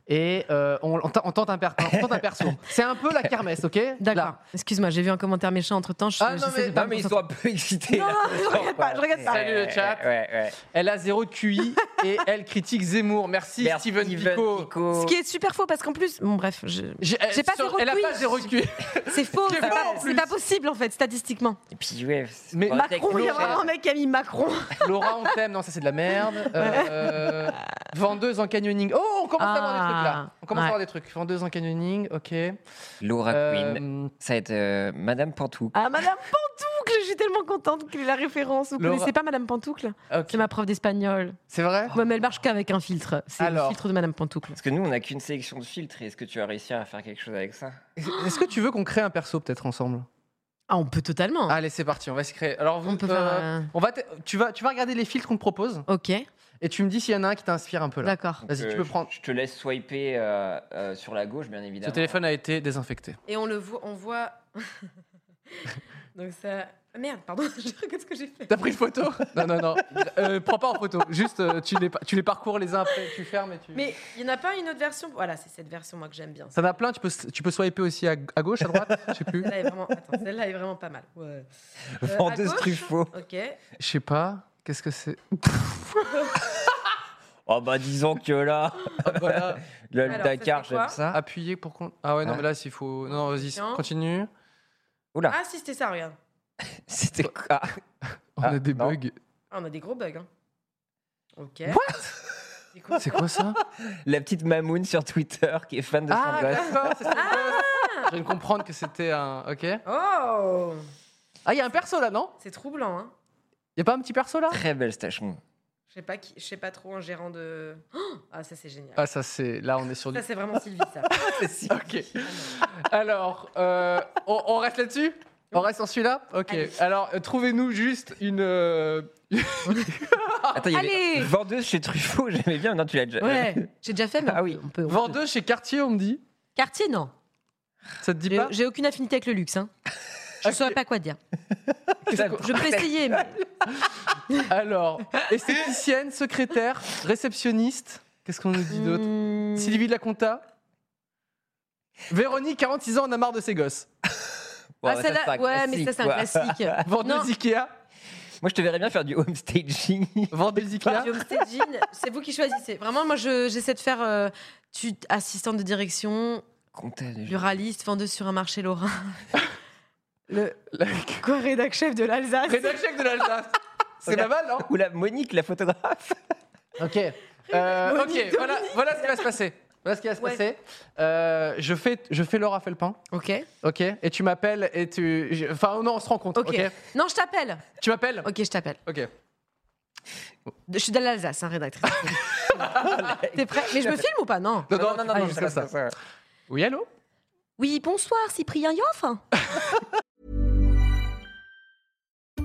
[SPEAKER 2] et euh, on, on t- on tente un, per- on tente un perso. C'est un peu la kermesse, ok
[SPEAKER 4] D'accord.
[SPEAKER 2] Là.
[SPEAKER 4] Excuse-moi, j'ai vu un commentaire méchant entre temps. Je,
[SPEAKER 2] Ah, non,
[SPEAKER 4] j'essaie
[SPEAKER 2] mais-
[SPEAKER 4] de pas
[SPEAKER 3] Non,
[SPEAKER 4] me
[SPEAKER 3] mais ils
[SPEAKER 4] concentrer.
[SPEAKER 3] sont un peu excités.
[SPEAKER 4] Non,
[SPEAKER 3] là.
[SPEAKER 4] je regarde pas, je regarde pas.
[SPEAKER 2] Salut, le chat.
[SPEAKER 3] Ouais, ouais.
[SPEAKER 2] Elle a zéro QI et elle critique Zemmour. Merci,
[SPEAKER 3] Merci,
[SPEAKER 2] Steven Bicot.
[SPEAKER 3] Bicot.
[SPEAKER 4] Ce qui est super faux parce qu'en plus, bon bref, je-
[SPEAKER 2] J'ai- elle-
[SPEAKER 4] J'ai pas
[SPEAKER 2] sur-
[SPEAKER 4] zéro
[SPEAKER 2] elle a
[SPEAKER 4] QI.
[SPEAKER 2] pas zéro QI.
[SPEAKER 4] c'est faux,
[SPEAKER 2] C'est
[SPEAKER 4] c'est
[SPEAKER 2] faux,
[SPEAKER 4] pas-
[SPEAKER 2] en
[SPEAKER 4] c'est pas possible en fait statistiquement.
[SPEAKER 3] Et puis, ouais. c'est
[SPEAKER 2] Mais-
[SPEAKER 3] pas
[SPEAKER 4] Macron, il y a
[SPEAKER 3] technique.
[SPEAKER 4] vraiment un mec qui a mis Macron.
[SPEAKER 2] Laura, on t'aime. Non, ça c'est de la merde. Euh, Vendeuse en canyoning. Oh, on commence à avoir des trucs là.
[SPEAKER 4] Ah,
[SPEAKER 2] On commence à
[SPEAKER 4] ouais.
[SPEAKER 2] avoir des trucs. Vendeuse en canyoning, ok.
[SPEAKER 3] Laura
[SPEAKER 2] Euh,
[SPEAKER 3] Queen. Ça va être euh, Madame Pantou.
[SPEAKER 4] Ah, Madame Pantoucle Je suis tellement contente qu'il ait la référence. Vous
[SPEAKER 2] Laura-
[SPEAKER 4] connaissez pas Madame Pantoucle Oh.
[SPEAKER 2] ok.
[SPEAKER 4] C'est ma prof d'espagnol.
[SPEAKER 2] C'est vrai
[SPEAKER 4] Ouais, mais elle marche qu'avec un filtre. C'est le
[SPEAKER 2] Alors.
[SPEAKER 4] filtre de Madame Pantoucle.
[SPEAKER 3] Parce que nous, on n'a qu'une sélection de filtres. et Est-ce que tu vas réussir à faire quelque chose avec ça
[SPEAKER 2] Est-ce que tu veux qu'on crée un perso peut-être ensemble
[SPEAKER 4] Ah, on peut totalement.
[SPEAKER 2] Allez, c'est parti, on va se créer. Alors, vous-
[SPEAKER 4] on peut
[SPEAKER 2] euh,
[SPEAKER 4] faire. un-
[SPEAKER 2] on va te- tu, vas, tu vas regarder les filtres qu'on te propose
[SPEAKER 4] Ok,
[SPEAKER 2] et tu me dis s'il y en a un qui t'inspire un peu là.
[SPEAKER 4] d'accord.
[SPEAKER 2] Vas-y,
[SPEAKER 3] Donc,
[SPEAKER 2] tu
[SPEAKER 3] euh,
[SPEAKER 2] peux
[SPEAKER 3] je-
[SPEAKER 2] prendre.
[SPEAKER 3] Je te laisse swiper euh, euh, sur la gauche, bien
[SPEAKER 2] Ce
[SPEAKER 3] évidemment.
[SPEAKER 2] téléphone a été désinfecté.
[SPEAKER 4] Et on le voit, on voit. Donc ça. Ah, Merde, pardon, je regarde ce que j'ai fait.
[SPEAKER 2] T'as pris une photo Non, non, non. Euh, prends pas en photo. Juste, euh, tu, les, pa- tu les parcours les uns après, tu fermes et tu.
[SPEAKER 4] Mais il n'y en a pas une autre version Voilà, c'est cette version moi que j'aime bien.
[SPEAKER 2] Ça n'a plein, tu peux, tu peux swiper aussi à, à gauche, à droite Je sais plus.
[SPEAKER 4] Celle-là est vraiment, attends, celle-là est vraiment pas mal. Ouais. Euh, à
[SPEAKER 3] Vendeuse
[SPEAKER 4] gauche
[SPEAKER 3] Truffaut.
[SPEAKER 4] Ok.
[SPEAKER 2] Je sais pas. Qu'est-ce que c'est
[SPEAKER 3] Oh bah disons que là,
[SPEAKER 2] Ah, Voilà.
[SPEAKER 3] là,
[SPEAKER 4] Alors,
[SPEAKER 3] le
[SPEAKER 4] ça,
[SPEAKER 3] Dakar,
[SPEAKER 4] c'est quoi
[SPEAKER 3] j'aime ça.
[SPEAKER 2] Appuyer pour. qu'on- Ah ouais, non,
[SPEAKER 3] Ah.
[SPEAKER 2] mais là, s'il faut. Non, vas-y,
[SPEAKER 4] Tiens.
[SPEAKER 2] continue.
[SPEAKER 3] Oula,
[SPEAKER 4] Ah si, c'était ça, regarde.
[SPEAKER 3] c'était quoi
[SPEAKER 2] On
[SPEAKER 3] Ah,
[SPEAKER 2] a des
[SPEAKER 3] non.
[SPEAKER 2] bugs.
[SPEAKER 4] Ah, on a des gros bugs. Hein. Ok.
[SPEAKER 2] Eh.
[SPEAKER 4] C'est quoi
[SPEAKER 2] C'est quoi ça
[SPEAKER 3] La petite Mamoun sur Twitter qui est fan
[SPEAKER 4] Ah,
[SPEAKER 3] de son gosse.
[SPEAKER 2] Ah, d'accord, c'est ça. Je viens de comprendre que c'était un. Ok.
[SPEAKER 4] Oh
[SPEAKER 2] Ah, il y a un perso là, non
[SPEAKER 4] C'est troublant, hein.
[SPEAKER 2] Il y a pas un petit perso là
[SPEAKER 3] Très belle station.
[SPEAKER 4] Je sais pas, qui- je sais pas trop un gérant de. Oh ah, ça c'est génial.
[SPEAKER 2] Ah, ça, c'est. Là, on est sur du.
[SPEAKER 4] Ça c'est vraiment Sylvie, ça.
[SPEAKER 2] Ok. Alors, euh, on, on reste là-dessus On reste sur celui-là Ok.
[SPEAKER 4] Allez.
[SPEAKER 2] Alors, euh, trouvez-nous juste une. euh,
[SPEAKER 3] Attends, il
[SPEAKER 4] Oh,
[SPEAKER 3] y avait
[SPEAKER 4] Allez
[SPEAKER 3] vendeuse chez Truffaut, j'aimais bien. Non, tu l'as déjà.
[SPEAKER 4] Ouais, j'ai déjà fait, mais
[SPEAKER 3] Ah oui.
[SPEAKER 4] on peut. on peut-
[SPEAKER 2] Vendeuse chez Cartier, on me dit.
[SPEAKER 4] Quartier, non.
[SPEAKER 2] Ça te dit
[SPEAKER 4] J'ai-
[SPEAKER 2] pas
[SPEAKER 4] J'ai aucune affinité avec le luxe. Hein. Je ne saurais pas quoi dire. Je peux essayer, mais.
[SPEAKER 2] Alors, esthéticienne, secrétaire, réceptionniste. Qu'est-ce qu'on nous dit d'autre
[SPEAKER 4] Hmm.
[SPEAKER 2] Sylvie de la Conta. Véronique, 46 ans, en a marre de ses gosses.
[SPEAKER 3] Bon,
[SPEAKER 4] Ah,
[SPEAKER 3] bah, ça,
[SPEAKER 4] celle-là-
[SPEAKER 3] c'est un
[SPEAKER 4] ouais, mais ça, c'est un
[SPEAKER 3] quoi.
[SPEAKER 4] classique. Non.
[SPEAKER 2] Vendeuse Ikea.
[SPEAKER 3] Moi, je te verrais bien faire du home staging.
[SPEAKER 2] Vendeuse Ikea.
[SPEAKER 4] Du homestaging, c'est vous qui choisissez. Vraiment, moi, je- j'essaie de faire euh, tu, assistante de direction,
[SPEAKER 3] Comptable.
[SPEAKER 4] pluraliste, vendeuse sur un marché lorrain. Le
[SPEAKER 2] La-
[SPEAKER 4] quoi, rédac chef de l'Alsace
[SPEAKER 2] Rédac chef de l'Alsace. C'est
[SPEAKER 3] Ok.
[SPEAKER 2] pas mal, non
[SPEAKER 3] Ou la Monique, la photographe.
[SPEAKER 2] Ok. Euh,
[SPEAKER 4] Monique,
[SPEAKER 2] ok, voilà, voilà ce qui va se passer. Voilà ce qui va se
[SPEAKER 4] Ouais.
[SPEAKER 2] passer. Euh, je, fais, je fais Laura Felpin,
[SPEAKER 4] Ok.
[SPEAKER 2] ok Et tu m'appelles et tu. je- Enfin, non, on se rencontre, ok,
[SPEAKER 4] Ok. Non, je t'appelle.
[SPEAKER 2] Tu m'appelles
[SPEAKER 4] Ok, je t'appelle.
[SPEAKER 2] Ok.
[SPEAKER 4] Je suis de l'Alsace, hein, rédactrice. T'es prêt Mais je me filme ou pas Non.
[SPEAKER 2] Non, non, non, non,
[SPEAKER 4] Ah,
[SPEAKER 2] non, juste comme ça. Oui, allô
[SPEAKER 4] Oui, bonsoir, Cyprien Yoff.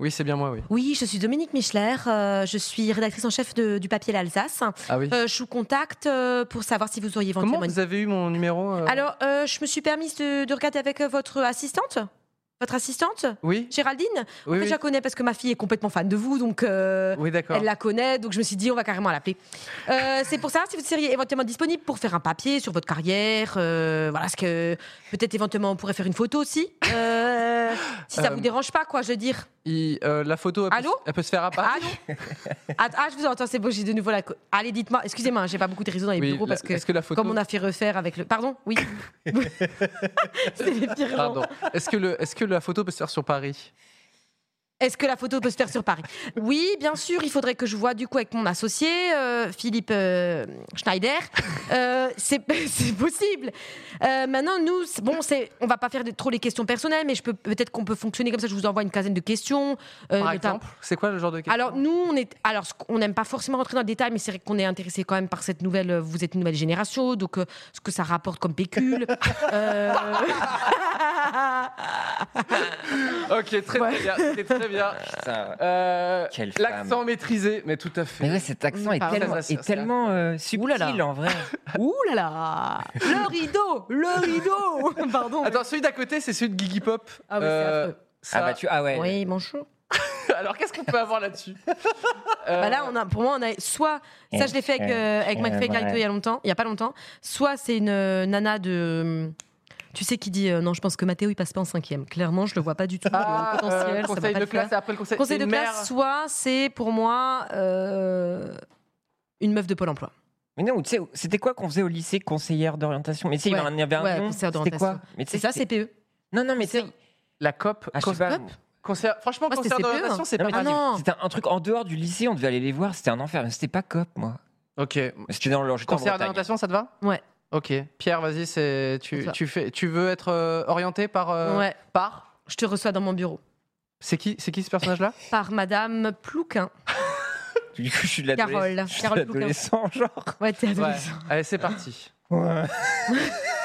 [SPEAKER 2] Oui, c'est bien moi, oui.
[SPEAKER 4] Oui, je suis Dominique Michler. euh, je suis rédactrice en chef de- du papier L'Alsace.
[SPEAKER 2] Ah oui.
[SPEAKER 4] Euh, je vous contacte euh, pour savoir si vous auriez vendu
[SPEAKER 2] Comment
[SPEAKER 4] mon-
[SPEAKER 2] vous avez eu mon numéro euh
[SPEAKER 4] Alors, euh, je me suis permise de, de regarder avec euh, votre assistante Votre assistante
[SPEAKER 2] Oui,
[SPEAKER 4] Géraldine En
[SPEAKER 2] oui,
[SPEAKER 4] fait,
[SPEAKER 2] oui.
[SPEAKER 4] je la connais parce que ma fille est complètement fan de vous, donc euh,
[SPEAKER 2] Oui, d'accord.
[SPEAKER 4] elle la connaît, donc je me suis dit, on va carrément l'appeler. Euh, c'est pour ça, si vous seriez éventuellement disponible pour faire un papier sur votre carrière, euh, voilà, ce que peut-être éventuellement on pourrait faire une photo aussi, euh, si ça
[SPEAKER 2] Euh,
[SPEAKER 4] vous dérange pas, quoi, je veux dire.
[SPEAKER 2] Il- euh, la photo, elle,
[SPEAKER 4] Allô
[SPEAKER 2] peut, se- elle peut se faire à part.
[SPEAKER 4] Ah non ah, ah, je vous entends, c'est bon, j'ai de nouveau la. co- Allez, dites-moi, excusez-moi, hein, j'ai pas beaucoup de réseaux dans les
[SPEAKER 2] Oui,
[SPEAKER 4] bureaux
[SPEAKER 2] la-
[SPEAKER 4] parce que,
[SPEAKER 2] est-ce que la photo-
[SPEAKER 4] comme on a fait refaire avec le. Pardon, oui. c'est les pires gens.
[SPEAKER 2] Pardon. Ah, Est-ce que, le- est-ce que la photo peut se faire sur Paris
[SPEAKER 4] Est-ce que la photo peut se faire sur Paris Oui, bien sûr, il faudrait que je vois du coup avec mon associé, euh, Philippe euh, Schneider. Euh, c'est c'est possible. Euh, maintenant, nous, c'est- bon, c'est- on va pas faire de- trop les questions personnelles, mais je peux peut-être qu'on peut fonctionner comme ça. Je vous envoie une quinzaine de questions. euh,
[SPEAKER 2] Par
[SPEAKER 4] notamment-
[SPEAKER 2] exemple C'est quoi le genre de question
[SPEAKER 4] Alors nous, on est, alors ce qu'on- on n'aime pas forcément rentrer dans le détail, mais c'est vrai qu'on est intéressé quand même par cette nouvelle. euh, Vous êtes une nouvelle génération, donc euh, ce que ça rapporte comme pécule. Euh,
[SPEAKER 2] Ok, très, très bien. C'était très bien.
[SPEAKER 3] Putain.
[SPEAKER 2] Euh,
[SPEAKER 3] Quelle femme.
[SPEAKER 2] L'accent maîtrisé, mais tout à fait.
[SPEAKER 3] Mais ouais, cet accent est
[SPEAKER 4] Pardon.
[SPEAKER 3] tellement,
[SPEAKER 2] Ça, ça, ça,
[SPEAKER 3] est
[SPEAKER 2] ça.
[SPEAKER 3] tellement euh, subtil
[SPEAKER 4] là.
[SPEAKER 3] en vrai.
[SPEAKER 4] Ouh là là, le rideau, le rideau. Pardon.
[SPEAKER 2] Attends, celui d'à côté, c'est celui de Gigi Pop. Euh,
[SPEAKER 4] Ah oui, c'est affreux.
[SPEAKER 2] ça-
[SPEAKER 3] Ah bah tu ah ouais.
[SPEAKER 4] Oui, bonjour.
[SPEAKER 2] Alors qu'est-ce qu'on peut avoir là-dessus
[SPEAKER 6] Bah là, on a, pour moi, on a soit ça, je l'ai fait avec, euh, avec McFay Carito il y a longtemps, il y a pas longtemps. Soit c'est une euh, nana de, euh, tu sais, qui dit euh, non, je pense que Mathéo il passe pas en cinquième. Clairement, je le vois pas du tout. le
[SPEAKER 2] Ah, euh,
[SPEAKER 6] potentiel, ça va
[SPEAKER 2] conseil
[SPEAKER 6] pas
[SPEAKER 2] de
[SPEAKER 6] le faire.
[SPEAKER 2] classe et après le conseil,
[SPEAKER 6] Conseil
[SPEAKER 2] c'est
[SPEAKER 6] de
[SPEAKER 2] une mère.
[SPEAKER 6] classe, soit c'est pour moi euh, une meuf de Pôle Emploi.
[SPEAKER 3] Mais non, tu sais, c'était quoi qu'on faisait au lycée conseillère d'orientation Mais tu sais, il y
[SPEAKER 6] Ouais,
[SPEAKER 3] avait un- il y avait un
[SPEAKER 6] ouais,
[SPEAKER 3] nom,
[SPEAKER 6] conseillère
[SPEAKER 3] c'était quoi
[SPEAKER 6] d'orientation.
[SPEAKER 3] Mais tu
[SPEAKER 6] C'est
[SPEAKER 3] sais,
[SPEAKER 6] E. ça, CPE.
[SPEAKER 3] Non, non, mais tu sais,
[SPEAKER 2] La COP.
[SPEAKER 3] ah, je sais
[SPEAKER 2] conseil-
[SPEAKER 3] pas.
[SPEAKER 2] conseil- Franchement,
[SPEAKER 6] Moi, c'était
[SPEAKER 2] conseil
[SPEAKER 6] CPE,
[SPEAKER 2] d'orientation,
[SPEAKER 6] hein.
[SPEAKER 2] c'est
[SPEAKER 3] Non,
[SPEAKER 2] pas
[SPEAKER 3] mais
[SPEAKER 6] Ah
[SPEAKER 2] mal.
[SPEAKER 6] non.
[SPEAKER 3] C'était un, un truc en dehors du lycée, on devait aller les voir, c'était un enfer. Mais c'était pas COP, moi.
[SPEAKER 2] Ok.
[SPEAKER 3] J'étais dans le j'étais en
[SPEAKER 2] Conseil
[SPEAKER 3] Bretagne.
[SPEAKER 2] d'orientation, ça te va
[SPEAKER 6] Ouais.
[SPEAKER 2] Ok. Pierre, vas-y, c'est tu,
[SPEAKER 6] C'est toi.
[SPEAKER 2] tu fais tu veux être euh, orienté par euh,
[SPEAKER 6] Ouais.
[SPEAKER 2] par
[SPEAKER 6] Je te reçois dans mon bureau
[SPEAKER 2] c'est qui c'est qui ce personnage là
[SPEAKER 6] par Madame Plouquin.
[SPEAKER 3] Du coup, je suis de l'adolescent.
[SPEAKER 6] Carole,
[SPEAKER 3] je suis de
[SPEAKER 6] Carole Bouquin.
[SPEAKER 3] l'adolescent, genre.
[SPEAKER 6] Ouais, t'es
[SPEAKER 2] Ouais.
[SPEAKER 6] adolescent.
[SPEAKER 2] Allez, c'est parti.
[SPEAKER 3] Ouais.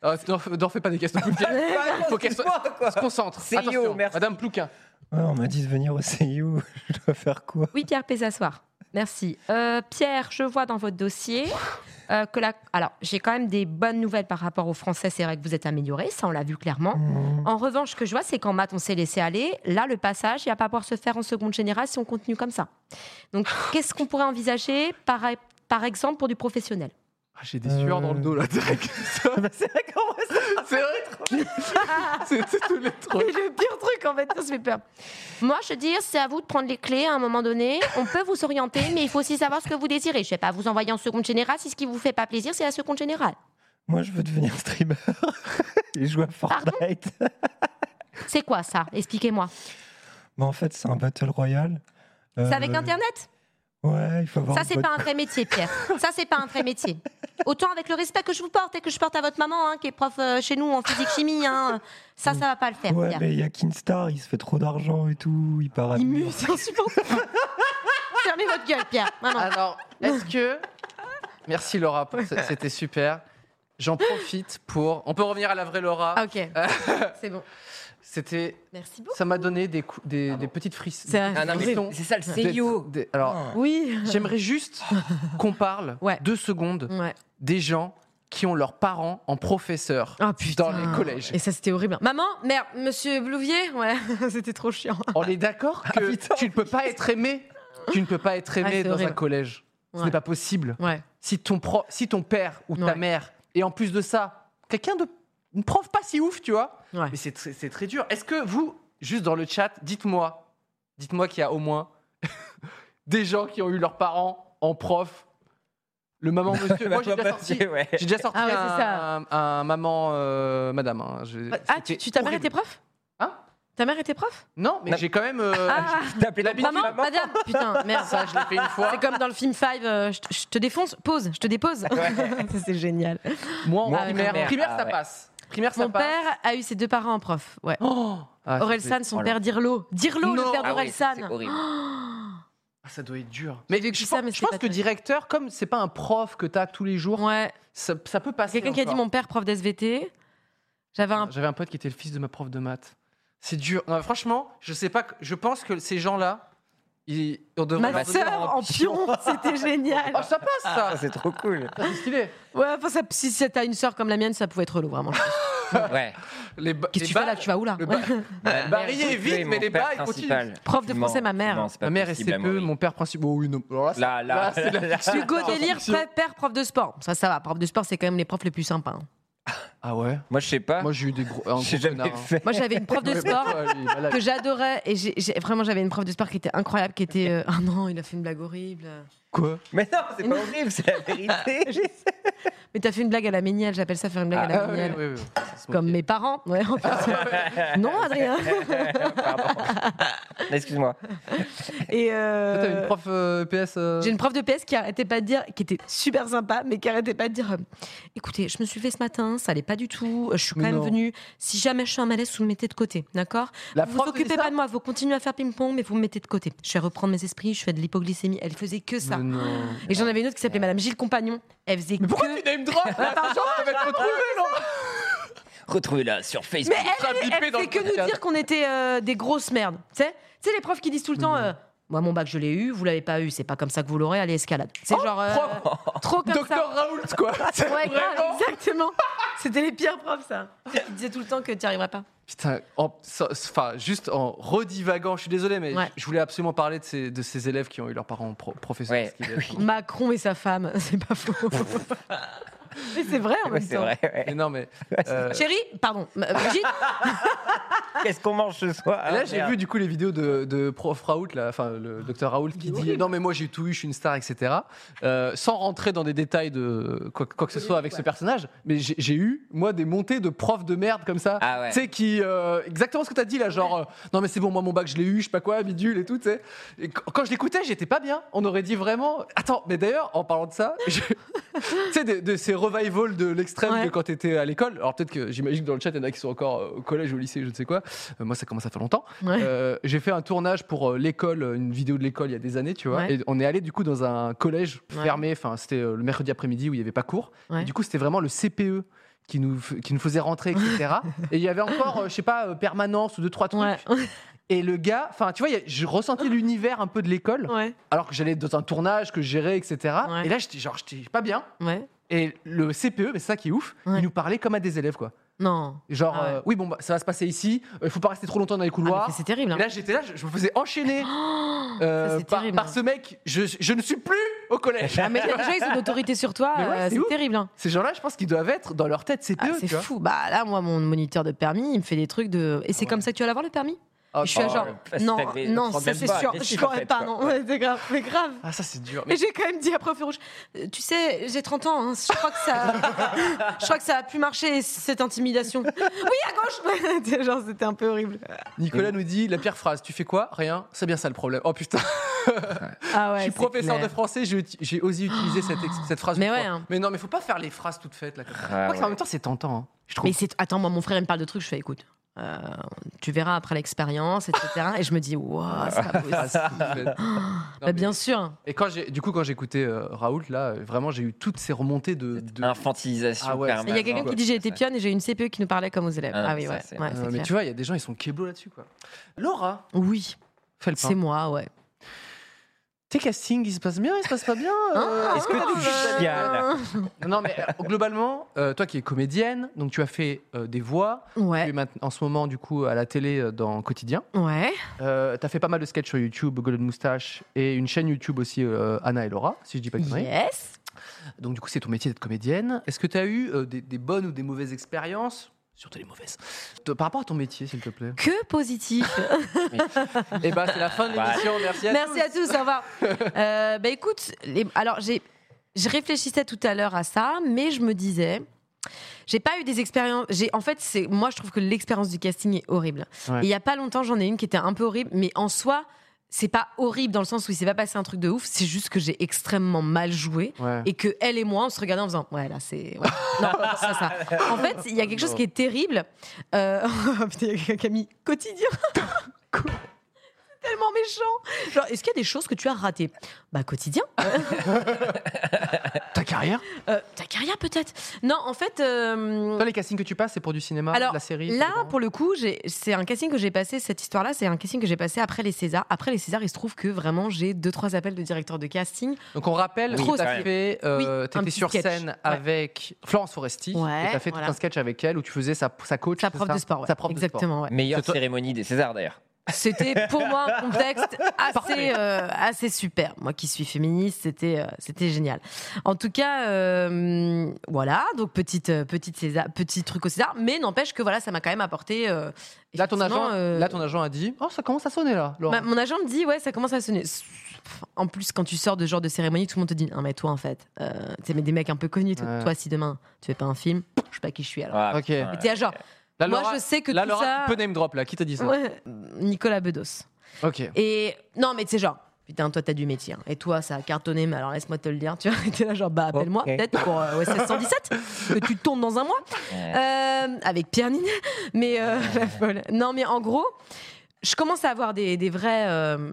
[SPEAKER 2] Oh, N'en n'en fais pas des questions. Faut qu'elle soit- se concentre.
[SPEAKER 3] C'est
[SPEAKER 2] Attention,
[SPEAKER 3] Yo, merci.
[SPEAKER 2] Madame Plouquin.
[SPEAKER 3] on m'a dit de venir au CIO, je dois faire quoi
[SPEAKER 6] Oui, Pierre Pézassoir. Merci. Euh, Pierre, je vois dans votre dossier euh, que la. Alors, j'ai quand même des bonnes nouvelles par rapport aux Français. C'est vrai que vous êtes amélioré, ça, on l'a vu clairement. En revanche, ce que je vois, c'est qu'en maths, on s'est laissé aller. Là, le passage, il va pas pouvoir se faire en seconde générale si on continue comme ça. Donc, qu'est-ce qu'on pourrait envisager par, par exemple pour du professionnel
[SPEAKER 2] Ah, J'ai des sueurs dans le dos là. direct.
[SPEAKER 3] Ah bah, C'est vrai qu'en vrai, c'est-
[SPEAKER 2] c'est vrai. C'est c'est tous les trucs.
[SPEAKER 6] C'est Ah, le pire truc, en fait, ça se fait peur. Moi, je veux dire, c'est à vous de prendre les clés à un moment donné. On peut vous orienter, mais il faut aussi savoir ce que vous désirez. Je sais pas, vous envoyer en seconde générale, si ce qui vous fait pas plaisir, c'est la seconde générale.
[SPEAKER 3] Moi, je veux devenir streamer et jouer à Fortnite.
[SPEAKER 6] C'est quoi ça Expliquez-moi.
[SPEAKER 3] Mais en fait, c'est un Battle Royale.
[SPEAKER 6] C'est
[SPEAKER 3] Euh,
[SPEAKER 6] avec Internet
[SPEAKER 3] Ouais, il faut avoir
[SPEAKER 6] Ça,
[SPEAKER 3] une
[SPEAKER 6] c'est
[SPEAKER 3] bonne-
[SPEAKER 6] pas un vrai métier, Pierre. Ça, c'est pas un vrai métier. Autant avec le respect que je vous porte et que je porte à votre maman, hein, qui est prof euh, chez nous en physique-chimie, hein, ça, ça va pas le faire,
[SPEAKER 4] Ouais,
[SPEAKER 6] Pierre.
[SPEAKER 4] mais il y a Kinstar, il se fait trop d'argent et tout, il part à
[SPEAKER 6] Il mue, c'est insupportable. Fermez votre gueule, Pierre. Vraiment.
[SPEAKER 2] Alors, est-ce que. Merci Laura, pour ce- c'était super. J'en profite pour. On peut revenir à la vraie Laura.
[SPEAKER 6] Ah, ok. C'est bon.
[SPEAKER 2] C'était.
[SPEAKER 6] Merci beaucoup.
[SPEAKER 2] Ça m'a donné des, cou- des, des petites frisses.
[SPEAKER 6] C'est un-
[SPEAKER 3] Ah non, mais
[SPEAKER 2] Mettons.
[SPEAKER 3] c'est ça le E
[SPEAKER 2] des-
[SPEAKER 3] CIO.
[SPEAKER 2] des-
[SPEAKER 3] Ah.
[SPEAKER 2] alors,
[SPEAKER 6] Oui.
[SPEAKER 2] j'aimerais juste qu'on parle
[SPEAKER 6] Ouais. Mm.
[SPEAKER 2] deux secondes
[SPEAKER 6] Ouais.
[SPEAKER 2] des gens qui ont leurs parents en professeur
[SPEAKER 6] Ah,
[SPEAKER 2] dans
[SPEAKER 6] putain.
[SPEAKER 2] les collèges.
[SPEAKER 6] Et ça, c'était horrible. Maman, merde, monsieur Blouvier Ouais, c'était trop chiant.
[SPEAKER 2] On est d'accord que
[SPEAKER 3] putain.
[SPEAKER 2] tu ne peux pas être aimé. Tu ne peux pas être
[SPEAKER 6] Ah,
[SPEAKER 2] aimé
[SPEAKER 6] c'est
[SPEAKER 2] dans un
[SPEAKER 6] horrible.
[SPEAKER 2] collège. Ce
[SPEAKER 6] Ouais.
[SPEAKER 2] n'est pas possible.
[SPEAKER 6] Ouais.
[SPEAKER 2] si ton, pro- si ton père ou ta
[SPEAKER 6] Ouais.
[SPEAKER 2] mère, et en plus de ça, quelqu'un de. Une prof pas si ouf, tu vois.
[SPEAKER 6] Ouais.
[SPEAKER 2] Mais c'est tr- c'est très dur. Est-ce que vous, juste dans le chat, dites-moi, dites-moi qu'il y a au moins des gens qui ont eu leurs parents en prof. Le maman monsieur. Moi, j'ai déjà sorti.
[SPEAKER 3] Ouais.
[SPEAKER 2] J'ai déjà sorti
[SPEAKER 6] Ah ouais, c'est ça.
[SPEAKER 2] un, un maman euh, madame. hein. Je-
[SPEAKER 6] Ah,
[SPEAKER 2] c'était
[SPEAKER 6] tu, tu- ta mère
[SPEAKER 2] horrible.
[SPEAKER 6] était prof
[SPEAKER 2] Hein
[SPEAKER 6] Ta mère était prof
[SPEAKER 2] Non, mais
[SPEAKER 3] Non.
[SPEAKER 2] j'ai quand même. euh,
[SPEAKER 6] Ah
[SPEAKER 3] T'as appelé la
[SPEAKER 6] Maman, madame, putain, merde.
[SPEAKER 2] Ça, je l'ai fait une fois.
[SPEAKER 6] C'est comme dans le film Five, euh, je, te- je te défonce, pause, je te dépose. Ça, c'est génial.
[SPEAKER 2] Moi, en
[SPEAKER 3] Moi, en
[SPEAKER 2] primaire,
[SPEAKER 3] primaire.
[SPEAKER 2] primaire,
[SPEAKER 3] Ah
[SPEAKER 2] ça
[SPEAKER 3] ouais.
[SPEAKER 2] passe. Primaire, ça
[SPEAKER 6] Mon
[SPEAKER 2] passe.
[SPEAKER 6] père a eu ses deux parents en prof. Ouais.
[SPEAKER 2] Oh Ah, ça
[SPEAKER 6] Aurel
[SPEAKER 2] doit être-
[SPEAKER 6] San, son
[SPEAKER 3] Oh là.
[SPEAKER 6] père d'Irlo.
[SPEAKER 2] Non.
[SPEAKER 6] D'Irlo, le
[SPEAKER 3] Ah
[SPEAKER 6] père
[SPEAKER 3] ouais,
[SPEAKER 6] d'Aurel
[SPEAKER 3] c'est
[SPEAKER 6] San.
[SPEAKER 3] c'est horrible.
[SPEAKER 2] Ah, ça doit être dur. Mais
[SPEAKER 6] vécu
[SPEAKER 2] je
[SPEAKER 6] ça,
[SPEAKER 2] pense,
[SPEAKER 6] mais
[SPEAKER 2] je
[SPEAKER 6] c'était
[SPEAKER 2] pense
[SPEAKER 6] pas
[SPEAKER 2] que
[SPEAKER 6] terrible.
[SPEAKER 2] directeur, comme c'est pas un prof que t'as tous les jours,
[SPEAKER 6] ouais.
[SPEAKER 2] ça, ça peut passer.
[SPEAKER 6] Quelqu'un qui a dit
[SPEAKER 2] encore.
[SPEAKER 6] mon père prof d'SVT. J'avais un.
[SPEAKER 2] J'avais un pote qui était le fils de ma prof de maths. C'est dur. Non, franchement, je sais pas. que- Je pense que ces gens-là, ils, on devrait.
[SPEAKER 6] Ma
[SPEAKER 2] leur donner-
[SPEAKER 6] sœur en pion, c'était génial.
[SPEAKER 2] Oh, ça passe, ça.
[SPEAKER 3] Ah, c'est trop cool.
[SPEAKER 2] C'est stylé.
[SPEAKER 6] Ouais, enfin, ça- si si t'as une sœur comme la mienne, ça pouvait être relou, vraiment.
[SPEAKER 3] Ouais.
[SPEAKER 2] Les ba-
[SPEAKER 6] Qu'est-ce
[SPEAKER 2] les
[SPEAKER 6] que tu fais
[SPEAKER 2] balles-
[SPEAKER 6] là Tu vas où là
[SPEAKER 2] le ba-
[SPEAKER 3] Bah,
[SPEAKER 2] Bah, riez vite, mais les bas, ils
[SPEAKER 6] Prof de français, ma mère.
[SPEAKER 2] Ma mère est CPE, mon père principal. Oh, oui, non. Alors là, c'est-
[SPEAKER 3] Là, là,
[SPEAKER 2] là, c'est la-
[SPEAKER 3] là.
[SPEAKER 6] Hugo Délire, père, père, prof de sport. Ça, ça va. Prof de sport, c'est quand même les profs les plus sympas. hein.
[SPEAKER 2] Ah ouais.
[SPEAKER 3] Moi, je sais pas.
[SPEAKER 2] Moi, j'ai eu des gros. un
[SPEAKER 3] J'ai
[SPEAKER 2] gros
[SPEAKER 3] jamais
[SPEAKER 2] connard, hein.
[SPEAKER 3] fait.
[SPEAKER 6] Moi, j'avais une prof de
[SPEAKER 2] Ouais, mais
[SPEAKER 6] sport
[SPEAKER 2] toi, lui, voilà.
[SPEAKER 6] que j'adorais. Et j'ai- j'ai- vraiment, j'avais une prof de sport qui était incroyable, qui était. euh, Ah non, il a fait une blague horrible.
[SPEAKER 2] Quoi
[SPEAKER 3] Mais non, c'est
[SPEAKER 2] hein.
[SPEAKER 3] pas horrible, c'est la vérité.
[SPEAKER 6] Mais t'as fait une blague à la ménielle, j'appelle ça faire une blague à
[SPEAKER 2] Ah,
[SPEAKER 6] la
[SPEAKER 2] oui,
[SPEAKER 6] ménielle.
[SPEAKER 2] oui, oui. C'est
[SPEAKER 6] Comme
[SPEAKER 2] ok.
[SPEAKER 6] mes parents. Ouais, en fait. non, Adrien.
[SPEAKER 3] Pardon. Excuse-moi.
[SPEAKER 6] Et. euh,
[SPEAKER 2] Toi, t'avais une prof euh, PS. euh,
[SPEAKER 6] J'ai une prof de PS qui arrêtait pas de dire, qui était super sympa, mais qui arrêtait pas de dire euh, écoutez, je me suis fait ce matin, ça allait pas du tout, euh, je suis quand
[SPEAKER 2] Mais
[SPEAKER 6] même
[SPEAKER 2] non.
[SPEAKER 6] venue. Si jamais je suis un malaise, vous me mettez de côté, d'accord
[SPEAKER 2] La
[SPEAKER 6] Vous
[SPEAKER 2] prof
[SPEAKER 6] vous
[SPEAKER 2] te dit
[SPEAKER 6] occupez
[SPEAKER 2] ça
[SPEAKER 6] pas de moi, vous continuez à faire ping-pong, mais vous me mettez de côté. Je vais reprendre mes esprits, je fais de l'hypoglycémie. Elle faisait que ça.
[SPEAKER 2] Mais non.
[SPEAKER 6] Et j'en avais une autre qui s'appelait Madame Gilles Compagnon. Elle faisait que.
[SPEAKER 2] Pourquoi tu name drop là L'argent va être retrouvé, Laura
[SPEAKER 3] Retrouvez-la sur
[SPEAKER 6] Mais
[SPEAKER 3] Facebook.
[SPEAKER 6] elle,
[SPEAKER 2] sera
[SPEAKER 6] elle,
[SPEAKER 2] bipé
[SPEAKER 6] elle
[SPEAKER 2] dans
[SPEAKER 6] faisait
[SPEAKER 2] le
[SPEAKER 6] que nous
[SPEAKER 2] podcast.
[SPEAKER 6] dire qu'on était euh, des grosses merdes. Tu sais Tu sais, les profs qui disent tout le temps. euh, moi, mon bac, je l'ai eu, vous l'avez pas eu, c'est pas comme ça que vous l'aurez, allez escalade. C'est genre. euh,
[SPEAKER 2] prof.
[SPEAKER 6] trop comme ça.
[SPEAKER 2] Docteur Raoult, quoi. C'est
[SPEAKER 6] Ouais, grave,
[SPEAKER 2] vraiment-
[SPEAKER 6] exactement. C'était les pires profs, ça. Ils disaient tout le temps que tu n'y arriverais pas.
[SPEAKER 2] Putain, en- ça- enfin, juste en redivagant, je suis désolé, mais
[SPEAKER 6] Ouais.
[SPEAKER 2] je voulais absolument parler de ces, de ces élèves qui ont eu leurs parents pro- professeurs.
[SPEAKER 3] Ouais.
[SPEAKER 2] ce qui est-
[SPEAKER 6] Macron et sa femme, c'est pas faux. Mais c'est vrai en
[SPEAKER 3] Ouais,
[SPEAKER 6] même
[SPEAKER 3] c'est
[SPEAKER 6] temps.
[SPEAKER 3] vrai. ouais.
[SPEAKER 2] Mais non, mais. euh,
[SPEAKER 6] Chérie, pardon, m- euh, Brigitte,
[SPEAKER 3] Qu'est-ce qu'on mange ce soir
[SPEAKER 2] Et là,
[SPEAKER 3] Ah,
[SPEAKER 2] j'ai
[SPEAKER 3] merde.
[SPEAKER 2] vu du coup les vidéos de, de prof Raoult, là, enfin le docteur Raoult, qui dit non mais moi j'ai tout eu, je suis une star, etc. Euh, sans rentrer dans des détails de quoi, quoi que ce soit avec ce personnage, mais j'ai j'ai eu moi des montées de profs de merde comme ça,
[SPEAKER 3] Ah ouais.
[SPEAKER 2] tu sais qui euh, exactement ce que t'as dit là, genre euh, non mais c'est bon moi mon bac je l'ai eu, je sais pas quoi, bidule et tout, tu sais. Et qu- Quand je l'écoutais, j'étais pas bien. On aurait dit vraiment. Attends, mais d'ailleurs en parlant de ça, je- tu sais, de, de ces revivals de l'extrême
[SPEAKER 6] Ouais.
[SPEAKER 2] de quand t'étais à l'école. Alors peut-être que j'imagine que dans le chat, il y en a qui sont encore euh, au collège, au lycée, je ne sais quoi. Euh, moi, ça commence à faire longtemps.
[SPEAKER 6] Ouais.
[SPEAKER 2] Euh, j'ai fait un tournage pour euh, l'école, euh, une vidéo de l'école il y a des années, tu vois.
[SPEAKER 6] Ouais.
[SPEAKER 2] Et on est allé du coup dans un collège
[SPEAKER 6] Ouais.
[SPEAKER 2] fermé. Enfin, c'était euh, le mercredi après-midi où il n'y avait pas cours.
[SPEAKER 6] Ouais.
[SPEAKER 2] Et du coup, c'était vraiment le CPE. Qui nous, f- qui nous faisait rentrer, etc. et il y avait encore, euh, je sais pas, euh, permanence ou deux, trois trucs.
[SPEAKER 6] ouais,
[SPEAKER 2] Et le gars, enfin, tu vois, il y a- je ressentais l'univers un peu de l'école,
[SPEAKER 6] ouais,
[SPEAKER 2] alors que j'allais dans un tournage, que je gérais, etc.
[SPEAKER 6] Ouais.
[SPEAKER 2] Et là, j'étais genre, j'étais pas bien.
[SPEAKER 6] ouais.
[SPEAKER 2] Et le CPE, mais c'est ça qui est ouf,
[SPEAKER 6] Ouais.
[SPEAKER 2] il nous parlait comme à des élèves, quoi.
[SPEAKER 6] Non.
[SPEAKER 2] Genre,
[SPEAKER 6] Ah ouais.
[SPEAKER 2] euh, oui, bon, bah, ça va se passer ici, il faut pas rester trop longtemps dans les
[SPEAKER 6] Ah, mais
[SPEAKER 2] couloirs.
[SPEAKER 6] c'est terrible. hein.
[SPEAKER 2] Et là, j'étais là, je, je me faisais enchaîner euh,
[SPEAKER 6] ça, c'est
[SPEAKER 2] par,
[SPEAKER 6] terrible. hein.
[SPEAKER 2] par ce mec. Je, je ne suis plus au collège.
[SPEAKER 6] Ah, mais déjà, ils ont une autorité sur toi,
[SPEAKER 2] Mais ouais,
[SPEAKER 6] euh,
[SPEAKER 2] c'est
[SPEAKER 6] c'est
[SPEAKER 2] ouf.
[SPEAKER 6] terrible. hein.
[SPEAKER 2] Ces gens-là, je pense qu'ils doivent être dans leur tête CPE.
[SPEAKER 6] Ah, c'est
[SPEAKER 2] tu vois.
[SPEAKER 6] fou. Bah là, moi, mon moniteur de permis, il me fait des trucs de. Et c'est comme ça que tu vas l'avoir le permis
[SPEAKER 2] Ah,
[SPEAKER 6] Je suis là,
[SPEAKER 3] oh,
[SPEAKER 6] genre.
[SPEAKER 3] le
[SPEAKER 6] Non,
[SPEAKER 3] fast-track, mais
[SPEAKER 6] non,
[SPEAKER 3] prends
[SPEAKER 6] ça
[SPEAKER 3] même
[SPEAKER 6] c'est
[SPEAKER 3] pas,
[SPEAKER 6] sûr. Je
[SPEAKER 3] décide, en
[SPEAKER 6] pourrais
[SPEAKER 3] fait,
[SPEAKER 6] pas,
[SPEAKER 3] quoi.
[SPEAKER 6] non. C'est grave, c'est grave.
[SPEAKER 2] Ah, ça, c'est dur.
[SPEAKER 6] Mais
[SPEAKER 2] Mais
[SPEAKER 6] j'ai quand même dit à prof rouge, euh, tu sais, j'ai 30 ans, hein, je crois que ça, je crois que ça a plus marché cette intimidation. Oui, à gauche. T'es Genre, c'était un peu horrible.
[SPEAKER 2] Nicolas nous dit la pire phrase tu fais quoi Rien. C'est bien ça le problème. Oh putain,
[SPEAKER 6] Ah ouais.
[SPEAKER 2] je suis professeur de français, j'ai uti- j'ai osé utiliser cette, ex- cette phrase.
[SPEAKER 6] Mais
[SPEAKER 2] une
[SPEAKER 6] ouais,
[SPEAKER 2] fois.
[SPEAKER 6] hein.
[SPEAKER 2] mais non, mais faut pas faire les phrases toutes faites. Là, comme ça. Je
[SPEAKER 3] Ah
[SPEAKER 2] crois que
[SPEAKER 3] ouais.
[SPEAKER 2] c'est- en même temps, c'est tentant, hein, je trouve.
[SPEAKER 6] Mais c'est, attends, moi, mon frère il me parle de trucs, je fais, écoute, euh, tu verras après l'expérience, etc. Et je me dis, waouh, c'est pas
[SPEAKER 3] Ah,
[SPEAKER 6] possible.
[SPEAKER 2] Phrases toutes faites. Non,
[SPEAKER 6] Bah,
[SPEAKER 2] mais-
[SPEAKER 6] bien sûr.
[SPEAKER 2] Et quand j'ai, du coup, quand j'écoutais euh, Raoult, là, euh, vraiment, j'ai eu toutes ces remontées de. de-
[SPEAKER 3] Infantilisation
[SPEAKER 2] Ah ouais,
[SPEAKER 6] Il y a quelqu'un qui dit j'ai été pionne et j'ai eu une CPE qui nous parlait comme aux élèves.
[SPEAKER 3] Ah,
[SPEAKER 6] Ah, oui,
[SPEAKER 3] ça,
[SPEAKER 6] ouais.
[SPEAKER 3] c'est-
[SPEAKER 6] ouais,
[SPEAKER 2] Euh,
[SPEAKER 6] c'est
[SPEAKER 2] mais
[SPEAKER 6] clair.
[SPEAKER 2] tu vois, il y a des gens, ils sont keblo là-dessus, quoi. Laura
[SPEAKER 6] Oui,
[SPEAKER 2] Felpin.
[SPEAKER 6] c'est moi, ouais.
[SPEAKER 2] Tes castings, ils se passent bien, ils se passent pas bien
[SPEAKER 6] Hein Ah,
[SPEAKER 2] euh,
[SPEAKER 3] Est-ce que tu chiales
[SPEAKER 2] Non, mais euh, globalement, euh, toi qui es comédienne, donc tu as fait euh, des voix, tu es
[SPEAKER 6] Ouais,
[SPEAKER 2] maintenant- en ce moment, du coup, à la télé euh, dans Quotidien.
[SPEAKER 6] ouais.
[SPEAKER 2] Euh, tu as fait pas mal de sketchs sur YouTube, Golden Moustache, et une chaîne YouTube aussi, euh, Anna et Laura, si je dis pas de conneries.
[SPEAKER 6] Yes.
[SPEAKER 2] Donc, du coup, c'est ton métier d'être comédienne. Est-ce que tu as eu euh, des, des bonnes ou des mauvaises expériences Surtout les mauvaises. Te- Par rapport à ton métier, s'il te plaît.
[SPEAKER 6] Que positif.
[SPEAKER 2] Eh ben, c'est la fin de
[SPEAKER 3] Voilà.
[SPEAKER 2] l'émission. Merci à tous.
[SPEAKER 6] Merci à tous, au revoir. Euh, bah écoute, les- alors j'ai, je réfléchissais tout à l'heure à ça, mais je me disais, j'ai pas eu des expériences. J'ai en fait, c'est moi je trouve que l'expérience du casting est horrible.
[SPEAKER 2] Ouais.
[SPEAKER 6] Et il y a pas longtemps j'en ai une qui était un peu horrible, mais en soi c'est pas horrible dans le sens où il s'est pas passé un truc de ouf. C'est juste que j'ai extrêmement mal joué.
[SPEAKER 2] Ouais.
[SPEAKER 6] Et que elle et moi, on se regardait en faisant Ouais, là, c'est. ouais. Non, ça, ça. En fait, il y a quelque chose qui est terrible. Euh... Putain, il y a quelqu'un qui a mis quotidien. C'est tellement méchant. Genre, est-ce qu'il y a des choses que tu as ratées Bah, quotidien.
[SPEAKER 2] Ta carrière
[SPEAKER 6] Euh, ta carrière, peut-être. Non, en fait. euh,
[SPEAKER 2] Toi, les castings que tu passes, c'est pour du cinéma,
[SPEAKER 6] Alors,
[SPEAKER 2] de la série
[SPEAKER 6] Là,
[SPEAKER 2] etc.
[SPEAKER 6] pour le coup, j'ai- c'est un casting que j'ai passé, cette histoire-là, c'est un casting que j'ai passé après les Césars. Après les Césars, il se trouve que vraiment, j'ai deux, trois appels de directeur de casting.
[SPEAKER 2] Donc, on rappelle,
[SPEAKER 3] Oui,
[SPEAKER 2] que
[SPEAKER 3] quand
[SPEAKER 2] t'as
[SPEAKER 3] même.
[SPEAKER 2] fait, euh,
[SPEAKER 6] Oui, un
[SPEAKER 2] t'étais
[SPEAKER 6] petit
[SPEAKER 2] sur
[SPEAKER 6] sketch.
[SPEAKER 2] scène
[SPEAKER 6] Ouais.
[SPEAKER 2] avec Florence Foresti.
[SPEAKER 6] Ouais,
[SPEAKER 2] et t'as fait
[SPEAKER 6] voilà.
[SPEAKER 2] tout un sketch avec elle où tu faisais sa, sa coach.
[SPEAKER 6] Sa
[SPEAKER 2] c'est
[SPEAKER 6] prof
[SPEAKER 2] ça
[SPEAKER 6] de sport, ouais.
[SPEAKER 2] Sa prof de sport.
[SPEAKER 6] Exactement, ouais.
[SPEAKER 3] Meilleure
[SPEAKER 2] C'est toi-
[SPEAKER 3] cérémonie des Césars d'ailleurs.
[SPEAKER 6] C'était pour moi un contexte assez, euh, assez super. Moi qui suis féministe, c'était, euh, c'était génial. En tout cas, euh, voilà, donc petite, euh, petite César, petit truc au César, mais n'empêche que voilà, ça m'a quand même apporté. euh,
[SPEAKER 2] Là ton,
[SPEAKER 6] effectivement,
[SPEAKER 2] agent,
[SPEAKER 6] euh,
[SPEAKER 2] là, ton agent a dit Oh, ça commence à sonner là, Laura.
[SPEAKER 6] ma- mon agent me dit, ouais, ça commence à sonner. En plus, quand tu sors de ce genre de cérémonie, tout le monde te dit, ah, mais toi en fait, euh, tu sais, mais des mecs un peu connus, et tout.
[SPEAKER 2] Ouais.
[SPEAKER 6] toi si demain tu fais pas un film, je sais pas qui je suis alors.
[SPEAKER 3] Ah,
[SPEAKER 2] Ok.
[SPEAKER 3] putain,
[SPEAKER 6] Et t'es là, genre,
[SPEAKER 2] Là,
[SPEAKER 6] Bah, moi
[SPEAKER 2] Laura-
[SPEAKER 6] je sais que
[SPEAKER 2] là,
[SPEAKER 6] tout
[SPEAKER 2] Laura,
[SPEAKER 6] ça.
[SPEAKER 2] tu peux name drop là. Qui t'a dit ça
[SPEAKER 6] Ouais, Nicolas Bedos.
[SPEAKER 2] Ok.
[SPEAKER 6] Et non, mais tu sais, genre, putain, toi, t'as du métier. hein. Et toi, ça a cartonné, mais alors laisse-moi te le dire. Tu vois, t'es là, genre, bah, appelle-moi
[SPEAKER 3] Ok.
[SPEAKER 6] peut-être pour euh, OSS 117, que tu tournes dans un mois.
[SPEAKER 3] Ouais.
[SPEAKER 6] Euh, avec Pierre Ninet. Mais euh, la folle. Non, mais en gros, je commence à avoir des, des vrais. euh,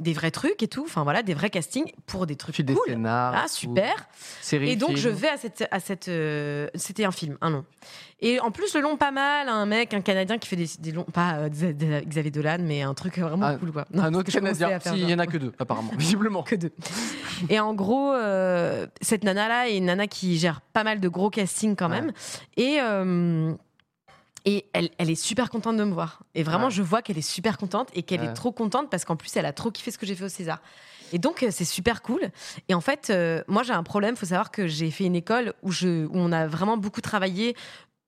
[SPEAKER 6] des vrais trucs et tout. Enfin voilà, des vrais castings pour des trucs
[SPEAKER 2] Tu des
[SPEAKER 6] cool.
[SPEAKER 2] scénars.
[SPEAKER 6] Ah
[SPEAKER 2] tout.
[SPEAKER 6] super.
[SPEAKER 2] Série,
[SPEAKER 6] Et donc je
[SPEAKER 2] film.
[SPEAKER 6] vais à cette à cette euh, c'était un film, un long. Et en plus le long pas mal, un mec, un Canadien qui fait des, des longs pas euh, des- des- Xavier Dolan, mais un truc vraiment
[SPEAKER 2] Ah,
[SPEAKER 6] cool quoi. Non,
[SPEAKER 2] Un autre
[SPEAKER 6] je commençais
[SPEAKER 2] Canadien.
[SPEAKER 6] à faire
[SPEAKER 2] Si, il y
[SPEAKER 6] genre.
[SPEAKER 2] en a que deux, apparemment. Visiblement.
[SPEAKER 6] Que deux. Et en gros, euh, cette nana-là est une nana qui gère pas mal de gros castings quand
[SPEAKER 2] Ouais.
[SPEAKER 6] même. Et, euh, et elle, elle est super contente de me voir. Et vraiment,
[SPEAKER 2] Ouais.
[SPEAKER 6] je vois qu'elle est super contente et qu'elle
[SPEAKER 2] Ouais.
[SPEAKER 6] est trop contente parce qu'en plus, elle a trop kiffé ce que j'ai fait au César. Et donc, euh, c'est super cool. Et en fait, euh, moi, j'ai un problème. Il faut savoir que j'ai fait une école où, je, où on a vraiment beaucoup travaillé.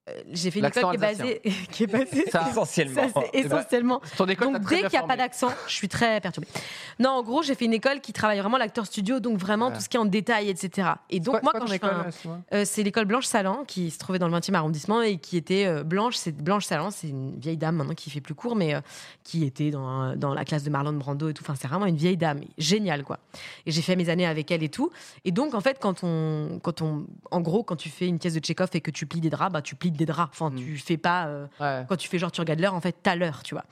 [SPEAKER 6] Euh, J'ai fait une
[SPEAKER 2] L'accent
[SPEAKER 6] école qui est basée. Qui est basée
[SPEAKER 2] Ça, Eh ben,
[SPEAKER 3] essentiellement.
[SPEAKER 6] ça, c'est essentiellement.
[SPEAKER 2] Ton école t'a
[SPEAKER 6] Donc
[SPEAKER 2] très
[SPEAKER 6] dès
[SPEAKER 2] bien
[SPEAKER 6] qu'il n'y a
[SPEAKER 2] formé.
[SPEAKER 6] pas d'accent, je suis très perturbée. Non, en gros, j'ai fait une école qui travaille vraiment l'acteur studio, donc vraiment
[SPEAKER 2] Ouais.
[SPEAKER 6] tout ce qui est en détail, etc. Et
[SPEAKER 2] Quoi-
[SPEAKER 6] donc moi,
[SPEAKER 2] quoi
[SPEAKER 6] quand
[SPEAKER 2] ton
[SPEAKER 6] je fais
[SPEAKER 2] école,
[SPEAKER 6] un-
[SPEAKER 2] euh, Simon
[SPEAKER 6] euh, c'est l'école Blanche Salan qui se trouvait dans le 20e arrondissement et qui était euh, Blanche. C'est Blanche Salan, c'est une vieille dame maintenant qui fait plus court, mais euh, qui était dans, euh, dans la classe de Marlon Brando et tout. Enfin, c'est vraiment une vieille dame, géniale quoi. Et j'ai fait mes années avec elle et tout. Et donc en fait, quand on, quand on, en gros, quand tu fais une pièce de Tchekhov et que tu plies des draps, bah tu plies des draps. Enfin,
[SPEAKER 2] Mm.
[SPEAKER 6] tu fais pas. euh,
[SPEAKER 2] Ouais.
[SPEAKER 6] quand tu fais genre tu regardes l'heure en fait t'as l'heure tu vois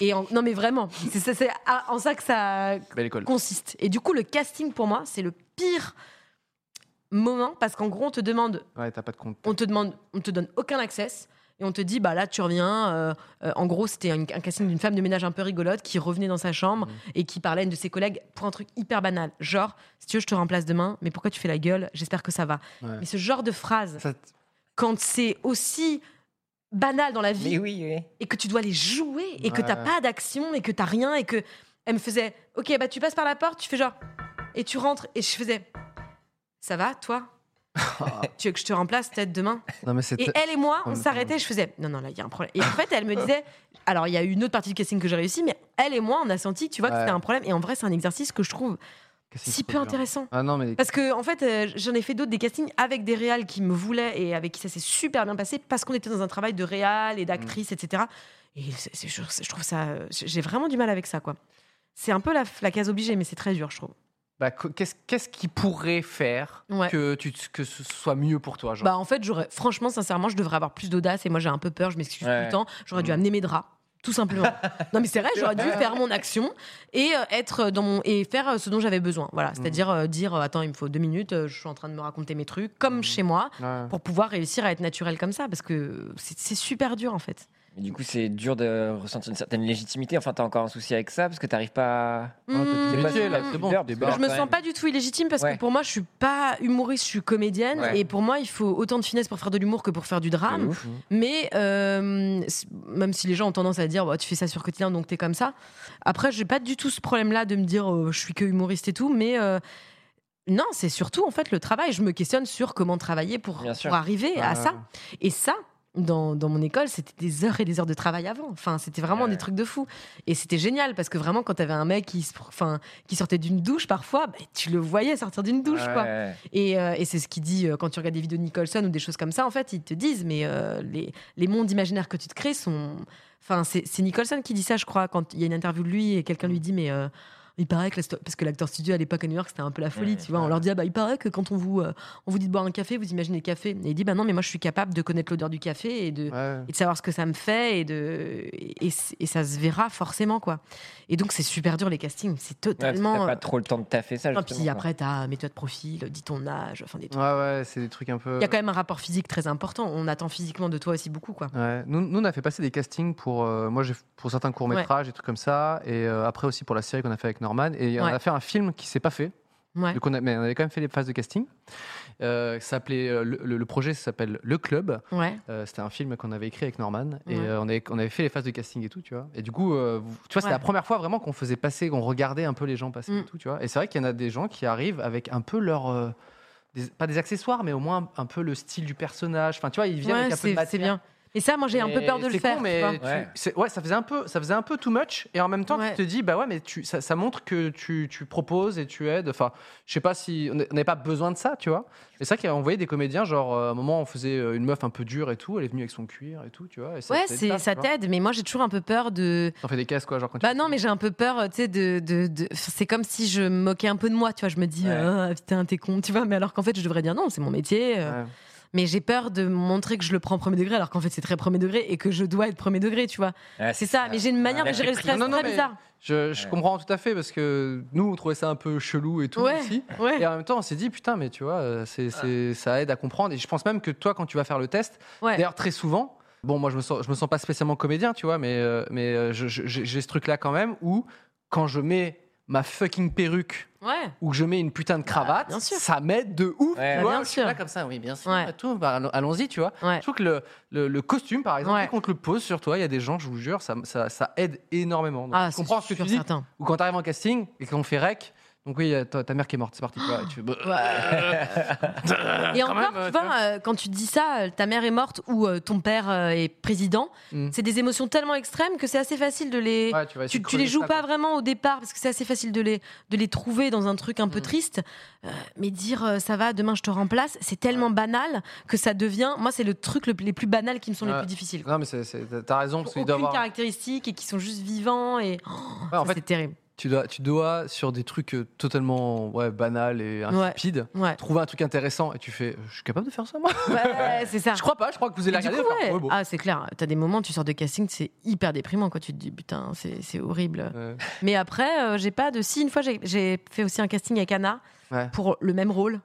[SPEAKER 6] et en- non mais vraiment c'est ça- c'est à- en ça que ça
[SPEAKER 2] Belle école.
[SPEAKER 6] consiste et du coup le casting pour moi c'est le pire moment parce qu'en gros on te demande
[SPEAKER 2] Ouais, t'as pas de compte.
[SPEAKER 6] on te demande on te donne aucun accès et on te dit bah là tu reviens euh, euh, en gros c'était un, un casting d'une femme de ménage un peu rigolote qui revenait dans sa chambre et qui parlait à une de ses collègues pour un truc hyper banal genre si tu veux je te remplace demain mais pourquoi tu fais la gueule j'espère que ça va
[SPEAKER 2] Ouais.
[SPEAKER 6] mais ce genre de phrase
[SPEAKER 2] Ça t-
[SPEAKER 6] quand c'est aussi banal dans la vie
[SPEAKER 3] Mais oui, oui.
[SPEAKER 6] et que tu dois les jouer et que t'as
[SPEAKER 2] Ouais.
[SPEAKER 6] pas d'action et que t'as rien et que elle me faisait ok bah tu passes par la porte tu fais genre et tu rentres et je faisais ça va toi tu veux que je te remplace peut-être demain
[SPEAKER 2] Non, mais c'était.
[SPEAKER 6] et elle et moi
[SPEAKER 2] Oh,
[SPEAKER 6] on
[SPEAKER 2] mais-
[SPEAKER 6] s'arrêtait je faisais non non là il y a un problème et en fait elle me disait alors il y a eu une autre partie du casting que j'ai réussi mais elle et moi on a senti tu vois que
[SPEAKER 2] Ouais.
[SPEAKER 6] c'était un problème et en vrai c'est un exercice que je trouve
[SPEAKER 2] Qu'est-ce que
[SPEAKER 6] si
[SPEAKER 2] c'est
[SPEAKER 6] peu
[SPEAKER 2] dur.
[SPEAKER 6] intéressant
[SPEAKER 2] Ah non, mais.
[SPEAKER 6] parce que en fait, euh, j'en ai fait d'autres des castings avec des réals qui me voulaient et avec qui ça s'est super bien passé parce qu'on était dans un travail de réal et d'actrice, etc. Et c'est- c'est- je, je trouve ça, euh, j'ai vraiment du mal avec ça, quoi. C'est un peu la, la case obligée, mais c'est très dur, je trouve.
[SPEAKER 2] Bah, co- qu'est-ce, qu'est-ce qui pourrait faire
[SPEAKER 6] Ouais.
[SPEAKER 2] que, tu, te- que ce soit mieux pour toi genre
[SPEAKER 6] Bah en fait, j'aurais, franchement, sincèrement, je devrais avoir plus d'audace et moi j'ai un peu peur, je m'excuse
[SPEAKER 3] Ouais.
[SPEAKER 6] tout le temps. J'aurais dû amener mes draps, tout simplement. non mais Mm. c'est vrai, j'aurais dû faire mon action et euh, être dans mon et faire euh, ce dont j'avais besoin. Voilà, c'est-à-dire euh, dire euh, attends, il me faut deux minutes, euh, je suis en train de me raconter mes trucs comme chez moi.
[SPEAKER 2] Ouais.
[SPEAKER 6] pour pouvoir réussir à être naturel comme ça parce que c'est c'est super dur en fait.
[SPEAKER 3] Mais du coup, c'est dur de ressentir une certaine légitimité. Enfin, t'as encore un souci avec ça parce que t'arrives pas. à-
[SPEAKER 2] Ah, t'as dit
[SPEAKER 3] C'est
[SPEAKER 6] Mmh.
[SPEAKER 3] pas
[SPEAKER 2] métier,
[SPEAKER 3] si
[SPEAKER 2] là,
[SPEAKER 3] mal.
[SPEAKER 2] c'est bon,
[SPEAKER 3] Merde,
[SPEAKER 2] tu
[SPEAKER 3] je
[SPEAKER 2] débarques.
[SPEAKER 6] Je me
[SPEAKER 3] quand
[SPEAKER 6] sens
[SPEAKER 3] même.
[SPEAKER 6] pas du tout illégitime parce
[SPEAKER 3] Ouais.
[SPEAKER 6] que pour moi je suis pas humoriste, je suis comédienne
[SPEAKER 3] Ouais.
[SPEAKER 6] et pour moi il faut autant de finesse pour faire de l'humour que pour faire du
[SPEAKER 3] De
[SPEAKER 6] drame.
[SPEAKER 3] ouf.
[SPEAKER 6] Mais euh, c- même si les gens ont tendance à dire Bah, tu fais ça sur quotidien donc t'es comme ça. Après j'ai pas du tout ce problème là de me dire Oh, je suis que humoriste et tout, mais euh, non c'est surtout en fait le travail. Je me questionne sur comment travailler pour,
[SPEAKER 3] Bien sûr.
[SPEAKER 6] pour arriver
[SPEAKER 3] Ah.
[SPEAKER 6] à
[SPEAKER 2] Ouais.
[SPEAKER 6] ça. Et ça, dans, dans mon école, c'était des heures et des heures de travail avant. Enfin, c'était vraiment
[SPEAKER 3] Ouais.
[SPEAKER 6] des trucs de fou. Et c'était génial parce que vraiment, quand t'avais un mec qui, se, pr- enfin, qui sortait d'une douche parfois, bah, tu le voyais sortir d'une douche,
[SPEAKER 3] Ouais,
[SPEAKER 6] quoi.
[SPEAKER 3] ouais.
[SPEAKER 6] Et, euh, et c'est ce qu'il dit euh, quand tu regardes des vidéos de Nicholson ou des choses comme ça. En fait, ils te disent, mais euh, les, les mondes imaginaires que tu te crées sont. Enfin, c'est c'est Nicholson qui dit ça, je crois, quand il y a une interview de lui et quelqu'un lui dit, mais. euh, il paraît que la sto- parce que l'acteur studio à l'époque à New York c'était un peu la folie,
[SPEAKER 3] Ouais,
[SPEAKER 6] tu vois. On leur dit ah bah il paraît que quand on vous euh, on vous dit de boire un café, vous imaginez le café. Et il dit bah non mais moi je suis capable de connaître l'odeur du café et de
[SPEAKER 2] Ouais.
[SPEAKER 6] et de savoir ce que ça me fait et de et, c- et ça se verra forcément quoi. Et donc c'est super dur les castings, c'est
[SPEAKER 3] Ouais, parce que
[SPEAKER 6] totalement. euh,
[SPEAKER 3] T'as pas trop le temps de taffer ça.
[SPEAKER 6] Et
[SPEAKER 3] justement,
[SPEAKER 6] puis
[SPEAKER 3] quoi.
[SPEAKER 6] après t'as mets-toi de profil, dis ton âge, enfin des trucs.
[SPEAKER 2] ouais, ouais, c'est des trucs un peu.
[SPEAKER 6] Il y a quand même un rapport physique très important. On attend physiquement de toi aussi beaucoup, quoi.
[SPEAKER 2] Ouais. Nous, nous, on a fait passer des castings pour, euh, moi, j'ai- pour certains courts-métrages et trucs comme ça, et euh, après aussi pour la série qu'on a fait avec Norman. Et on
[SPEAKER 6] Ouais.
[SPEAKER 2] a fait un film qui s'est pas fait,
[SPEAKER 6] Ouais.
[SPEAKER 2] donc on a- mais on avait quand même fait les phases de casting. Euh, ça s'appelait, euh, le, le- le projet s'appelle Le Club.
[SPEAKER 6] Ouais.
[SPEAKER 2] Euh, c'était un film qu'on avait écrit avec Norman, et
[SPEAKER 6] Ouais.
[SPEAKER 2] euh, on, avait, on avait fait les phases de casting et tout, tu vois. Et du coup, euh, vous- tu vois, c'était
[SPEAKER 6] Ouais.
[SPEAKER 2] la première fois vraiment qu'on faisait passer, qu'on regardait un peu les gens passer et
[SPEAKER 6] Mm.
[SPEAKER 2] tout, tu vois. Et c'est vrai qu'il y en a des gens qui arrivent avec un peu leur. euh, des- pas des accessoires, mais au moins un, un peu le style du personnage. Enfin, tu vois, ils viennent
[SPEAKER 6] Ouais,
[SPEAKER 2] avec un peu de
[SPEAKER 6] c'est c'est
[SPEAKER 2] matière.
[SPEAKER 6] bien. Et ça, moi, j'ai un peu
[SPEAKER 2] Mais
[SPEAKER 6] peur de le
[SPEAKER 2] c'est
[SPEAKER 6] faire.
[SPEAKER 2] con,
[SPEAKER 6] tu
[SPEAKER 2] mais
[SPEAKER 6] vois.
[SPEAKER 2] tu-
[SPEAKER 3] Ouais.
[SPEAKER 2] c'est- ouais, ça faisait un peu, ça faisait un peu too much. Et en même temps,
[SPEAKER 6] Ouais.
[SPEAKER 2] tu te dis, bah ouais, mais tu, ça, ça montre que tu, tu proposes et tu aides. Enfin, je sais pas si on n'avait pas besoin de ça, tu vois. Mais c'est vrai qu'il y a envoyé des comédiens, genre euh, à un moment, on faisait euh, une meuf un peu dure et tout. Elle est venue avec son cuir et tout, tu vois. et
[SPEAKER 6] Ouais,
[SPEAKER 2] t'aide
[SPEAKER 6] c'est
[SPEAKER 2] pas,
[SPEAKER 6] ça
[SPEAKER 2] tu vois.
[SPEAKER 6] t'aide, mais moi, j'ai toujours un peu peur de.
[SPEAKER 2] T'en fais des caisses quoi, genre quand tu-
[SPEAKER 6] Bah non, mais j'ai un peu peur, euh, tu sais, de, de, de- C'est comme si je me moquais un peu de moi, tu vois. Je me dis, oh,
[SPEAKER 3] Ouais.
[SPEAKER 6] Ah, putain, t'es con, tu vois. Mais alors qu'en fait, je devrais dire non, c'est mon métier. euh,
[SPEAKER 2] Ouais.
[SPEAKER 6] mais j'ai peur de montrer que je le prends premier degré alors qu'en fait c'est très premier degré et que je dois être premier degré, tu vois.
[SPEAKER 3] Ouais,
[SPEAKER 6] C'est ça, mais j'ai une manière
[SPEAKER 3] Ouais.
[SPEAKER 6] de gérer le stress
[SPEAKER 2] Non, non, non,
[SPEAKER 6] très
[SPEAKER 2] mais-
[SPEAKER 6] bizarre.
[SPEAKER 2] Je, je
[SPEAKER 3] Ouais.
[SPEAKER 2] comprends tout à fait parce que nous, on trouvait ça un peu chelou et tout
[SPEAKER 6] Ouais,
[SPEAKER 2] aussi.
[SPEAKER 6] ouais.
[SPEAKER 2] Et en même temps, on s'est dit, putain, mais tu vois, euh, c'est,
[SPEAKER 3] Ah.
[SPEAKER 2] c'est- ça aide à comprendre. Et je pense même que toi, quand tu vas faire le test,
[SPEAKER 6] Ouais.
[SPEAKER 2] d'ailleurs, très souvent, bon, moi, je me sens, je me sens pas spécialement comédien, tu vois, mais, euh, mais euh, je- je- j'ai j'ai ce truc-là quand même où quand je mets ma fucking perruque
[SPEAKER 6] Ouais.
[SPEAKER 2] ou que je mets une putain de cravate,
[SPEAKER 6] Bah, bien sûr.
[SPEAKER 2] ça m'aide de ouf,
[SPEAKER 3] Ouais.
[SPEAKER 2] tu
[SPEAKER 3] Bah,
[SPEAKER 2] vois.
[SPEAKER 6] Ah, bien
[SPEAKER 2] je suis
[SPEAKER 6] sûr.
[SPEAKER 2] là comme ça, oui, bien sûr,
[SPEAKER 6] Ouais.
[SPEAKER 2] tout, bah, allons- allons-y, tu vois.
[SPEAKER 6] Ouais.
[SPEAKER 2] Je trouve que le, le, le costume, par exemple,
[SPEAKER 6] Ouais.
[SPEAKER 2] dès qu'on te le pose sur toi, il y a des gens, je vous jure, ça, ça, ça aide énormément. Donc,
[SPEAKER 6] Ah,
[SPEAKER 2] je
[SPEAKER 6] c'est
[SPEAKER 2] comprends ce que
[SPEAKER 6] sûr,
[SPEAKER 2] tu dis.
[SPEAKER 6] certain.
[SPEAKER 2] Ou quand t'arrives en casting et qu'on fait rec, donc oui, euh, ta, ta mère qui est morte, c'est parti. tu vois, et tu fais, bah,
[SPEAKER 6] Et
[SPEAKER 2] quand
[SPEAKER 6] encore,
[SPEAKER 2] même, tu
[SPEAKER 6] tu vois, euh, quand tu dis ça, euh, ta mère est morte ou euh, ton père euh, est président,
[SPEAKER 2] Mm.
[SPEAKER 6] c'est des émotions tellement extrêmes que c'est assez facile de les.
[SPEAKER 2] ouais, tu, vas essayer
[SPEAKER 6] Tu,
[SPEAKER 2] de
[SPEAKER 6] tu les
[SPEAKER 2] creuser
[SPEAKER 6] joues
[SPEAKER 2] ça,
[SPEAKER 6] pas
[SPEAKER 2] quoi.
[SPEAKER 6] vraiment au départ parce que c'est assez facile de les, de les trouver dans un truc un peu
[SPEAKER 2] Mm.
[SPEAKER 6] triste. Euh, mais dire euh, ça va, demain je te remplace, c'est tellement banal que ça devient. Moi, c'est le truc le- les plus banals qui me sont les
[SPEAKER 2] Ouais.
[SPEAKER 6] plus difficiles. quoi.
[SPEAKER 2] Non, mais c'est- c'est- t'as raison, parce
[SPEAKER 6] Pour
[SPEAKER 2] que tu
[SPEAKER 6] aucune
[SPEAKER 2] dois avoir-
[SPEAKER 6] caractéristique et qui sont juste vivants et oh,
[SPEAKER 2] Ouais, en
[SPEAKER 6] ça,
[SPEAKER 2] fait,
[SPEAKER 6] c'est terrible.
[SPEAKER 2] tu dois, tu dois, sur des trucs euh, totalement ouais, banals et insipides,
[SPEAKER 6] Ouais,
[SPEAKER 2] trouver un truc intéressant et tu fais, euh, je suis capable de faire ça, moi
[SPEAKER 6] Ouais, c'est ça.
[SPEAKER 2] Je crois pas, je crois que vous allez
[SPEAKER 6] Et Ah. du
[SPEAKER 2] regarder.
[SPEAKER 6] coup,
[SPEAKER 2] et faire,
[SPEAKER 6] ouais.
[SPEAKER 2] ouais, bon.
[SPEAKER 6] Ah, c'est clair. T'as des moments, tu sors de casting, c'est hyper déprimant quand tu te dis putain, c'est c'est horrible.
[SPEAKER 2] Ouais.
[SPEAKER 6] Mais après, euh, j'ai pas de. Si, une fois, j'ai- j'ai fait aussi un casting avec Anna
[SPEAKER 2] Ouais.
[SPEAKER 6] pour le même rôle.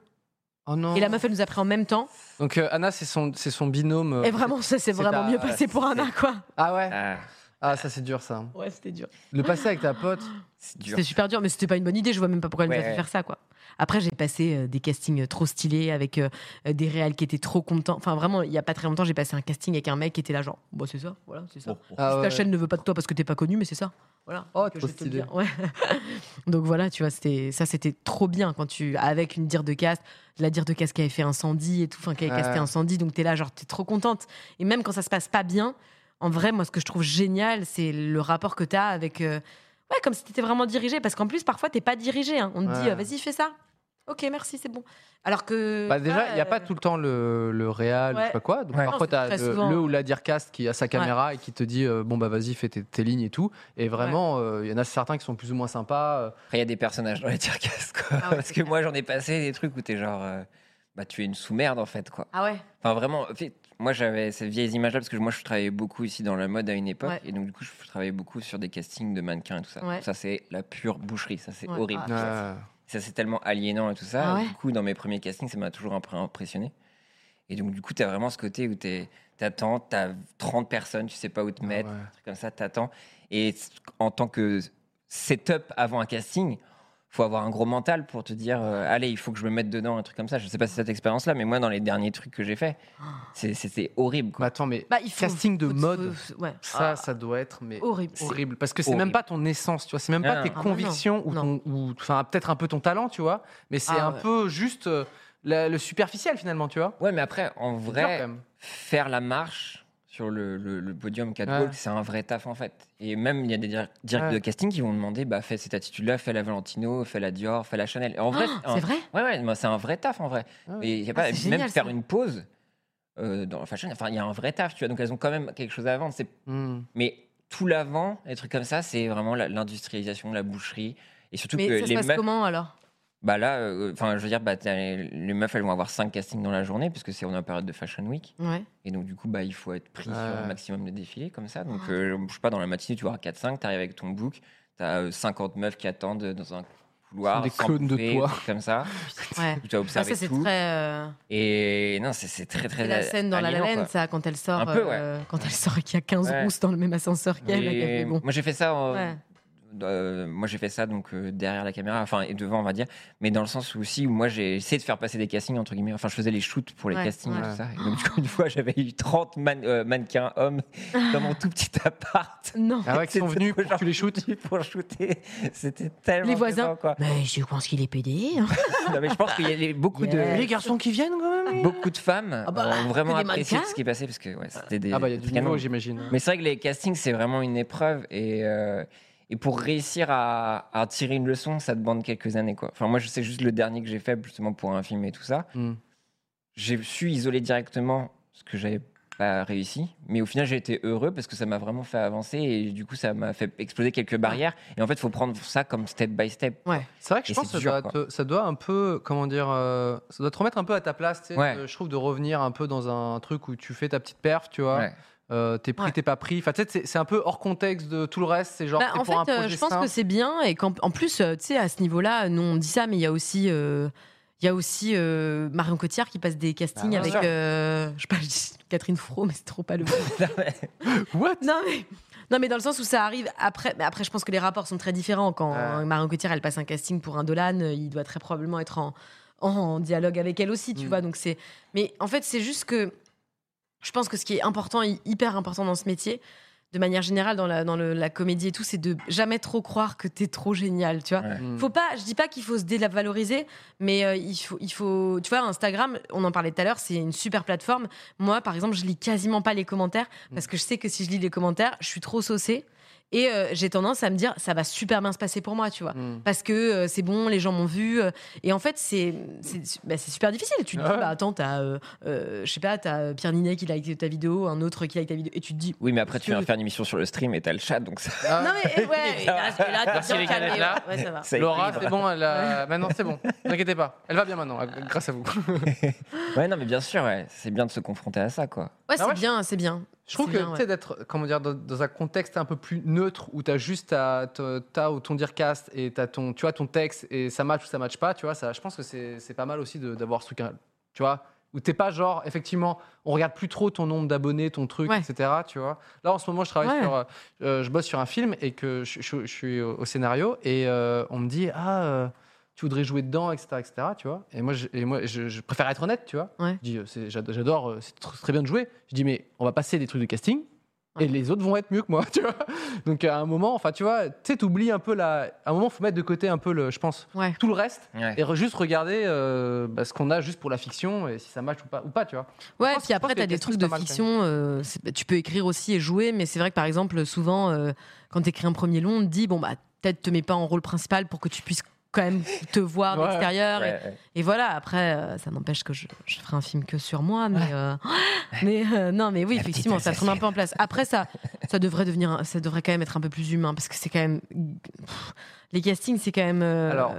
[SPEAKER 2] Oh non.
[SPEAKER 6] Et la meuf, elle nous a pris en même temps.
[SPEAKER 2] Donc euh, Anna, c'est son, c'est son binôme. euh,
[SPEAKER 6] Et vraiment, ça s'est
[SPEAKER 2] c'est
[SPEAKER 6] vraiment
[SPEAKER 2] ta-
[SPEAKER 6] mieux passé pour Anna, quoi.
[SPEAKER 2] Ah ouais
[SPEAKER 3] Ah,
[SPEAKER 2] Ah, ça, c'est dur, ça.
[SPEAKER 6] Ouais, c'était dur.
[SPEAKER 2] Le passé avec ta pote.
[SPEAKER 3] c'est dur.
[SPEAKER 6] C'était super dur, mais c'était pas une bonne idée. Je vois même pas pourquoi elle nous a
[SPEAKER 3] Ouais,
[SPEAKER 6] fait
[SPEAKER 3] ouais.
[SPEAKER 6] faire ça, quoi. Après, j'ai passé euh, des castings trop stylés avec euh, des réals qui étaient trop contents. Enfin, vraiment, il y a pas très longtemps, j'ai passé un casting avec un mec qui était là, genre, bah, c'est ça, voilà, c'est ça.
[SPEAKER 2] Ah
[SPEAKER 6] Si
[SPEAKER 2] ouais.
[SPEAKER 6] ta chaîne ne veut pas de toi parce que t'es pas connu, mais c'est ça. Voilà.
[SPEAKER 2] Oh,
[SPEAKER 6] Que
[SPEAKER 2] trop
[SPEAKER 6] je vais te le
[SPEAKER 2] stylé.
[SPEAKER 6] dire. Ouais. Donc voilà, tu vois, c'était ça, c'était trop bien quand tu avec une dire de caste, la dire de caste qui avait fait incendie et tout, enfin qui avait
[SPEAKER 2] Ouais.
[SPEAKER 6] casté incendie, donc t'es là, genre t'es trop contente. Et même quand ça se passe pas bien, en vrai, moi, ce que je trouve génial, c'est le rapport que t'as avec, euh, ouais, comme si t'étais vraiment dirigé, parce qu'en plus parfois t'es pas dirigé. hein. On te dit,
[SPEAKER 2] Ouais.
[SPEAKER 6] euh, vas-y, fais ça. Ok, merci, c'est bon. Alors que
[SPEAKER 2] Bah déjà, il n'y a pas
[SPEAKER 6] euh,
[SPEAKER 2] tout le temps le, le réal, je
[SPEAKER 6] ouais.
[SPEAKER 2] sais pas quoi. Donc
[SPEAKER 3] Ouais.
[SPEAKER 6] Non,
[SPEAKER 2] parfois,
[SPEAKER 6] c'est
[SPEAKER 2] t'as
[SPEAKER 6] très
[SPEAKER 2] le,
[SPEAKER 6] souvent.
[SPEAKER 2] le ou la dircast qui a sa caméra et qui te dit euh, bon bah vas-y, fais tes, tes lignes et tout. Et vraiment, euh, il y en a certains qui sont plus ou moins sympas. euh.
[SPEAKER 3] Après, il y a des personnages dans les tircasses, quoi.
[SPEAKER 6] Ah ouais,
[SPEAKER 3] Parce
[SPEAKER 6] c'est
[SPEAKER 3] que
[SPEAKER 6] clair.
[SPEAKER 3] moi, j'en ai passé des trucs où t'es genre. euh, bah, tu es une sous-merde, en fait, quoi.
[SPEAKER 6] Ah ouais.
[SPEAKER 3] Enfin, vraiment, en fait, moi, j'avais ces vieilles images-là, parce que moi, je travaillais beaucoup ici dans la mode à une époque.
[SPEAKER 6] Ouais.
[SPEAKER 3] Et donc, du coup, je travaillais beaucoup sur des castings de mannequins et tout ça.
[SPEAKER 6] Ouais.
[SPEAKER 3] Ça, c'est la pure boucherie. Ça, c'est
[SPEAKER 6] Ouais.
[SPEAKER 3] horrible.
[SPEAKER 6] Ah,
[SPEAKER 2] Euh,
[SPEAKER 3] Ça, c'est tellement aliénant et tout ça.
[SPEAKER 6] Ah ouais.
[SPEAKER 3] Du coup, dans mes premiers castings, ça m'a toujours un peu impressionné. Et donc, du coup, t'as vraiment ce côté où t'es- t'attends, t'as 30 personnes, tu sais pas où te mettre,
[SPEAKER 2] Ah ouais.
[SPEAKER 3] un truc comme ça, t'attends. Et c- en tant que setup avant un casting, faut avoir un gros mental pour te dire euh, allez, il faut que je me mette dedans, un truc comme ça. Je sais pas si cette expérience-là, mais moi, dans les derniers trucs que j'ai fait,
[SPEAKER 6] Ah.
[SPEAKER 3] c'est- c'était horrible.
[SPEAKER 2] mais
[SPEAKER 3] Quoi.
[SPEAKER 2] attends, mais
[SPEAKER 6] Bah, il faut-
[SPEAKER 2] casting de
[SPEAKER 6] faut-
[SPEAKER 2] mode,
[SPEAKER 6] faut- ouais.
[SPEAKER 2] ça,
[SPEAKER 6] Ah,
[SPEAKER 2] ça doit être mais
[SPEAKER 6] horrible.
[SPEAKER 2] horrible parce que c'est
[SPEAKER 3] horrible.
[SPEAKER 2] même pas ton essence, tu vois. C'est même pas
[SPEAKER 3] Ah,
[SPEAKER 2] tes
[SPEAKER 3] non.
[SPEAKER 6] Ah, non,
[SPEAKER 2] convictions ou
[SPEAKER 6] non.
[SPEAKER 2] ton- ou enfin peut-être un peu ton talent, tu vois. Mais c'est
[SPEAKER 6] Ah,
[SPEAKER 2] un
[SPEAKER 6] ouais.
[SPEAKER 2] peu juste euh, la- le superficiel finalement, tu vois.
[SPEAKER 3] Ouais, mais après, en
[SPEAKER 2] C'est dur, quand
[SPEAKER 3] vrai,
[SPEAKER 2] même.
[SPEAKER 3] faire la marche sur le, le- le podium catwalk,
[SPEAKER 2] Ouais.
[SPEAKER 3] c'est un vrai taf en fait. Et même, il y a des dir- directs
[SPEAKER 2] Ouais.
[SPEAKER 3] de casting qui vont demander bah, fais cette attitude-là, fais la Valentino, fais la Dior, fais la Chanel. Et en vrai,
[SPEAKER 6] Ah,
[SPEAKER 3] un-
[SPEAKER 6] c'est vrai.
[SPEAKER 3] Ouais, ouais, moi, c'est un vrai taf en vrai.
[SPEAKER 2] Ah ouais.
[SPEAKER 3] Et il y a pas,
[SPEAKER 6] Ah,
[SPEAKER 3] même
[SPEAKER 6] c'est génial,
[SPEAKER 3] faire
[SPEAKER 6] ça.
[SPEAKER 3] une pause euh, dans la fashion, enfin, il y a un vrai taf, tu vois. Donc, elles ont quand même quelque chose à vendre. C'est-
[SPEAKER 2] Hmm.
[SPEAKER 3] Mais tout l'avant, les trucs comme ça, c'est vraiment la- l'industrialisation, la boucherie. Et surtout que
[SPEAKER 6] Mais ça se
[SPEAKER 3] les
[SPEAKER 6] passe
[SPEAKER 3] meufs.
[SPEAKER 6] comment alors
[SPEAKER 3] Bah là, euh, enfin, je veux dire, bah, t'as les, les meufs, elles vont avoir 5 castings dans la journée, puisque c'est on est en période de Fashion Week.
[SPEAKER 6] Ouais.
[SPEAKER 3] Et donc, du coup, bah, il faut être pris sur
[SPEAKER 2] Ouais.
[SPEAKER 3] un maximum de défilés comme ça.
[SPEAKER 6] Ah.
[SPEAKER 3] Donc, euh, je sais pas, dans la matinée, tu vois, à 4-5, t'arrives avec ton book, t'as euh, 50 meufs qui attendent dans un couloir.
[SPEAKER 2] Des
[SPEAKER 3] sans
[SPEAKER 2] clones de
[SPEAKER 3] bouffer,
[SPEAKER 2] toi.
[SPEAKER 3] des trucs Comme ça.
[SPEAKER 6] Ouais.
[SPEAKER 3] Tu as
[SPEAKER 6] Ah,
[SPEAKER 3] observé
[SPEAKER 6] ça, c'est
[SPEAKER 3] tout.
[SPEAKER 6] très. euh,
[SPEAKER 3] Et non, c'est- c'est très,
[SPEAKER 6] c'est
[SPEAKER 3] très.
[SPEAKER 6] la scène dans La La
[SPEAKER 3] aliénant,
[SPEAKER 6] Land,
[SPEAKER 3] quoi.
[SPEAKER 6] ça, quand elle sort.
[SPEAKER 3] Un peu, ouais.
[SPEAKER 6] euh, quand elle sort et qu'il y a 15
[SPEAKER 3] Ouais.
[SPEAKER 6] rousses dans le même ascenseur qu'elle.
[SPEAKER 3] Et
[SPEAKER 6] elle fait bon.
[SPEAKER 3] Moi, j'ai fait ça. euh,
[SPEAKER 6] Ouais.
[SPEAKER 3] euh, moi, j'ai fait ça donc euh, derrière la caméra, enfin et devant, on va dire, mais dans le sens où aussi où moi j'ai essayé de faire passer des castings entre guillemets. Enfin, je faisais les shoots pour les
[SPEAKER 6] Ouais,
[SPEAKER 3] castings
[SPEAKER 6] ouais.
[SPEAKER 3] et tout ça. Et donc, du coup, une fois, j'avais eu 30 man- euh, mannequins hommes dans mon tout petit appart.
[SPEAKER 6] Non.
[SPEAKER 2] Ah ouais, qui sont
[SPEAKER 3] C'était
[SPEAKER 2] venus pour que
[SPEAKER 3] genre
[SPEAKER 2] tu les shoots.
[SPEAKER 3] venus pour shooter. C'était tellement.
[SPEAKER 6] Les voisins.
[SPEAKER 3] gênant, quoi.
[SPEAKER 6] Mais je pense qu'il est pédé. hein.
[SPEAKER 3] Non, mais je pense qu'il y a les- beaucoup
[SPEAKER 6] Yes.
[SPEAKER 3] de.
[SPEAKER 6] Les
[SPEAKER 2] garçons qui viennent quand même.
[SPEAKER 3] Beaucoup de femmes
[SPEAKER 6] Ah bah,
[SPEAKER 3] ont vraiment
[SPEAKER 6] que des
[SPEAKER 3] apprécié
[SPEAKER 6] mannequins.
[SPEAKER 3] ce qui passait parce que ouais, c'était des.
[SPEAKER 2] Ah bah il y a du
[SPEAKER 3] des canons.
[SPEAKER 2] niveau, j'imagine.
[SPEAKER 3] Mais c'est vrai que les castings, c'est vraiment une épreuve. Et, euh, et pour réussir à, à tirer une leçon, ça demande quelques années. Quoi. Enfin, moi, je sais juste le dernier que j'ai fait, justement, pour un film et tout ça.
[SPEAKER 2] Hmm.
[SPEAKER 3] J'ai su isoler directement ce que j'avais pas réussi. Mais au final, j'ai été heureux parce que ça m'a vraiment fait avancer et du coup, ça m'a fait exploser quelques barrières. Et en fait, il faut prendre ça comme step by step.
[SPEAKER 6] Ouais.
[SPEAKER 2] C'est vrai que je
[SPEAKER 3] Et
[SPEAKER 2] pense
[SPEAKER 3] c'est
[SPEAKER 2] que
[SPEAKER 3] dur,
[SPEAKER 2] ça, doit
[SPEAKER 3] quoi.
[SPEAKER 2] te- ça doit un peu, comment dire, euh, ça doit te remettre un peu à ta place. tu sais,
[SPEAKER 3] Ouais.
[SPEAKER 2] de- je trouve de revenir un peu dans un truc où tu fais ta petite perf, tu vois.
[SPEAKER 3] Ouais.
[SPEAKER 2] Euh, t'es pris,
[SPEAKER 6] Ouais.
[SPEAKER 2] t'es pas pris. Enfin, tu sais, c'est- c'est un peu hors contexte de tout le reste. C'est genre,
[SPEAKER 6] Bah,
[SPEAKER 2] t'es
[SPEAKER 6] en
[SPEAKER 2] pour un
[SPEAKER 6] fait, euh,
[SPEAKER 2] projet
[SPEAKER 6] je pense
[SPEAKER 2] simple.
[SPEAKER 6] que c'est bien et qu'en en plus, euh, tu sais, à ce niveau-là, nous on dit ça, mais il y a aussi, euh, il y a aussi euh, Marion Cotillard qui passe des castings
[SPEAKER 3] Bah, bien
[SPEAKER 6] avec,
[SPEAKER 3] sûr.
[SPEAKER 6] euh, je sais pas, je dis Catherine Fro, mais c'est trop pas le. bon.
[SPEAKER 2] What
[SPEAKER 6] non mais, non mais dans le sens où ça arrive après. Mais après, je pense que les rapports sont très différents quand
[SPEAKER 2] Ouais.
[SPEAKER 6] Marion Cotillard elle passe un casting pour un Dolan, euh, il doit très probablement être en, en dialogue avec elle aussi, tu
[SPEAKER 2] Mm.
[SPEAKER 6] vois. Donc c'est, mais en fait, c'est juste que je pense que ce qui est important, et hyper important dans ce métier, de manière générale dans la, dans le- la comédie et tout, c'est de jamais trop croire que t'es trop génial, tu vois.
[SPEAKER 3] Ouais.
[SPEAKER 2] Mm.
[SPEAKER 6] Faut pas, je dis pas qu'il faut se dévaloriser, mais euh, il faut, il faut, tu vois, Instagram, on en parlait tout à l'heure, c'est une super plateforme. Moi, par exemple, je lis quasiment pas les commentaires
[SPEAKER 2] Mm.
[SPEAKER 6] parce que je sais que si je lis les commentaires, je suis trop saucée et euh, j'ai tendance à me dire ça va super bien se passer pour moi, tu vois,
[SPEAKER 2] Mm.
[SPEAKER 6] parce que euh, c'est bon, les gens m'ont vu euh, et en fait c'est, c'est, bah, c'est super difficile. Tu te dis
[SPEAKER 2] Ouais.
[SPEAKER 6] bah attends, t'as, euh, euh, je sais pas, t'as euh, Pierre Ninet qui like ta vidéo, un autre qui like ta vidéo et tu te dis
[SPEAKER 3] Oui, mais après, tu
[SPEAKER 6] Sur-
[SPEAKER 3] viens faire une émission sur le stream et t'as le chat, donc ça.
[SPEAKER 2] Ah,
[SPEAKER 6] non mais eh, ouais, et là, et là, t'es
[SPEAKER 2] Merci
[SPEAKER 6] bien
[SPEAKER 2] les
[SPEAKER 6] calmé,
[SPEAKER 2] Canadiens.
[SPEAKER 6] ouais, ouais, ça va.
[SPEAKER 3] ça
[SPEAKER 2] Laura,
[SPEAKER 3] équilibre.
[SPEAKER 2] c'est bon, elle a- maintenant c'est bon. Ne vous inquiétez pas. Elle va bien maintenant, euh, grâce à vous.
[SPEAKER 3] Ouais, non, mais bien sûr, ouais. c'est bien de se confronter à ça, quoi.
[SPEAKER 2] Ah
[SPEAKER 6] Ouais, c'est
[SPEAKER 2] ouais.
[SPEAKER 6] bien, c'est bien.
[SPEAKER 2] Je trouve
[SPEAKER 6] C'est
[SPEAKER 2] que
[SPEAKER 6] bien,
[SPEAKER 2] tu sais d'être comment dire dans, dans un contexte un peu plus neutre où t'as juste ta ta- ta ou ton dircast et t'as ton tu vois ton texte et ça match ou ça match pas tu vois ça je pense que c'est c'est pas mal aussi de- d'avoir ce truc hein, tu vois où t'es pas genre effectivement on regarde plus trop ton nombre d'abonnés ton truc
[SPEAKER 6] Ouais.
[SPEAKER 2] etc tu vois là en ce moment je travaille
[SPEAKER 6] Ouais.
[SPEAKER 2] sur euh, euh, je bosse sur un film et que je, je- je suis au, au scénario et euh, on me dit ah euh, tu voudrais jouer dedans, etc., etc. Tu vois et moi, je, et moi je, je préfère être honnête, tu vois.
[SPEAKER 6] Ouais.
[SPEAKER 2] Je dis, euh, c'est- j'ado- j'adore, euh, c'est tr- très bien de jouer. Je dis, mais on va passer des trucs de casting et
[SPEAKER 6] Ouais.
[SPEAKER 2] les autres vont être mieux que moi, tu vois. Donc à un moment, enfin, tu vois, tu sais, t'oublies un peu la. À un moment, faut mettre de côté un peu, le, je pense,
[SPEAKER 6] Ouais.
[SPEAKER 2] tout le reste
[SPEAKER 3] Ouais.
[SPEAKER 2] et re- juste regarder euh, bah, ce qu'on a juste pour la fiction et si ça match ou pas, ou pas tu vois.
[SPEAKER 6] Ouais,
[SPEAKER 2] pense- je
[SPEAKER 6] puis
[SPEAKER 2] pense
[SPEAKER 6] après,
[SPEAKER 2] que
[SPEAKER 6] t'as
[SPEAKER 2] les
[SPEAKER 6] des
[SPEAKER 2] castings,
[SPEAKER 6] trucs
[SPEAKER 2] c'est
[SPEAKER 6] de
[SPEAKER 2] pas mal,
[SPEAKER 6] fiction, euh, c'est- tu peux écrire aussi et jouer, mais c'est vrai que par exemple, souvent, euh, quand t'écris un premier long, on te dit, bon, bah, peut-être te mets pas en rôle principal pour que tu puisses quand même te voir de
[SPEAKER 2] Ouais.
[SPEAKER 6] l'extérieur.
[SPEAKER 3] Ouais, ouais.
[SPEAKER 6] Et, et voilà, après, euh, ça n'empêche que je, je ferai un film que sur moi, mais, euh, mais euh, non, mais oui,
[SPEAKER 3] La petite
[SPEAKER 6] effectivement, ça prend un
[SPEAKER 3] assassine.
[SPEAKER 6] peu en place. Après, ça, ça devrait devenir, un- ça devrait quand même être un peu plus humain, parce que c'est quand même. pff, les castings, c'est quand même. euh,
[SPEAKER 2] Alors,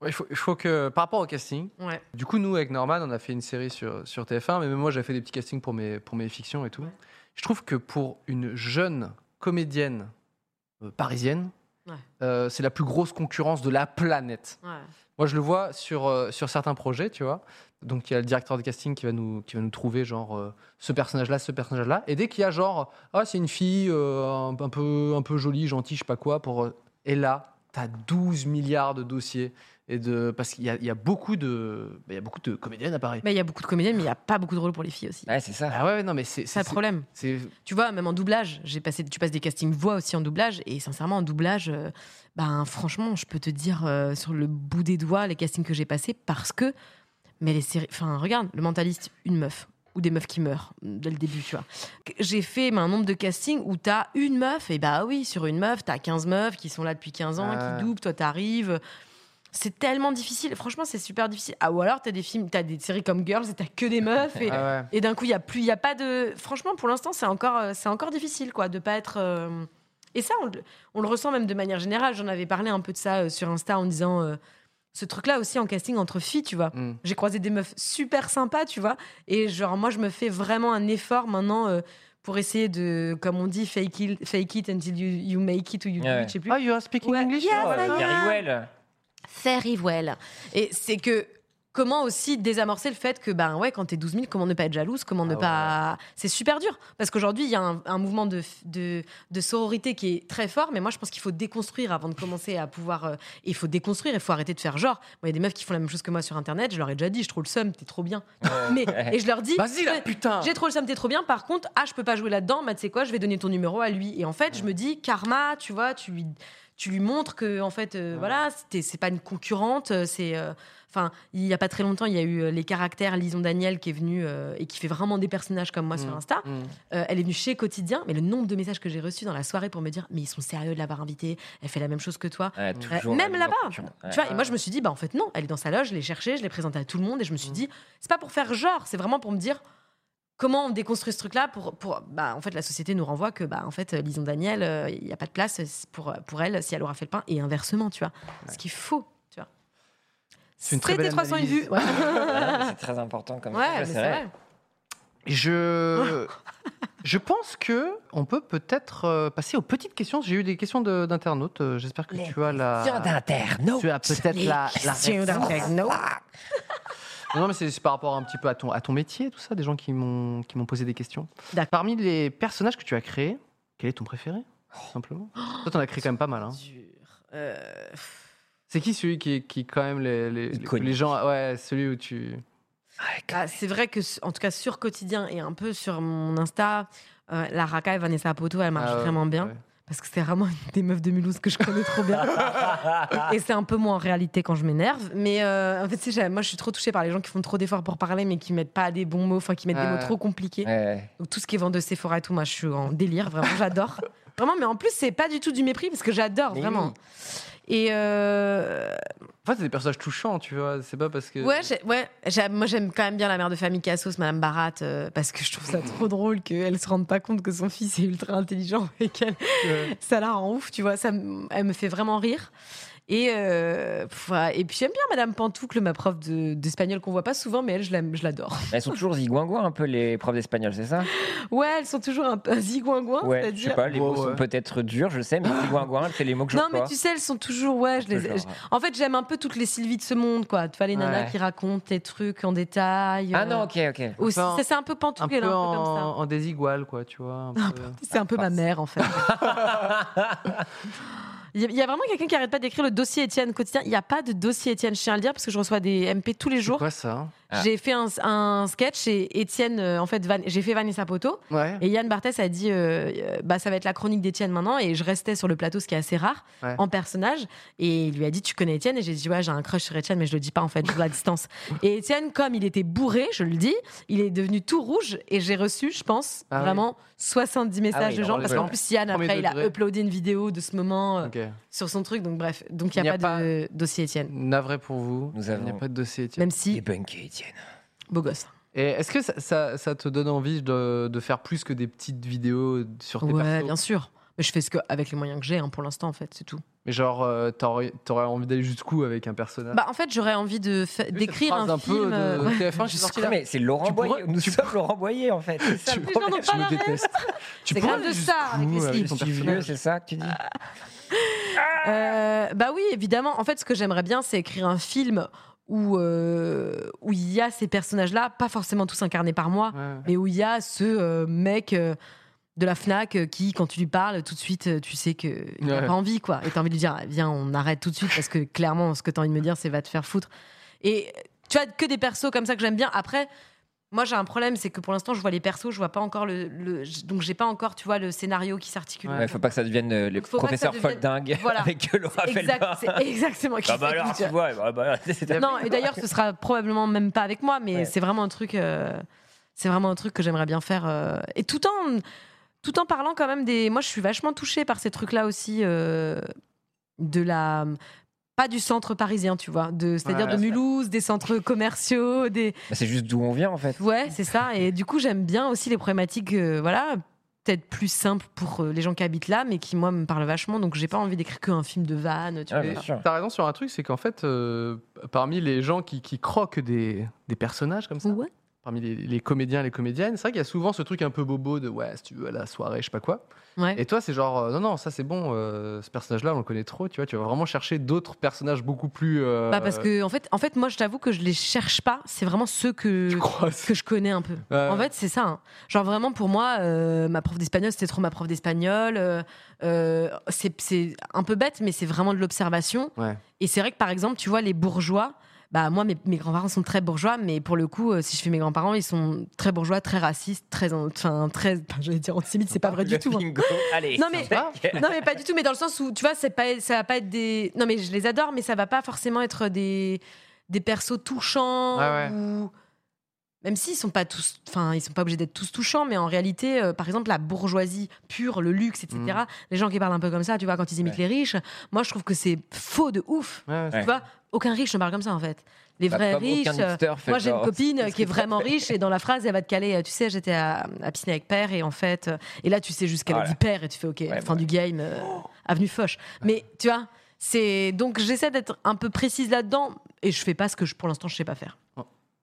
[SPEAKER 2] Ouais, Il faut, il faut que, par rapport au casting,
[SPEAKER 6] ouais.
[SPEAKER 2] Du coup, nous, avec Norman, on a fait une série sur, sur TF1, mais même moi, j'ai fait des petits castings pour mes, pour mes fictions et tout.
[SPEAKER 6] Ouais.
[SPEAKER 2] Je trouve que pour une jeune comédienne euh, parisienne,
[SPEAKER 6] Ouais.
[SPEAKER 2] euh, c'est la plus grosse concurrence de la planète.
[SPEAKER 6] ouais.
[SPEAKER 2] Moi, je le vois sur, euh, sur certains projets, tu vois. Donc, il y a le directeur de casting qui va nous, qui va nous trouver, genre, euh, ce personnage-là, ce personnage-là. Et dès qu'il y a, genre, ah, c'est une fille euh, un, un peu, un peu jolie, gentille, je sais pas quoi, pour. euh, Et là, t'as 12 milliards de dossiers. Et de, parce qu'il y a, il y a beaucoup de. bah, Il y a beaucoup de comédiennes à Paris.
[SPEAKER 6] Mais il y a beaucoup de comédiennes, mais il n'y a pas beaucoup de rôles pour les filles aussi.
[SPEAKER 3] Ouais, c'est ça.
[SPEAKER 2] Ah ouais, ouais, non, mais c'est.
[SPEAKER 6] C'est ça
[SPEAKER 2] C'est
[SPEAKER 6] le problème.
[SPEAKER 2] c'est-
[SPEAKER 6] Tu vois, même en doublage, j'ai passé, tu passes des castings voix aussi en doublage, et sincèrement, en doublage, euh, ben franchement, je peux te dire euh, sur le bout des doigts les castings que j'ai passés parce que, mais les séries, enfin regarde, le mentaliste, une meuf ou des meufs qui meurent mm, dès le début, tu vois. J'ai fait ben, un nombre de castings où t'as une meuf, et bah oui, sur une meuf, t'as 15 meufs qui sont là depuis 15 ans,
[SPEAKER 2] Ah.
[SPEAKER 6] qui doublent, toi t'arrives. C'est tellement difficile, franchement, c'est super difficile. Ah, ou alors t'as des films, t'as des séries comme Girls et t'as que des meufs, et
[SPEAKER 2] ah ouais.
[SPEAKER 6] et d'un coup, il y a plus, il y a pas de. Franchement, pour l'instant, c'est encore, euh, c'est encore difficile, quoi, de pas être. euh, Et ça, on, le- on le ressent même de manière générale. J'en avais parlé un peu de ça euh, sur Insta en disant euh, ce truc-là aussi en casting entre filles, tu vois.
[SPEAKER 2] Mm.
[SPEAKER 6] J'ai croisé des meufs super sympas, tu vois. Et genre, moi, je me fais vraiment un effort maintenant euh, pour essayer de, comme on dit, fake it, fake it until you, you make it ou you do
[SPEAKER 3] Ouais.
[SPEAKER 6] it, je sais plus.
[SPEAKER 2] Ah, you are speaking
[SPEAKER 6] Ouais.
[SPEAKER 2] English?
[SPEAKER 6] Yeah,
[SPEAKER 3] Oh,
[SPEAKER 6] ça y
[SPEAKER 3] Gary
[SPEAKER 6] est.
[SPEAKER 3] Well.
[SPEAKER 6] Very well. Et c'est que comment aussi désamorcer le fait que ben ouais quand t'es 12 000 comment ne pas être jalouse comment ne
[SPEAKER 2] Ah
[SPEAKER 6] pas c'est super dur parce qu'aujourd'hui il y a un, un mouvement de, de de sororité qui est très fort mais moi je pense qu'il faut déconstruire avant de commencer à pouvoir euh, il faut déconstruire il faut arrêter de faire genre Moi, il y a des meufs qui font la même chose que moi sur internet je leur ai déjà dit je trouve le seum t'es trop bien mais et je leur dis
[SPEAKER 2] Vas-y, là, putain!
[SPEAKER 6] j'ai trop le seum, t'es trop bien. Par contre, ah, je peux pas jouer là-dedans. Bah, tu sais quoi, je vais donner ton numéro à lui. Et en fait, je me dis, karma, tu vois, tu lui, tu lui montres que, en fait, euh, voilà, c'était- c'est pas une concurrente. euh, C'est. euh, Enfin, il y a pas très longtemps, il y a eu euh, les caractères Lison Daniel qui est venue euh, et qui fait vraiment des personnages comme moi sur
[SPEAKER 2] Mm.
[SPEAKER 6] Insta.
[SPEAKER 2] Mm.
[SPEAKER 6] Euh, elle est venue chez Quotidien, mais le nombre de messages que j'ai reçus dans la soirée pour me dire, mais ils sont sérieux de l'avoir invitée, elle fait la même chose que toi.
[SPEAKER 3] Ouais, toujours
[SPEAKER 6] même
[SPEAKER 3] la
[SPEAKER 6] là-bas.
[SPEAKER 3] concurrence. Ouais.
[SPEAKER 6] Tu vois, et moi je me suis dit, bah en fait
[SPEAKER 2] Mm.
[SPEAKER 6] non, elle est dans sa loge, je l'ai cherchée, je l'ai présentée à tout le monde et je me suis dit, c'est pas pour faire genre, c'est vraiment pour me dire, comment on déconstruit ce truc-là pour, pour bah, en fait la société nous renvoie que bah en fait euh, Lison Daniel, euh, il n'y a pas de place pour euh, pour elle si elle aura fait le pain et inversement, tu vois. Ce qu'il faut, tu vois.
[SPEAKER 2] C'est une très
[SPEAKER 6] C'était
[SPEAKER 2] belle
[SPEAKER 6] 301
[SPEAKER 2] analyse.
[SPEAKER 6] vues. Ouais,
[SPEAKER 3] Ah, mais c'est très important comme
[SPEAKER 6] Ouais,
[SPEAKER 3] ça,
[SPEAKER 6] mais
[SPEAKER 3] c'est
[SPEAKER 6] c'est
[SPEAKER 3] vrai.
[SPEAKER 6] vrai.
[SPEAKER 2] Je, je pense que on peut peut-être euh, passer aux petites questions. J'ai eu des questions de- d'internautes. euh, J'espère que tu as la. Tu as peut-être la, la
[SPEAKER 6] questions
[SPEAKER 2] réponse.
[SPEAKER 6] d'internautes.
[SPEAKER 2] Non, non, mais c'est c'est par rapport un petit peu à ton, à ton métier, tout ça, des gens qui m'ont qui m'ont posé des questions.
[SPEAKER 6] D'accord.
[SPEAKER 2] Parmi les personnages que tu as créés, quel est ton préféré tout Simplement. Toi, t'en as créé quand même pas mal. hein.
[SPEAKER 6] Dur. Euh,
[SPEAKER 2] C'est qui celui qui, qui quand même les, les, les-
[SPEAKER 3] Iconique.
[SPEAKER 2] les gens ouais celui où tu
[SPEAKER 6] Ah, c'est vrai que, s- en tout cas, sur quotidien et un peu sur mon Insta, euh, la Raka et Vanessa Poto, elle marche
[SPEAKER 2] Ah ouais,
[SPEAKER 6] vraiment bien.
[SPEAKER 2] ouais.
[SPEAKER 6] Parce que c'est vraiment une des meufs de Mulhouse que je connais trop bien. et c'est un peu moi en réalité quand je m'énerve. Mais euh, en fait, tu sais, j'ai- moi, je suis trop touchée par les gens qui font trop d'efforts pour parler, mais qui mettent pas des bons mots, enfin, qui mettent des
[SPEAKER 2] Ouais.
[SPEAKER 6] mots trop compliqués.
[SPEAKER 3] Ouais.
[SPEAKER 6] Donc, tout ce qui est vente de Sephora et tout, moi, je suis en délire, vraiment, j'adore. Vraiment, mais en plus, c'est pas du tout du mépris parce que j'adore,
[SPEAKER 3] Mais
[SPEAKER 6] vraiment. Et euh,
[SPEAKER 2] En fait, c'est des personnages touchants, tu vois. C'est pas parce que.
[SPEAKER 3] Euh.
[SPEAKER 6] Ouais, j'ai- ouais j'ai- moi j'aime quand même bien la mère de famille Cassos, Madame Barat, euh, parce que je trouve ça trop drôle qu'elle se rende pas compte que son fils est ultra intelligent et qu'elle,
[SPEAKER 2] Ouais.
[SPEAKER 6] ça la rend ouf, tu vois, ça, m- elle me fait vraiment rire. Et, euh, pff, ouais, et puis j'aime bien Madame Pantoucle, ma prof de- d'espagnol qu'on voit pas souvent, mais elle, je l'aime- je l'adore.
[SPEAKER 3] Elles sont toujours zigouingouins un peu les profs d'espagnol, c'est ça
[SPEAKER 6] Ouais, elles sont toujours un peu zigouingouins,
[SPEAKER 3] Ouais, je sais
[SPEAKER 6] c'est-à-dire.
[SPEAKER 3] pas, les
[SPEAKER 2] Ouais,
[SPEAKER 3] mots sont
[SPEAKER 2] ouais.
[SPEAKER 3] peut-être durs, je sais, mais zigouingouin, c'est les mots que je
[SPEAKER 6] Non, mais tu sais, elles sont toujours. Ouais, je les, je- en fait, j'aime un peu toutes les Sylvie de ce monde, quoi. Tu vois, les nanas
[SPEAKER 3] Ouais.
[SPEAKER 6] qui racontent les trucs en détail.
[SPEAKER 3] Ah
[SPEAKER 6] euh,
[SPEAKER 3] non, ok, ok.
[SPEAKER 6] Aussi,
[SPEAKER 2] Enfin,
[SPEAKER 6] ça, c'est un peu
[SPEAKER 2] un
[SPEAKER 6] Pantoucle,
[SPEAKER 2] peu,
[SPEAKER 6] elle est un peu
[SPEAKER 2] en,
[SPEAKER 6] comme ça.
[SPEAKER 2] en désigual, quoi, tu vois. un peu.
[SPEAKER 6] C'est un peu ma mère en fait. Il y a- il y a vraiment quelqu'un qui arrête pas d'écrire le dossier Étienne quotidien. Il n'y a pas de dossier Étienne, je tiens à le dire, parce que je reçois des MP tous les
[SPEAKER 2] C'est
[SPEAKER 6] jours.
[SPEAKER 2] quoi ça
[SPEAKER 3] Ah.
[SPEAKER 6] J'ai fait un, un sketch et Étienne, euh, en fait, Van- j'ai fait Vanessa Poto.
[SPEAKER 2] Ouais.
[SPEAKER 6] Et Yann Barthès a dit, euh, euh, bah, ça va être la chronique d'Étienne maintenant. Et je restais sur le plateau, ce qui est assez rare,
[SPEAKER 2] Ouais.
[SPEAKER 6] en personnage. Et il lui a dit, tu connais Étienne Et j'ai dit, ouais, j'ai un crush sur Étienne, mais je le dis pas en fait, je joue la distance. Et Étienne, comme il était bourré, je le dis, il est devenu tout rouge. Et j'ai reçu, je pense,
[SPEAKER 2] Ah oui.
[SPEAKER 6] vraiment 70 messages
[SPEAKER 3] oui,
[SPEAKER 6] de gens.
[SPEAKER 2] alors,
[SPEAKER 6] Parce
[SPEAKER 2] ouais.
[SPEAKER 6] qu'en plus, Yann,
[SPEAKER 2] Premier
[SPEAKER 6] après, il a
[SPEAKER 2] degré. Mm.
[SPEAKER 6] uploadé une vidéo de ce moment euh,
[SPEAKER 2] Ok.
[SPEAKER 6] sur son truc. Donc bref, donc il n'y a, pas, de dossier Étienne.
[SPEAKER 2] Navré pour vous.
[SPEAKER 3] Nous
[SPEAKER 2] Il n'y a
[SPEAKER 3] avons-
[SPEAKER 2] pas de dossier. Étienne.
[SPEAKER 6] Même
[SPEAKER 3] Il est
[SPEAKER 6] si,
[SPEAKER 3] bunké, Étienne.
[SPEAKER 6] beau gosse.
[SPEAKER 2] Et est-ce que ça, ça- ça te donne envie de, de faire plus que des petites vidéos sur tes
[SPEAKER 6] Ouais,
[SPEAKER 2] persos
[SPEAKER 6] bien sûr. Mais je fais ce que, avec les moyens que j'ai hein, pour l'instant, en fait, c'est tout.
[SPEAKER 2] Mais genre, euh, t'aurais, t'aurais envie d'aller jusqu'où avec un personnage
[SPEAKER 6] Bah, en fait, j'aurais envie de
[SPEAKER 2] T'as
[SPEAKER 6] fa-
[SPEAKER 2] vu cette
[SPEAKER 6] d'écrire
[SPEAKER 2] phrase
[SPEAKER 6] un,
[SPEAKER 2] peu
[SPEAKER 6] film. euh,
[SPEAKER 2] de TF1 qui est sorti
[SPEAKER 3] Non,
[SPEAKER 2] là
[SPEAKER 3] mais c'est Laurent
[SPEAKER 2] Tu pourrais-
[SPEAKER 3] Boyer, nous
[SPEAKER 2] tu
[SPEAKER 3] sommes Laurent Boyer en fait. C'est ça
[SPEAKER 2] Tu-
[SPEAKER 3] le
[SPEAKER 6] Les gens n'ont
[SPEAKER 3] problème.
[SPEAKER 6] pas
[SPEAKER 2] Je
[SPEAKER 6] la
[SPEAKER 2] me
[SPEAKER 6] rêve.
[SPEAKER 2] déteste. Tu
[SPEAKER 6] C'est
[SPEAKER 2] pourrais
[SPEAKER 6] grave
[SPEAKER 2] aller
[SPEAKER 6] de ça, avec
[SPEAKER 2] jusqu'où
[SPEAKER 6] les
[SPEAKER 2] avec
[SPEAKER 6] slips.
[SPEAKER 2] ton
[SPEAKER 3] Je suis vieux,
[SPEAKER 2] personnage
[SPEAKER 3] c'est ça que tu dis
[SPEAKER 6] Bah, Euh, bah oui, évidemment. En fait, ce que j'aimerais bien, c'est écrire un film où euh, où il y a ces personnages-là, pas forcément tous incarnés par moi,
[SPEAKER 2] Ouais.
[SPEAKER 6] mais où il y a ce euh, mec euh, de la Fnac euh, qui, quand tu lui parles, tout de suite, euh, tu sais que il a
[SPEAKER 2] Ouais.
[SPEAKER 6] pas envie, quoi. Et t'as envie de lui dire, ah, viens, on arrête tout de suite parce que clairement, ce que t'as envie de me dire, c'est va te faire foutre. Et euh, tu as que des persos comme ça que j'aime bien. Après. Moi, j'ai un problème, c'est que pour l'instant, je vois les persos, je vois pas encore le, le- j- donc j'ai pas encore, tu vois, le scénario qui s'articule.
[SPEAKER 3] Ouais, faut pas que ça devienne euh, le
[SPEAKER 6] Faut pas que ça
[SPEAKER 3] professeur
[SPEAKER 6] devienne-
[SPEAKER 3] foldingue
[SPEAKER 6] Voilà.
[SPEAKER 3] avec Laura
[SPEAKER 6] Exact,
[SPEAKER 3] Felbin.
[SPEAKER 6] c'est exactement. qui
[SPEAKER 3] Ah bah
[SPEAKER 6] fait
[SPEAKER 3] alors,
[SPEAKER 6] tout, tu
[SPEAKER 3] tu
[SPEAKER 6] vois.
[SPEAKER 3] vois, bah, bah, c'est
[SPEAKER 6] Non, et d'ailleurs, ce sera probablement même pas avec moi, mais
[SPEAKER 3] Ouais.
[SPEAKER 6] c'est vraiment un truc. euh, c'est vraiment un truc que j'aimerais bien faire. euh, et tout en, tout en parlant quand même des. Moi, je suis vachement touchée par ces trucs-là aussi euh, de la. Pas du centre parisien, tu vois, de c'est-à-dire
[SPEAKER 2] Ouais,
[SPEAKER 6] de Mulhouse, des centres commerciaux, des
[SPEAKER 3] Bah, c'est juste d'où on vient en fait.
[SPEAKER 6] ouais, c'est ça. Et du coup, j'aime bien aussi les problématiques, euh, voilà, peut-être plus simples pour euh, les gens qui habitent là, mais qui moi me parlent vachement. Donc, j'ai pas envie d'écrire qu'un film de vanne, tu
[SPEAKER 3] Ah,
[SPEAKER 6] vois.
[SPEAKER 3] bien sûr.
[SPEAKER 2] T'as raison sur un truc, c'est qu'en fait, euh, parmi les gens qui, qui croquent des, des personnages comme ça,
[SPEAKER 6] Ouais.
[SPEAKER 2] parmi les, les comédiens et les comédiennes, c'est vrai qu'il y a souvent ce truc un peu bobo de ouais, si tu veux, la soirée, je sais pas quoi.
[SPEAKER 6] Ouais.
[SPEAKER 2] Et toi, c'est genre, euh, non, non, ça c'est bon, euh, ce personnage-là, on le connaît trop, tu vois, tu vas vraiment chercher d'autres personnages beaucoup plus. euh,
[SPEAKER 6] Bah parce que en fait, en fait, moi je t'avoue que je les cherche pas. C'est vraiment ceux que
[SPEAKER 2] Tu Euh. croises.
[SPEAKER 6] que je connais un peu.
[SPEAKER 2] Ouais.
[SPEAKER 6] En fait, c'est ça. hein. Genre vraiment pour moi, euh, ma prof d'espagnol c'était trop ma prof d'espagnol. euh, euh, c'est c'est un peu bête, mais c'est vraiment de l'observation.
[SPEAKER 2] Ouais.
[SPEAKER 6] Et c'est vrai que par exemple, tu vois les bourgeois. Bah moi mes, mes grands-parents sont très bourgeois, mais pour le coup, euh, si je fais mes grands-parents, ils sont très bourgeois, très racistes, très en- enfin très. enfin, J'allais dire antisémites, c'est pas vrai du
[SPEAKER 3] Le
[SPEAKER 6] tout. hein.
[SPEAKER 3] bingo. Allez.
[SPEAKER 6] Non mais,
[SPEAKER 2] Ah,
[SPEAKER 6] non mais pas du tout, mais dans le sens où tu vois, c'est pas, ça va pas être des. Non mais je les adore, mais ça va pas forcément être des des persos touchants
[SPEAKER 2] Ah ouais.
[SPEAKER 6] ou Même s'ils sont pas tous, enfin, ils sont pas obligés d'être tous touchants, mais en réalité, euh, par exemple, la bourgeoisie pure, le luxe, etc.
[SPEAKER 3] Mm.
[SPEAKER 6] Les gens qui parlent un peu comme ça, tu vois, quand ils imitent les riches, moi, je trouve que c'est faux de ouf.
[SPEAKER 2] Ouais,
[SPEAKER 6] Tu
[SPEAKER 3] Ouais.
[SPEAKER 6] vois, aucun riche ne parle comme ça en fait. Les
[SPEAKER 3] Bah,
[SPEAKER 6] vrais
[SPEAKER 3] comme
[SPEAKER 6] riches.
[SPEAKER 3] aucun
[SPEAKER 6] euh,
[SPEAKER 3] hipster fait
[SPEAKER 6] moi, j'ai une
[SPEAKER 3] genre,
[SPEAKER 6] copine
[SPEAKER 3] c'est ce
[SPEAKER 6] qui est
[SPEAKER 3] que t'as
[SPEAKER 6] vraiment
[SPEAKER 3] fait.
[SPEAKER 6] riche et dans la phrase, elle va te caler. euh, Tu sais, j'étais à, à Piscine avec père et en fait, euh, et là, tu sais juste qu'elle a
[SPEAKER 3] Voilà.
[SPEAKER 6] dit père et tu fais OK,
[SPEAKER 3] Ouais,
[SPEAKER 6] fin
[SPEAKER 3] bah
[SPEAKER 6] du game, euh, avenue Foch. Mais tu vois, c'est donc j'essaie d'être un peu précise là-dedans et je fais pas ce que je, pour l'instant je sais pas faire.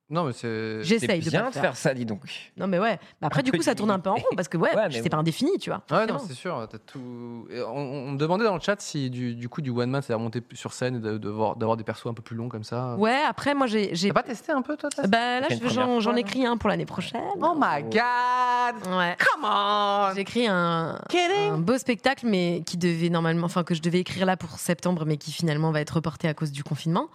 [SPEAKER 2] Non, mais c'est.
[SPEAKER 6] J'essaye de
[SPEAKER 3] Euh, C'est
[SPEAKER 6] pas
[SPEAKER 3] bien
[SPEAKER 6] le
[SPEAKER 3] de
[SPEAKER 6] faire.
[SPEAKER 3] faire ça, dis donc.
[SPEAKER 6] Non mais ouais. Bah, après
[SPEAKER 3] Un
[SPEAKER 6] du
[SPEAKER 3] peu
[SPEAKER 6] coup, ça tourne un peu en
[SPEAKER 3] d'humilité.
[SPEAKER 6] rond parce que ouais,
[SPEAKER 3] Ouais, mais
[SPEAKER 6] c'était
[SPEAKER 3] bon. Ah
[SPEAKER 6] pas indéfini, tu vois.
[SPEAKER 2] Ouais, non,
[SPEAKER 6] forcément.
[SPEAKER 2] c'est sûr. t'as tout... et on, on me demandait dans le chat si du, du coup du one man, c'est-à-dire monter sur scène et de- de voir- d'avoir des persos un peu plus longs comme ça.
[SPEAKER 6] ouais. Après, moi, j'ai. j'ai-
[SPEAKER 2] T'as pas testé un peu toi t'as-
[SPEAKER 6] Bah
[SPEAKER 3] T'as
[SPEAKER 6] là,
[SPEAKER 3] fait
[SPEAKER 6] je-
[SPEAKER 3] une première
[SPEAKER 6] j'en j'en
[SPEAKER 2] fois,
[SPEAKER 6] écris un pour l'année prochaine.
[SPEAKER 2] Oh my god!
[SPEAKER 6] Ouais.
[SPEAKER 2] Come on!
[SPEAKER 6] J'écris un,
[SPEAKER 2] Kidding?
[SPEAKER 6] un beau spectacle, mais qui devait normalement, enfin que je devais écrire là pour septembre, mais qui finalement va être reporté à cause du confinement.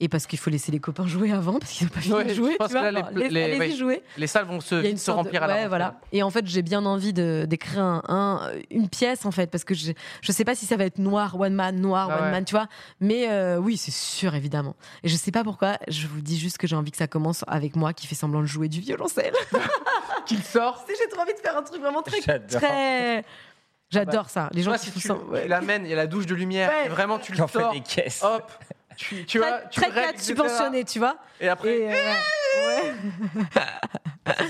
[SPEAKER 6] Et parce qu'il faut laisser les copains jouer avant, parce qu'ils n'ont pas fini
[SPEAKER 2] Ouais,
[SPEAKER 6] de
[SPEAKER 2] je
[SPEAKER 6] jouer.
[SPEAKER 2] pense
[SPEAKER 6] tu vois.
[SPEAKER 2] que là, les-
[SPEAKER 6] Enfin, laisse-
[SPEAKER 2] les-
[SPEAKER 6] allez-y
[SPEAKER 2] ouais.
[SPEAKER 6] jouer.
[SPEAKER 2] Les salles vont se,
[SPEAKER 6] Il y a une
[SPEAKER 2] se
[SPEAKER 6] sorte de-
[SPEAKER 2] remplir à
[SPEAKER 6] ouais,
[SPEAKER 2] l'avance. hein.
[SPEAKER 6] voilà. Et en fait, j'ai bien envie de d'écrire un, un- une pièce en fait, parce que je je sais pas si ça va être noir one man, noir
[SPEAKER 2] Ah
[SPEAKER 6] one
[SPEAKER 2] ouais.
[SPEAKER 6] man, tu vois. Mais euh, oui, c'est sûr évidemment. Et je sais pas pourquoi. Je vous dis juste que j'ai envie que ça commence avec moi qui fait semblant de jouer du violoncelle.
[SPEAKER 2] Qu'il sort.
[SPEAKER 6] Tu sais, J'ai trop envie de faire un truc vraiment très
[SPEAKER 3] J'adore.
[SPEAKER 6] très. J'adore ça. Les gens
[SPEAKER 2] Toi,
[SPEAKER 6] qui
[SPEAKER 2] si
[SPEAKER 6] font
[SPEAKER 2] tu,
[SPEAKER 6] ça. ouais.
[SPEAKER 2] tu l'amènes, il y a la douche de lumière,
[SPEAKER 6] Ouais.
[SPEAKER 2] et vraiment tu le
[SPEAKER 3] J'en fais
[SPEAKER 2] sors.
[SPEAKER 3] des caisses.
[SPEAKER 6] Oh.
[SPEAKER 2] Hop! Tu, tu vois,
[SPEAKER 6] Très,
[SPEAKER 2] tu
[SPEAKER 6] très
[SPEAKER 2] règles,
[SPEAKER 6] quatre
[SPEAKER 2] etc.
[SPEAKER 6] subventionnés, tu vois.
[SPEAKER 2] Et après,
[SPEAKER 6] Et, euh, ouais.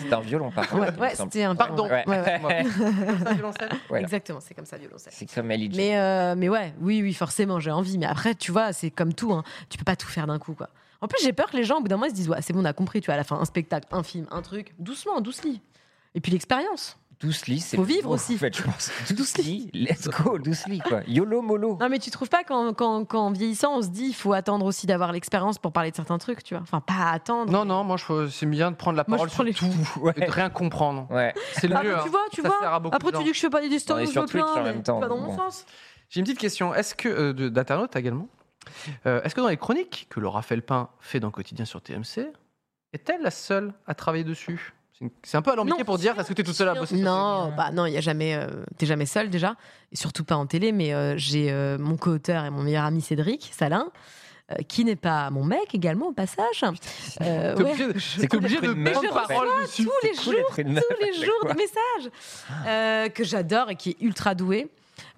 [SPEAKER 3] C'est un violon, par contre.
[SPEAKER 6] Ouais,
[SPEAKER 3] il me
[SPEAKER 6] ouais,
[SPEAKER 3] semble.
[SPEAKER 6] c'était un
[SPEAKER 2] Pardon.
[SPEAKER 6] Ouais, ouais.
[SPEAKER 2] Ouais. comme ça, violoncelle.
[SPEAKER 3] Voilà.
[SPEAKER 6] Exactement, c'est comme ça, violoncelle.
[SPEAKER 3] C'est comme Ellie J.
[SPEAKER 6] Mais, euh, mais ouais, oui, oui, forcément, j'ai envie. Mais après, tu vois, c'est comme tout. Hein. Tu peux pas tout faire d'un coup, quoi. En plus, j'ai peur que les gens, au bout d'un moment, ils se disent Ouais, c'est bon, on a compris, tu vois, à la fin, un spectacle, un film, un truc. Doucement, doucement. Et puis l'expérience.
[SPEAKER 3] Doucely, c'est
[SPEAKER 6] Faut
[SPEAKER 3] le
[SPEAKER 6] vivre
[SPEAKER 3] mot,
[SPEAKER 6] aussi.
[SPEAKER 3] En fait, je pense. Doucely, let's go, doucely, quoi. YOLO mollo.
[SPEAKER 6] Non, mais tu trouves pas qu'en qu'en- qu'en vieillissant, on se dit Il faut attendre aussi d'avoir l'expérience pour parler de certains trucs, tu vois. Enfin, pas attendre.
[SPEAKER 2] Non, non, moi je- c'est bien de prendre la
[SPEAKER 6] Moi, je
[SPEAKER 2] parole
[SPEAKER 6] prends
[SPEAKER 2] sur
[SPEAKER 6] les-
[SPEAKER 2] tout
[SPEAKER 3] Ouais.
[SPEAKER 2] et de rien comprendre.
[SPEAKER 3] Ouais.
[SPEAKER 2] C'est le
[SPEAKER 6] Après,
[SPEAKER 2] mieux.
[SPEAKER 6] tu
[SPEAKER 2] hein.
[SPEAKER 6] vois, tu
[SPEAKER 2] Ça
[SPEAKER 6] vois.
[SPEAKER 2] sert à beaucoup
[SPEAKER 6] Après,
[SPEAKER 2] de
[SPEAKER 6] tu
[SPEAKER 2] gens.
[SPEAKER 6] dis que je fais pas des
[SPEAKER 3] On
[SPEAKER 6] stories,
[SPEAKER 3] est
[SPEAKER 6] je
[SPEAKER 3] sur
[SPEAKER 6] me
[SPEAKER 3] Twitch
[SPEAKER 6] plains,
[SPEAKER 3] en
[SPEAKER 6] mais
[SPEAKER 3] même
[SPEAKER 6] c'est
[SPEAKER 3] temps,
[SPEAKER 6] pas dans
[SPEAKER 3] donc
[SPEAKER 6] mon
[SPEAKER 3] bon.
[SPEAKER 6] sens.
[SPEAKER 2] J'ai une petite question. Est-ce que euh, de- d'internautes également Euh, Est-ce que dans les chroniques que Laura Felpin fait dans Quotidien sur TMC, est-elle la seule à travailler dessus C'est une- C'est un peu alambiqué
[SPEAKER 6] Non,
[SPEAKER 2] pour dire parce que t'es toute seule à bosser. sur
[SPEAKER 6] Non, bah non, il y a jamais. euh, T'es jamais seul déjà, et surtout pas en télé. Mais euh, j'ai euh, mon co-auteur et mon meilleur ami Cédric Salin, euh, qui n'est pas mon mec également au passage. Euh,
[SPEAKER 2] TMC.
[SPEAKER 6] ouais.
[SPEAKER 2] T'es obligé,
[SPEAKER 3] C'est
[SPEAKER 2] t'es
[SPEAKER 3] cool
[SPEAKER 2] obligé
[SPEAKER 3] d'être
[SPEAKER 2] de
[SPEAKER 3] une meuf,
[SPEAKER 2] prendre
[SPEAKER 6] en fait.
[SPEAKER 2] parole dessus.
[SPEAKER 6] tous les
[SPEAKER 3] C'est cool
[SPEAKER 6] jours,
[SPEAKER 3] d'être une meuf Ah,
[SPEAKER 6] tous
[SPEAKER 3] à
[SPEAKER 6] les
[SPEAKER 3] chaque
[SPEAKER 6] jours
[SPEAKER 3] fois.
[SPEAKER 6] des messages
[SPEAKER 2] Ah.
[SPEAKER 6] euh, que j'adore et qui est ultra doué.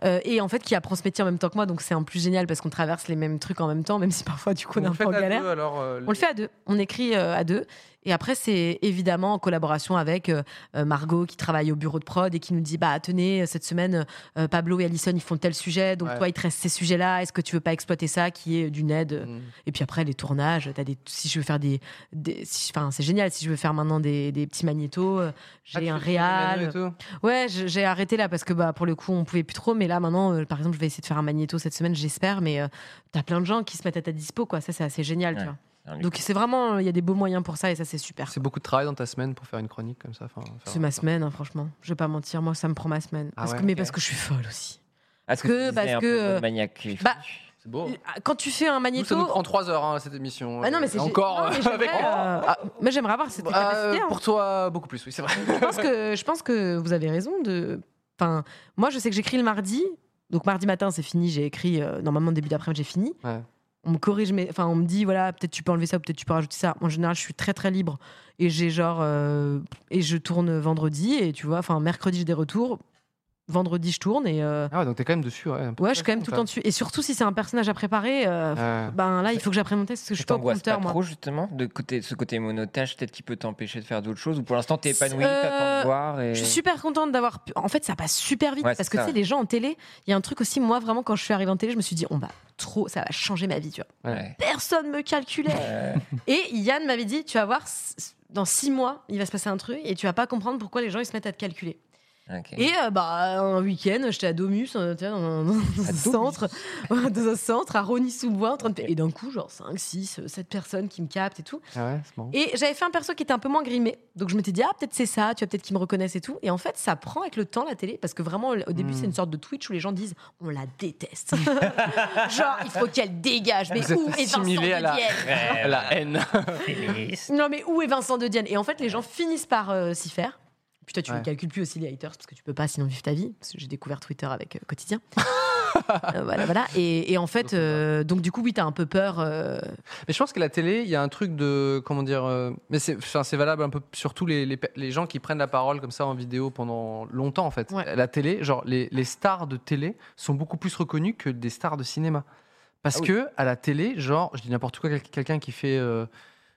[SPEAKER 6] Euh, et en fait, qui apprend ce métier en même temps que moi, donc c'est en plus génial parce qu'on traverse les mêmes trucs en même temps, même si parfois du coup on
[SPEAKER 2] Vous
[SPEAKER 6] est un
[SPEAKER 2] le
[SPEAKER 6] peu
[SPEAKER 2] faites
[SPEAKER 6] en
[SPEAKER 2] à
[SPEAKER 6] galère.
[SPEAKER 2] deux, alors, euh,
[SPEAKER 6] On le fait à deux. On écrit euh, à deux. Et après, c'est évidemment en collaboration avec euh, euh, Margot qui travaille au bureau de prod et qui nous dit Bah, tenez, cette semaine, euh, Pablo et Alison, ils font tel sujet. Donc,
[SPEAKER 2] Ouais.
[SPEAKER 6] toi, il te reste ces sujets-là. Est-ce que tu veux pas exploiter ça qui est d'une aide
[SPEAKER 2] Mm.
[SPEAKER 6] Et puis après, les tournages, t'as des, si je veux faire des. des- si- Enfin, c'est génial. Si je veux faire maintenant des, des petits magnétos, euh,
[SPEAKER 2] Ah, tu
[SPEAKER 6] j'ai un
[SPEAKER 2] fais des manos
[SPEAKER 6] réal.
[SPEAKER 2] et tout
[SPEAKER 6] Ouais, je- j'ai arrêté là parce que bah pour le coup on pouvait plus trop, mais là maintenant euh, par exemple je vais essayer de faire un magnéto cette semaine j'espère, mais euh, t'as plein de gens qui se mettent à ta dispo quoi, ça c'est assez génial tu
[SPEAKER 3] Ouais.
[SPEAKER 6] vois.
[SPEAKER 3] Un
[SPEAKER 6] Donc c'est vraiment euh, il y a des beaux moyens pour ça et ça c'est super.
[SPEAKER 2] C'est beaucoup de travail dans ta semaine pour faire une chronique comme ça. enfin, faire-
[SPEAKER 6] C'est ma semaine hein, franchement, je vais pas mentir moi ça me prend ma semaine
[SPEAKER 2] Ah
[SPEAKER 6] parce
[SPEAKER 2] ouais,
[SPEAKER 6] que mais
[SPEAKER 3] ok.
[SPEAKER 6] parce que je suis folle aussi.
[SPEAKER 3] Parce
[SPEAKER 6] que- parce que, euh,
[SPEAKER 3] maniaque.
[SPEAKER 6] bah,
[SPEAKER 2] C'est beau. hein.
[SPEAKER 6] ah, Quand tu fais
[SPEAKER 2] Nous,
[SPEAKER 6] un
[SPEAKER 2] ça nous
[SPEAKER 6] magnéto,
[SPEAKER 2] prend trois heures hein, cette émission.
[SPEAKER 6] Ah non mais
[SPEAKER 2] Et
[SPEAKER 6] c'est
[SPEAKER 2] encore.
[SPEAKER 6] non, mais
[SPEAKER 2] euh,
[SPEAKER 6] j'aimerais,
[SPEAKER 2] avec-
[SPEAKER 6] euh, mais j'aimerais avoir cette
[SPEAKER 2] Euh,
[SPEAKER 6] capacité. hein.
[SPEAKER 2] pour toi, beaucoup plus, oui, c'est vrai.
[SPEAKER 6] je pense que je pense que vous avez raison de. Enfin, moi je sais que j'écris le mardi, donc mardi matin c'est fini, j'ai écrit euh, normalement début d'après-midi j'ai fini.
[SPEAKER 2] Ouais.
[SPEAKER 6] On me corrige, mais enfin on me dit voilà peut-être tu peux enlever ça, peut-être tu peux rajouter ça. En général je suis très très libre et j'ai genre euh, et je tourne vendredi et tu vois enfin mercredi j'ai des retours, vendredi je tourne et euh,
[SPEAKER 2] Ah ouais, donc t'es quand même dessus, ouais. un peu
[SPEAKER 6] ouais je suis quand même tout le temps
[SPEAKER 2] pression,
[SPEAKER 6] dessus et surtout si c'est un personnage à préparer. euh,
[SPEAKER 2] ça. Euh,
[SPEAKER 6] ben là, il faut que j'apprenne mon texte parce que je suis pas au
[SPEAKER 3] t'angoisse Ah. pas
[SPEAKER 6] compteur, moi.
[SPEAKER 3] trop justement de côté, ce côté monotage peut-être qui peut t'empêcher de faire d'autres choses ou pour l'instant t'es épanoui,
[SPEAKER 6] Euh,
[SPEAKER 3] t'attends de voir et
[SPEAKER 6] Je suis super contente d'avoir. pu- En fait, ça passe super vite
[SPEAKER 3] Ouais, c'est
[SPEAKER 6] parce que tu
[SPEAKER 3] ça.
[SPEAKER 6] sais, les gens en télé, il y a un truc aussi. Moi, vraiment, quand je suis arrivée en télé, je me suis dit, on va trop, ça va changer ma vie, tu vois.
[SPEAKER 3] Ouais.
[SPEAKER 6] Personne me calculait.
[SPEAKER 3] Euh,
[SPEAKER 6] et Yann m'avait dit, tu vas voir, c- c- dans six mois, il va se passer un truc et tu vas pas comprendre pourquoi les gens ils se mettent à te calculer.
[SPEAKER 3] ok.
[SPEAKER 6] Et euh, bah un week-end, j'étais à Domus, euh, tu vois, dans, un- dans un
[SPEAKER 3] Domus.
[SPEAKER 6] centre, ouais, dans un centre à Rony-sous-Bois, en train de et d'un coup, genre 5, 6, 7 personnes qui me captent et tout.
[SPEAKER 2] ah ouais, c'est marrant.
[SPEAKER 6] Et j'avais fait un perso qui était un peu moins grimé. Donc je m'étais dit, ah, peut-être c'est ça, tu vois, peut-être qu'ils me reconnaissent et tout. Et en fait, ça prend avec le temps la télé, parce que vraiment, au début,
[SPEAKER 2] Hmm.
[SPEAKER 6] c'est une sorte de Twitch où les gens disent, on la déteste. Genre, il faut qu'elle dégage. Mais
[SPEAKER 2] Vous êtes
[SPEAKER 6] où est Vincent
[SPEAKER 2] assimilé
[SPEAKER 6] de
[SPEAKER 2] à la-
[SPEAKER 6] Dienne
[SPEAKER 3] Ouais,
[SPEAKER 2] La haine.
[SPEAKER 3] féministe.
[SPEAKER 6] Non, mais où est Vincent de Dienne Et en fait, les gens finissent par euh, s'y faire. Putain, tu
[SPEAKER 2] Ouais.
[SPEAKER 6] ne calcules plus aussi les haters parce que tu peux pas sinon vivre ta vie. Parce que j'ai découvert Twitter avec euh, Quotidien. Euh, voilà, voilà. Et, et en fait, euh, donc du coup, oui, t'as un peu peur. euh,
[SPEAKER 2] Mais je pense que la télé, il y a un truc de. Comment dire euh, Mais c'est enfin, c'est valable un peu sur tous les, les, pe- les gens qui prennent la parole comme ça en vidéo pendant longtemps, en fait.
[SPEAKER 6] Ouais.
[SPEAKER 2] La télé, genre, les, les stars de télé sont beaucoup plus reconnues que des stars de cinéma. Parce
[SPEAKER 3] Ah oui.
[SPEAKER 2] que, à la télé, genre, je dis n'importe quoi, quel- quelqu'un qui fait. euh,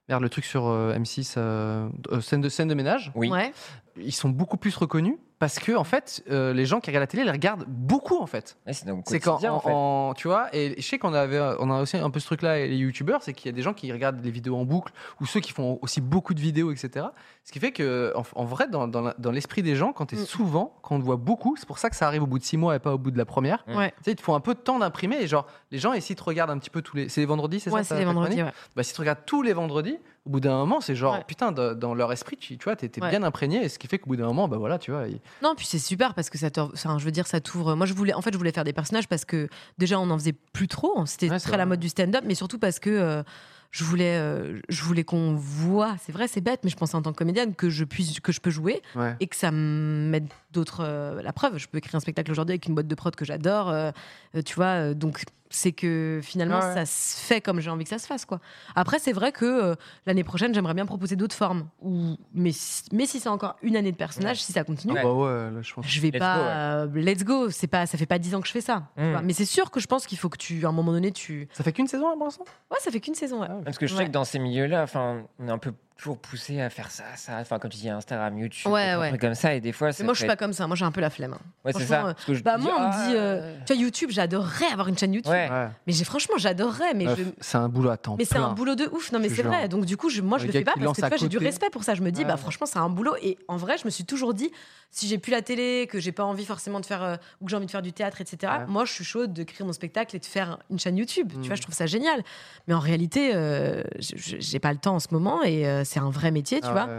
[SPEAKER 2] merde, le truc sur euh, M6, euh, euh, scène, de, scène de ménage,
[SPEAKER 3] Oui.
[SPEAKER 6] Ouais.
[SPEAKER 2] ils sont beaucoup plus reconnus parce que, en fait, euh, les gens qui regardent la télé les regardent beaucoup, en fait.
[SPEAKER 3] Ouais, c'est dans le
[SPEAKER 2] C'est quand,
[SPEAKER 3] quotidien, en fait.
[SPEAKER 2] en- en- tu vois, et je sais qu'on avait, on a aussi un peu ce truc-là, et les youtubeurs, c'est qu'il y a des gens qui regardent les vidéos en boucle, ou ceux qui font aussi beaucoup de vidéos, etc. Ce qui fait que, en, en vrai, dans, dans la- dans l'esprit des gens, quand t'es
[SPEAKER 6] Mm.
[SPEAKER 2] souvent, quand on te voit beaucoup, c'est pour ça que ça arrive au bout de six mois et pas au bout de la première.
[SPEAKER 6] Ouais.
[SPEAKER 2] Tu sais, il te faut un peu de temps d'imprimer, et genre, les gens, et s'ils te regardent un petit peu tous les. C'est les vendredis, c'est
[SPEAKER 6] Ouais,
[SPEAKER 2] ça
[SPEAKER 6] c'est
[SPEAKER 2] ta-
[SPEAKER 6] les
[SPEAKER 2] ta
[SPEAKER 6] vendredis.
[SPEAKER 2] chronique
[SPEAKER 6] ouais.
[SPEAKER 2] Bah, s'ils te regardent tous les vendredis, au bout d'un moment, c'est genre,
[SPEAKER 6] Ouais.
[SPEAKER 2] putain, dans, dans leur esprit, tu, tu vois, t'es t'es
[SPEAKER 6] Ouais.
[SPEAKER 2] bien imprégné, et ce qui fait qu'au bout d'un moment, bah voilà, tu vois. ils-
[SPEAKER 6] Non, puis c'est super parce que ça, t'ouvre- enfin, je veux dire, ça t'ouvre. Moi, je voulais, en fait, je voulais faire des personnages parce que déjà, on n'en faisait plus trop. C'était
[SPEAKER 2] Ouais, c'est
[SPEAKER 6] très la
[SPEAKER 2] vrai.
[SPEAKER 6] mode du stand-up, mais surtout parce que euh, je voulais, euh, je voulais qu'on voit. C'est vrai, c'est bête, mais je pensais en tant que comédienne que je puisse, que je peux jouer
[SPEAKER 2] Ouais.
[SPEAKER 6] et que ça m'aide d'autres. euh, la preuve, je peux écrire un spectacle aujourd'hui avec une boîte de prod que j'adore. euh, euh, tu vois, euh, donc c'est que finalement,
[SPEAKER 2] Ouais, ouais.
[SPEAKER 6] ça se fait comme j'ai envie que ça se fasse, quoi. Après, c'est vrai que euh, l'année prochaine, j'aimerais bien proposer d'autres formes. Ou mais si, mais si c'est encore une année de personnage, si ça continue.
[SPEAKER 3] Ouais.
[SPEAKER 2] Bah ouais, là, je pense.
[SPEAKER 6] Je vais
[SPEAKER 3] Let's
[SPEAKER 6] pas.
[SPEAKER 3] go, ouais.
[SPEAKER 6] euh, let's go. C'est pas. Ça fait pas dix ans que je fais ça. tu
[SPEAKER 3] Mm.
[SPEAKER 6] vois. Mais c'est sûr que je pense qu'il faut que tu, à un moment donné, tu.
[SPEAKER 2] Ça fait qu'une saison, là, pour l'instant
[SPEAKER 6] Ouais, ça fait qu'une saison. ouais.
[SPEAKER 3] Parce que je
[SPEAKER 6] Ouais.
[SPEAKER 3] sais que dans ces milieux-là, enfin, on est un peu toujours poussé à faire ça, ça, enfin, comme tu dis, Instagram, YouTube,
[SPEAKER 6] Ouais,
[SPEAKER 3] des
[SPEAKER 6] ouais.
[SPEAKER 3] trucs comme ça, et des fois,
[SPEAKER 6] Mais moi, je suis pas comme ça. Moi, j'ai un peu la flemme. hein.
[SPEAKER 3] Ouais, c'est
[SPEAKER 6] franchement,
[SPEAKER 3] ça.
[SPEAKER 6] euh,
[SPEAKER 3] Parce que je
[SPEAKER 6] Bah moi, on
[SPEAKER 3] ah,
[SPEAKER 6] me dit, euh, tu vois, YouTube, j'adorerais avoir une chaîne YouTube.
[SPEAKER 3] Ouais.
[SPEAKER 2] Ouais.
[SPEAKER 6] Mais j'ai franchement, j'adorerais. Mais
[SPEAKER 2] Meuf,
[SPEAKER 6] je.
[SPEAKER 2] C'est un boulot à temps
[SPEAKER 6] Mais c'est un
[SPEAKER 2] plein.
[SPEAKER 6] boulot de ouf, non mais
[SPEAKER 2] Je te
[SPEAKER 6] c'est
[SPEAKER 2] jure.
[SPEAKER 6] vrai. Donc du coup, je, moi je
[SPEAKER 2] Le
[SPEAKER 6] le
[SPEAKER 2] gars
[SPEAKER 6] fais pas
[SPEAKER 2] qui
[SPEAKER 6] parce
[SPEAKER 2] lance
[SPEAKER 6] que
[SPEAKER 2] à
[SPEAKER 6] tu vois, j'ai du
[SPEAKER 2] côté.
[SPEAKER 6] respect pour ça. Je me dis,
[SPEAKER 2] Ouais.
[SPEAKER 6] bah franchement, c'est un boulot. Et en vrai, je me suis toujours dit, si j'ai plus la télé, que j'ai pas envie forcément de faire, euh, ou que j'ai envie de faire du théâtre, etc.
[SPEAKER 2] Ouais.
[SPEAKER 6] Moi, je suis chaude de créer mon spectacle et de faire une chaîne YouTube.
[SPEAKER 2] Mm.
[SPEAKER 6] Tu vois, je trouve ça génial. Mais en réalité, euh, je- je- j'ai pas le temps en ce moment et euh, c'est un vrai métier, tu
[SPEAKER 2] Ah
[SPEAKER 6] vois.
[SPEAKER 2] ouais.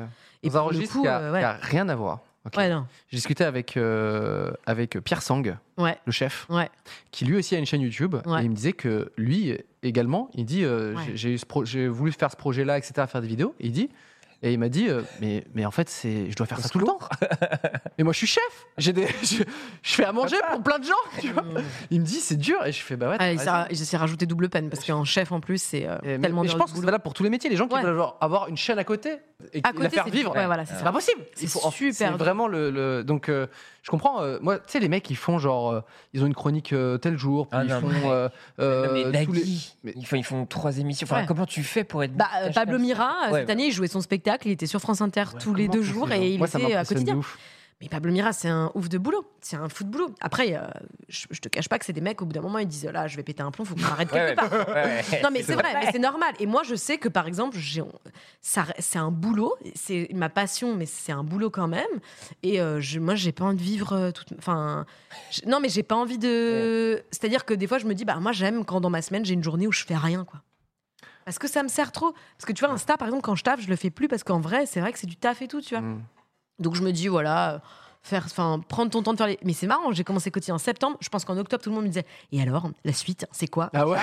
[SPEAKER 6] Et
[SPEAKER 2] Dans un
[SPEAKER 6] pour le
[SPEAKER 2] registre
[SPEAKER 6] coup,
[SPEAKER 2] qui a,
[SPEAKER 6] euh, ouais.
[SPEAKER 2] qui a rien à voir. Ok.
[SPEAKER 6] Ouais, non.
[SPEAKER 2] J'ai discuté avec, euh, avec Pierre Sang,
[SPEAKER 6] Ouais.
[SPEAKER 2] le chef,
[SPEAKER 6] Ouais.
[SPEAKER 2] qui lui aussi a une chaîne YouTube.
[SPEAKER 6] Ouais.
[SPEAKER 2] Et il me disait que lui également, il dit euh,
[SPEAKER 6] Ouais.
[SPEAKER 2] j'ai- j'ai eu ce pro- j'ai voulu faire ce projet-là, etc., faire des vidéos. Et il dit. Et il m'a dit, euh, mais, mais en fait, c'est, je dois faire ça tout le temps. mais moi, je suis chef. J'ai des, je, je fais à manger pour plein de gens. tu vois. Il me dit, c'est dur. Et je fais, bah ouais.
[SPEAKER 6] Ah,
[SPEAKER 2] t'as
[SPEAKER 6] il s'est
[SPEAKER 2] raison.
[SPEAKER 6] ra- il s'est rajouté double peine parce qu'en chef en plus, c'est euh,
[SPEAKER 2] Et- mais-
[SPEAKER 6] tellement
[SPEAKER 2] mais
[SPEAKER 6] dur
[SPEAKER 2] je
[SPEAKER 6] de
[SPEAKER 2] pense que c'est
[SPEAKER 6] boulot.
[SPEAKER 2] valable pour tous les métiers. Les gens qui
[SPEAKER 6] Ouais.
[SPEAKER 2] veulent avoir, avoir une chaîne à côté et,
[SPEAKER 6] À
[SPEAKER 2] et
[SPEAKER 6] côté,
[SPEAKER 2] la faire
[SPEAKER 6] c'est-
[SPEAKER 2] vivre.
[SPEAKER 6] ouais, voilà, c'est
[SPEAKER 2] c'est
[SPEAKER 6] ça.
[SPEAKER 2] pas possible.
[SPEAKER 6] C'est
[SPEAKER 2] Il faut-
[SPEAKER 6] super
[SPEAKER 2] C'est
[SPEAKER 6] dur.
[SPEAKER 2] vraiment le. le- donc, euh, je comprends. euh, moi, tu sais, les mecs, ils font genre. euh, ils ont une chronique euh, tel jour, puis
[SPEAKER 3] Ah
[SPEAKER 2] ils
[SPEAKER 3] non,
[SPEAKER 2] font.
[SPEAKER 3] mais-
[SPEAKER 2] euh, euh,
[SPEAKER 3] Non, mais Nagui,
[SPEAKER 2] tous les- mais-
[SPEAKER 3] Ils, font, ils font trois émissions. Enfin,
[SPEAKER 6] Ouais.
[SPEAKER 3] comment tu fais pour être.
[SPEAKER 6] Bah, euh,
[SPEAKER 3] multitâche
[SPEAKER 6] Pablo
[SPEAKER 3] comme ça
[SPEAKER 6] Mira, euh,
[SPEAKER 3] Ouais,
[SPEAKER 6] cette année, il jouait son spectacle, il était sur France Inter tous les
[SPEAKER 2] Comment
[SPEAKER 6] deux
[SPEAKER 2] font ces
[SPEAKER 6] jours
[SPEAKER 2] gens
[SPEAKER 6] et il
[SPEAKER 2] Moi, ça
[SPEAKER 6] était à
[SPEAKER 2] m'impressionne de
[SPEAKER 6] quotidien.
[SPEAKER 2] ouf.
[SPEAKER 6] Mais Pablo Mira, c'est un ouf de boulot. C'est un fou de boulot. Après, euh, je, je te cache pas que c'est des mecs, au bout d'un moment, ils disent oh là, je vais péter un plomb, faut qu'on m'arrête
[SPEAKER 3] Ouais,
[SPEAKER 6] quelque
[SPEAKER 3] ouais,
[SPEAKER 6] part.
[SPEAKER 3] ouais, ouais.
[SPEAKER 6] Non, mais c'est vrai, mais c'est normal. Et moi, je sais que par exemple, j'ai- ça- c'est un boulot, c'est ma passion, mais c'est un boulot quand même. Et euh, je, moi, j'ai pas envie de vivre euh, toute. Enfin, je- non, mais j'ai pas envie de. C'est-à-dire que des fois, je me dis, bah moi, j'aime quand dans ma semaine, j'ai une journée où je fais rien, quoi. Parce que ça me sert trop. Parce que tu vois, Insta, par exemple, quand je taffe, je le fais plus parce qu'en vrai, c'est vrai que c'est du taf et tout, tu vois.
[SPEAKER 2] Mm.
[SPEAKER 6] Donc je me dis voilà, euh, faire, enfin prendre ton temps de faire les. Mais c'est marrant, j'ai commencé quotidien en septembre. Je pense qu'en octobre tout le monde me disait. Et alors la suite, c'est quoi
[SPEAKER 2] Ah ouais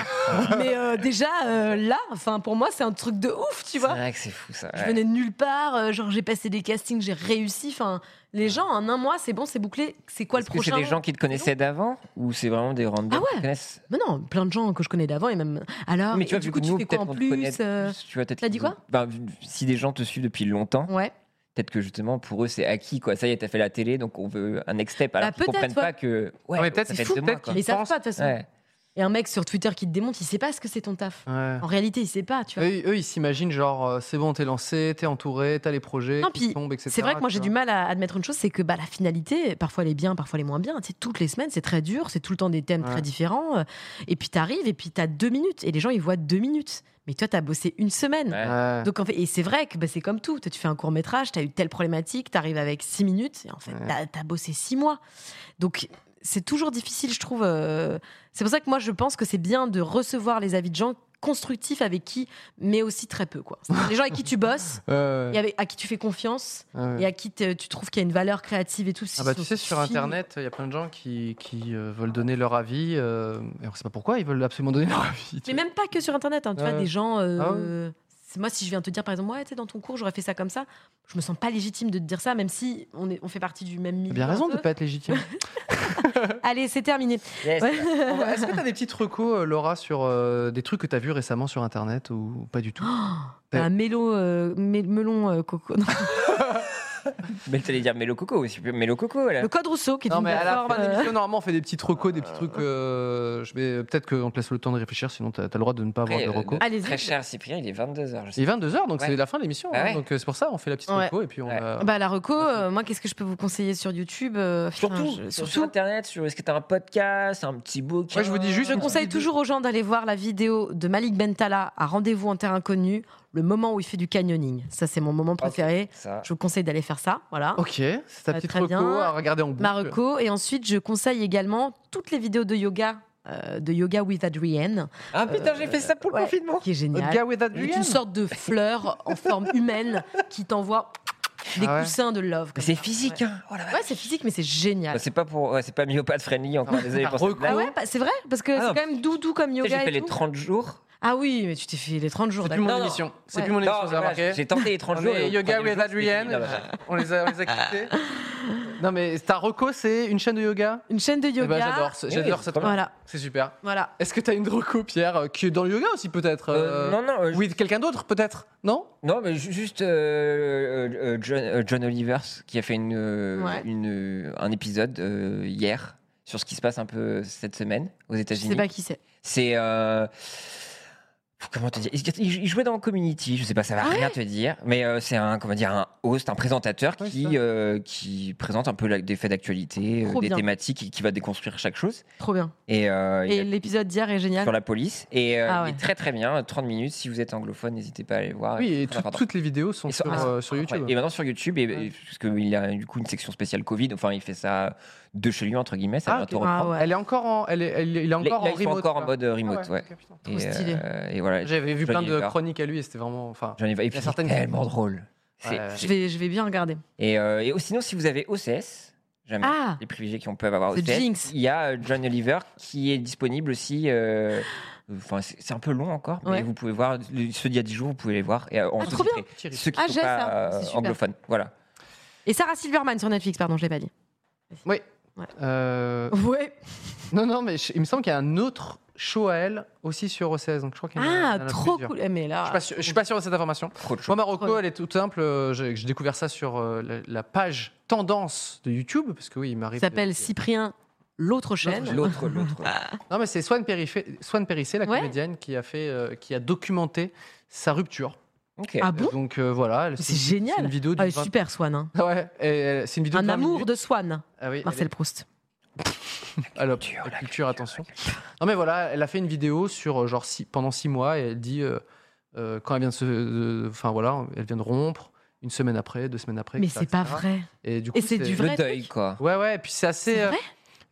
[SPEAKER 6] Mais euh, déjà euh, là, enfin pour moi c'est un truc de ouf, tu
[SPEAKER 3] C'est
[SPEAKER 6] vois.
[SPEAKER 3] vrai que c'est fou ça.
[SPEAKER 6] Je venais de nulle part, euh, genre j'ai passé des castings, j'ai réussi. Enfin les gens en un mois c'est bon, c'est bouclé. C'est quoi le
[SPEAKER 3] que c'est
[SPEAKER 6] prochain
[SPEAKER 3] des gens qui te connaissaient d'avant ou c'est vraiment des randoms
[SPEAKER 6] Ah ouais.
[SPEAKER 3] qui te connaissent
[SPEAKER 6] Mais non, plein de gens que je connais d'avant et même. Alors
[SPEAKER 3] Mais tu vois,
[SPEAKER 6] et du
[SPEAKER 3] vu
[SPEAKER 6] coup
[SPEAKER 3] que
[SPEAKER 6] tu
[SPEAKER 3] nous,
[SPEAKER 6] fais quoi
[SPEAKER 3] peut-être qu'on
[SPEAKER 6] en
[SPEAKER 3] te connaît
[SPEAKER 6] plus euh,
[SPEAKER 3] plus, tu vois, peut-être
[SPEAKER 6] t'as dit
[SPEAKER 3] qu'ils ont-
[SPEAKER 6] quoi
[SPEAKER 3] Ben, Si des gens te suivent depuis longtemps,
[SPEAKER 6] Ouais.
[SPEAKER 3] peut-être que justement pour eux c'est acquis quoi. Ça y est, t'as fait la télé donc on veut un next step. Alors
[SPEAKER 6] Bah,
[SPEAKER 3] qu'ils
[SPEAKER 6] peut-être,
[SPEAKER 3] comprennent pas
[SPEAKER 6] ouais.
[SPEAKER 3] que. Ouais,
[SPEAKER 2] Ouais, peut-être
[SPEAKER 3] ça
[SPEAKER 2] qu'ils
[SPEAKER 3] fait
[SPEAKER 2] font-
[SPEAKER 3] deux mois,
[SPEAKER 2] peut-être
[SPEAKER 3] quoi.
[SPEAKER 6] Mais ils savent
[SPEAKER 2] pensent-
[SPEAKER 6] pas de toute façon.
[SPEAKER 3] Ouais.
[SPEAKER 6] Et un mec sur Twitter qui te démonte, il sait pas ce que c'est ton taf.
[SPEAKER 2] Ouais.
[SPEAKER 6] En réalité, il sait pas, tu vois.
[SPEAKER 2] Eux, eux, ils s'imaginent genre, euh, c'est bon, t'es lancé, t'es entouré, t'as les projets
[SPEAKER 6] Non,
[SPEAKER 2] qui
[SPEAKER 6] puis,
[SPEAKER 2] tombent, etc.
[SPEAKER 6] C'est vrai que moi
[SPEAKER 2] tu
[SPEAKER 6] j'ai
[SPEAKER 2] vois.
[SPEAKER 6] du mal à admettre une chose, c'est que bah, la finalité, parfois elle est bien, parfois elle est moins bien. Tu sais, toutes les semaines, c'est très dur, c'est tout le temps des thèmes
[SPEAKER 2] Ouais.
[SPEAKER 6] très différents. euh, Et puis t'arrives et puis t'as deux minutes et les gens ils voient deux minutes. Mais toi t'as bossé une semaine.
[SPEAKER 3] Ouais.
[SPEAKER 2] Ouais.
[SPEAKER 6] Donc en fait, et c'est vrai que bah, c'est comme tout. Toi, tu fais un court métrage, t'as eu telle problématique, t'arrives avec six minutes et en fait
[SPEAKER 2] Ouais.
[SPEAKER 6] t'as t'as bossé six mois. Donc c'est toujours difficile, je trouve. euh, C'est pour ça que moi je pense que c'est bien de recevoir les avis de gens constructifs avec qui, mais aussi très peu quoi. C'est-à-dire Les gens avec qui tu bosses.
[SPEAKER 2] Ouais, ouais,
[SPEAKER 6] Et avec- à qui tu fais confiance,
[SPEAKER 2] ouais.
[SPEAKER 6] et à qui te- tu trouves qu'il y a une valeur créative et tout.
[SPEAKER 2] Ah bah, tu sais, sur Internet, il y a plein de gens qui, qui, euh, veulent donner leur avis. euh, et on sait pas pourquoi, ils veulent absolument donner leur avis. tu
[SPEAKER 6] Mais même pas que sur Internet, hein, tu
[SPEAKER 2] Ouais.
[SPEAKER 6] vois, des gens. euh, c'est- moi, si je viens te dire, par exemple, ouais, tu sais, dans ton cours, j'aurais fait ça comme ça, je me sens pas légitime de te dire ça, même si on, est, on fait partie du même milieu.
[SPEAKER 7] T'as bien raison
[SPEAKER 6] un
[SPEAKER 7] de
[SPEAKER 6] peu.
[SPEAKER 7] pas être légitime.
[SPEAKER 6] Allez, c'est terminé.
[SPEAKER 3] Yes.
[SPEAKER 6] Ouais.
[SPEAKER 2] Est-ce que t'as des petits recos, euh, Laura, sur euh, des trucs que t'as vus récemment sur Internet ou pas du tout
[SPEAKER 3] Oh,
[SPEAKER 6] Un mélo, euh, mé- melon euh, coco. Non,
[SPEAKER 3] Mais t'allais dire Mélo Coco aussi. Mélo Coco, là.
[SPEAKER 6] le code Rousseau, qui est
[SPEAKER 2] Non,
[SPEAKER 6] une
[SPEAKER 2] mais à la
[SPEAKER 6] plateforme.
[SPEAKER 2] fin de
[SPEAKER 6] euh,
[SPEAKER 2] l'émission, normalement, on fait des petits recos, des petits trucs. euh, je vais peut-être qu'on te laisse le temps de réfléchir, sinon t'as t'as le droit de ne pas avoir
[SPEAKER 3] Après,
[SPEAKER 2] de
[SPEAKER 3] euh,
[SPEAKER 2] recos.
[SPEAKER 3] notre
[SPEAKER 6] Allez-y.
[SPEAKER 3] Très cher Cyprien, il est 22h. Je
[SPEAKER 2] Il
[SPEAKER 3] sais.
[SPEAKER 2] est 22h, donc
[SPEAKER 3] Ouais.
[SPEAKER 2] c'est la fin de l'émission.
[SPEAKER 3] Ah
[SPEAKER 2] hein,
[SPEAKER 3] ouais.
[SPEAKER 2] donc euh, c'est pour ça, on fait la petite
[SPEAKER 6] Ouais.
[SPEAKER 2] reco et puis on.
[SPEAKER 3] Ouais. Ah
[SPEAKER 2] euh,
[SPEAKER 6] Bah, la reco, euh, moi, qu'est-ce que je peux vous conseiller sur YouTube euh, putain,
[SPEAKER 3] Surtout,
[SPEAKER 6] je-
[SPEAKER 3] sur- sur Internet, sur est-ce que t'as un podcast, un petit bouquin
[SPEAKER 2] Moi, je vous dis juste.
[SPEAKER 6] Je
[SPEAKER 2] une
[SPEAKER 6] conseille
[SPEAKER 2] petite idée.
[SPEAKER 6] toujours aux gens d'aller voir la vidéo de Malik Bentala à Rendez-vous en Terre Inconnue, le moment où il fait du canyoning. Ça, c'est mon moment préféré.
[SPEAKER 3] Ça.
[SPEAKER 6] Je vous conseille d'aller faire ça. Voilà.
[SPEAKER 2] Ok, c'est
[SPEAKER 3] Bah,
[SPEAKER 2] ta
[SPEAKER 6] Euh,
[SPEAKER 2] petite
[SPEAKER 6] très
[SPEAKER 2] reco
[SPEAKER 6] bien.
[SPEAKER 2] à regarder en boucle.
[SPEAKER 6] Marocco. Et ensuite, je conseille également toutes les vidéos de yoga, euh, de Yoga with Adrienne,
[SPEAKER 3] Ah putain, j'ai fait ça pour le
[SPEAKER 6] ouais.
[SPEAKER 3] confinement.
[SPEAKER 6] qui est
[SPEAKER 2] Notre
[SPEAKER 6] génial.
[SPEAKER 2] gars with that
[SPEAKER 6] Une sorte de fleur en forme humaine qui t'envoie des
[SPEAKER 2] Ah ouais.
[SPEAKER 6] coussins de love.
[SPEAKER 3] Mais
[SPEAKER 6] comme
[SPEAKER 3] C'est
[SPEAKER 6] ça.
[SPEAKER 3] physique,
[SPEAKER 6] Ouais,
[SPEAKER 3] hein. Oh la vache.
[SPEAKER 6] Ouais, c'est physique, mais c'est
[SPEAKER 3] Bah,
[SPEAKER 6] génial.
[SPEAKER 3] C'est pas pour, ouais, c'est pas myopathe friendly encore. Désolé pour
[SPEAKER 2] reco.
[SPEAKER 3] cette blague.
[SPEAKER 6] Ah ouais, bah, c'est vrai, parce que
[SPEAKER 3] Ah non,
[SPEAKER 6] c'est quand même doudou comme
[SPEAKER 3] Tu sais,
[SPEAKER 6] yoga.
[SPEAKER 3] J'ai fait
[SPEAKER 6] et
[SPEAKER 3] les
[SPEAKER 6] tout.
[SPEAKER 3] 30 jours.
[SPEAKER 6] Ah oui, mais tu t'es fait les 30 jours
[SPEAKER 2] C'est plus mon
[SPEAKER 6] d'accord.
[SPEAKER 2] émission. C'est
[SPEAKER 6] Ouais.
[SPEAKER 2] plus mon
[SPEAKER 3] Non,
[SPEAKER 2] émission, vous avez
[SPEAKER 3] voilà,
[SPEAKER 2] remarqué.
[SPEAKER 3] J'ai tenté les 30
[SPEAKER 2] Non,
[SPEAKER 3] jours. et
[SPEAKER 2] mais
[SPEAKER 3] au
[SPEAKER 2] Ah Yoga
[SPEAKER 3] premier
[SPEAKER 2] with
[SPEAKER 3] jour, c'était
[SPEAKER 2] Adrienne,
[SPEAKER 3] fini, là, bah.
[SPEAKER 2] on les a, on les a quittés. Non, mais ta reco, c'est une chaîne de yoga
[SPEAKER 6] Une chaîne de
[SPEAKER 2] Eh
[SPEAKER 6] yoga.
[SPEAKER 2] ben, J'adore ce-
[SPEAKER 3] Oui,
[SPEAKER 2] j'adore
[SPEAKER 3] c'est
[SPEAKER 2] cette
[SPEAKER 3] pas mal.
[SPEAKER 6] Voilà,
[SPEAKER 2] C'est super.
[SPEAKER 6] voilà.
[SPEAKER 2] Est-ce que t'as une reco, Pierre, euh, qui est dans le yoga aussi, peut-être
[SPEAKER 3] Euh,
[SPEAKER 2] euh,
[SPEAKER 3] Non, non, euh,
[SPEAKER 2] Oui, de quelqu'un d'autre, peut-être Non
[SPEAKER 3] Non, mais ju- juste euh, euh, euh, John, euh, John Olivers qui a fait une, euh,
[SPEAKER 6] Ouais.
[SPEAKER 3] une, euh, un épisode euh, hier sur ce qui se passe un peu cette semaine aux
[SPEAKER 6] Je sais
[SPEAKER 3] États-Unis.
[SPEAKER 6] pas qui c'est.
[SPEAKER 3] C'est. euh, Comment te dire il, il jouait dans Community, je sais pas, ça va
[SPEAKER 6] Ah
[SPEAKER 3] rien te dire, mais euh, c'est un comment dire un host, un présentateur
[SPEAKER 2] Ouais,
[SPEAKER 3] qui
[SPEAKER 2] ça.
[SPEAKER 3] euh, qui présente un peu la- des faits d'actualité, euh,
[SPEAKER 6] Trop
[SPEAKER 3] des
[SPEAKER 6] bien.
[SPEAKER 3] thématiques et qui va déconstruire chaque chose.
[SPEAKER 6] Trop bien.
[SPEAKER 3] Et, euh, il
[SPEAKER 6] Et l'épisode d'hier est
[SPEAKER 3] a- sur
[SPEAKER 6] génial.
[SPEAKER 3] la police et euh,
[SPEAKER 6] Ah
[SPEAKER 3] il
[SPEAKER 6] ouais.
[SPEAKER 3] est très très bien, 30 minutes. Si vous êtes anglophone, n'hésitez pas à aller voir.
[SPEAKER 2] Oui, et
[SPEAKER 3] Très
[SPEAKER 2] tout-
[SPEAKER 3] important.
[SPEAKER 2] toutes les vidéos sont
[SPEAKER 3] Ah, Ils sont-
[SPEAKER 2] sur,
[SPEAKER 3] ah, c'est
[SPEAKER 2] euh, sur YouTube.
[SPEAKER 3] Ouais, Et maintenant sur YouTube, et, et parce qu'il a du coup une section spéciale Covid, enfin il fait ça de chez lui entre guillemets, ça
[SPEAKER 2] Ah,
[SPEAKER 3] va
[SPEAKER 2] ok.
[SPEAKER 3] bientôt
[SPEAKER 6] Ah
[SPEAKER 3] reprendre.
[SPEAKER 6] ouais.
[SPEAKER 2] Elle est encore en, elle est, elle- il est
[SPEAKER 3] Là,
[SPEAKER 2] encore
[SPEAKER 3] là,
[SPEAKER 2] en
[SPEAKER 3] ils sont
[SPEAKER 2] remote.
[SPEAKER 3] encore en
[SPEAKER 2] quoi.
[SPEAKER 3] mode euh, remote,
[SPEAKER 2] Ah
[SPEAKER 3] ouais.
[SPEAKER 2] ok, putain.
[SPEAKER 6] Trop stylé.
[SPEAKER 3] euh, et voilà,
[SPEAKER 2] J'avais vu
[SPEAKER 3] Johnny
[SPEAKER 2] plein de
[SPEAKER 3] Depp.
[SPEAKER 2] chroniques à lui et c'était vraiment. Enfin,
[SPEAKER 3] j'en ai pas- et puis c'est
[SPEAKER 2] certaines-
[SPEAKER 3] tellement drôle. C'est-
[SPEAKER 2] Ouais, ouais.
[SPEAKER 6] Je vais, je vais bien regarder.
[SPEAKER 3] Et, euh, et sinon, si vous avez OCS, jamais
[SPEAKER 6] Ah
[SPEAKER 3] les privilégiés qu'on peut avoir
[SPEAKER 6] The
[SPEAKER 3] OCS,
[SPEAKER 6] Jinx.
[SPEAKER 3] il y a euh, John Oliver qui est disponible aussi. euh, Enfin, c'est c'est un peu long encore, mais
[SPEAKER 6] Ouais.
[SPEAKER 3] vous pouvez voir le- ceux d'il y a 10 jours, vous pouvez les voir et euh, en
[SPEAKER 6] Ah, trop
[SPEAKER 3] sous-titré.
[SPEAKER 2] Thierry.
[SPEAKER 3] Ceux qui
[SPEAKER 6] Ah,
[SPEAKER 3] sont
[SPEAKER 6] j'ai
[SPEAKER 3] pas
[SPEAKER 6] ça.
[SPEAKER 3] euh,
[SPEAKER 6] C'est super.
[SPEAKER 3] anglophones, voilà.
[SPEAKER 6] Et Sarah Silverman sur Netflix, pardon, je l'ai pas dit.
[SPEAKER 2] Oui.
[SPEAKER 6] Ouais.
[SPEAKER 2] Euh,
[SPEAKER 6] Ouais.
[SPEAKER 2] non, non, mais je- il me semble qu'il y a un autre show à elle aussi sur OCS. Donc je crois qu'il y en a-
[SPEAKER 6] Ah,
[SPEAKER 2] il y en a
[SPEAKER 6] trop
[SPEAKER 2] plusieurs.
[SPEAKER 6] cool. Eh, Mais
[SPEAKER 2] Je
[SPEAKER 6] là.
[SPEAKER 2] suis pas sûr- je suis pas sûr de cette information.
[SPEAKER 3] Trop de choses.
[SPEAKER 2] Moi, Marocco,
[SPEAKER 6] Trop bien.
[SPEAKER 2] elle est toute simple. euh, J'ai j'ai découvert ça sur euh, la, la page tendance de YouTube, parce que oui, il m'arrive.
[SPEAKER 6] Il
[SPEAKER 2] de-
[SPEAKER 6] s'appelle
[SPEAKER 2] de-
[SPEAKER 6] Cyprien, l'autre chaîne.
[SPEAKER 3] L'autre, l'autre.
[SPEAKER 6] Ah.
[SPEAKER 2] Non, mais c'est Swan, Périfé- Swan Périssé, la
[SPEAKER 6] Ouais.
[SPEAKER 2] comédienne, qui a fait, euh, qui a documenté sa rupture.
[SPEAKER 3] Ok.
[SPEAKER 6] Ah bon
[SPEAKER 2] Donc euh, voilà. elle-
[SPEAKER 6] C'est génial.
[SPEAKER 2] C'est une vidéo
[SPEAKER 6] Ah,
[SPEAKER 2] de.
[SPEAKER 6] super Swan. hein.
[SPEAKER 2] Ouais, et, euh, c'est une vidéo
[SPEAKER 6] Un
[SPEAKER 2] de 20
[SPEAKER 6] amour
[SPEAKER 2] minutes.
[SPEAKER 6] de Swan,
[SPEAKER 2] Ah oui, elle
[SPEAKER 6] Marcel
[SPEAKER 2] est-
[SPEAKER 6] Proust.
[SPEAKER 2] ah, la- la culture, attention. Non, mais voilà, elle a fait une vidéo sur euh, genre six- pendant six mois et elle dit euh, euh, quand elle vient de se, de- enfin voilà, elle vient de rompre une semaine après, deux semaines après.
[SPEAKER 6] Mais
[SPEAKER 2] etc.,
[SPEAKER 6] c'est pas
[SPEAKER 2] etc..
[SPEAKER 6] vrai.
[SPEAKER 2] Et du coup,
[SPEAKER 6] Et c'est du vrai.
[SPEAKER 3] Le deuil,
[SPEAKER 6] truc.
[SPEAKER 3] quoi.
[SPEAKER 2] Ouais, ouais, et puis c'est assez.
[SPEAKER 6] C'est
[SPEAKER 2] euh,
[SPEAKER 6] vrai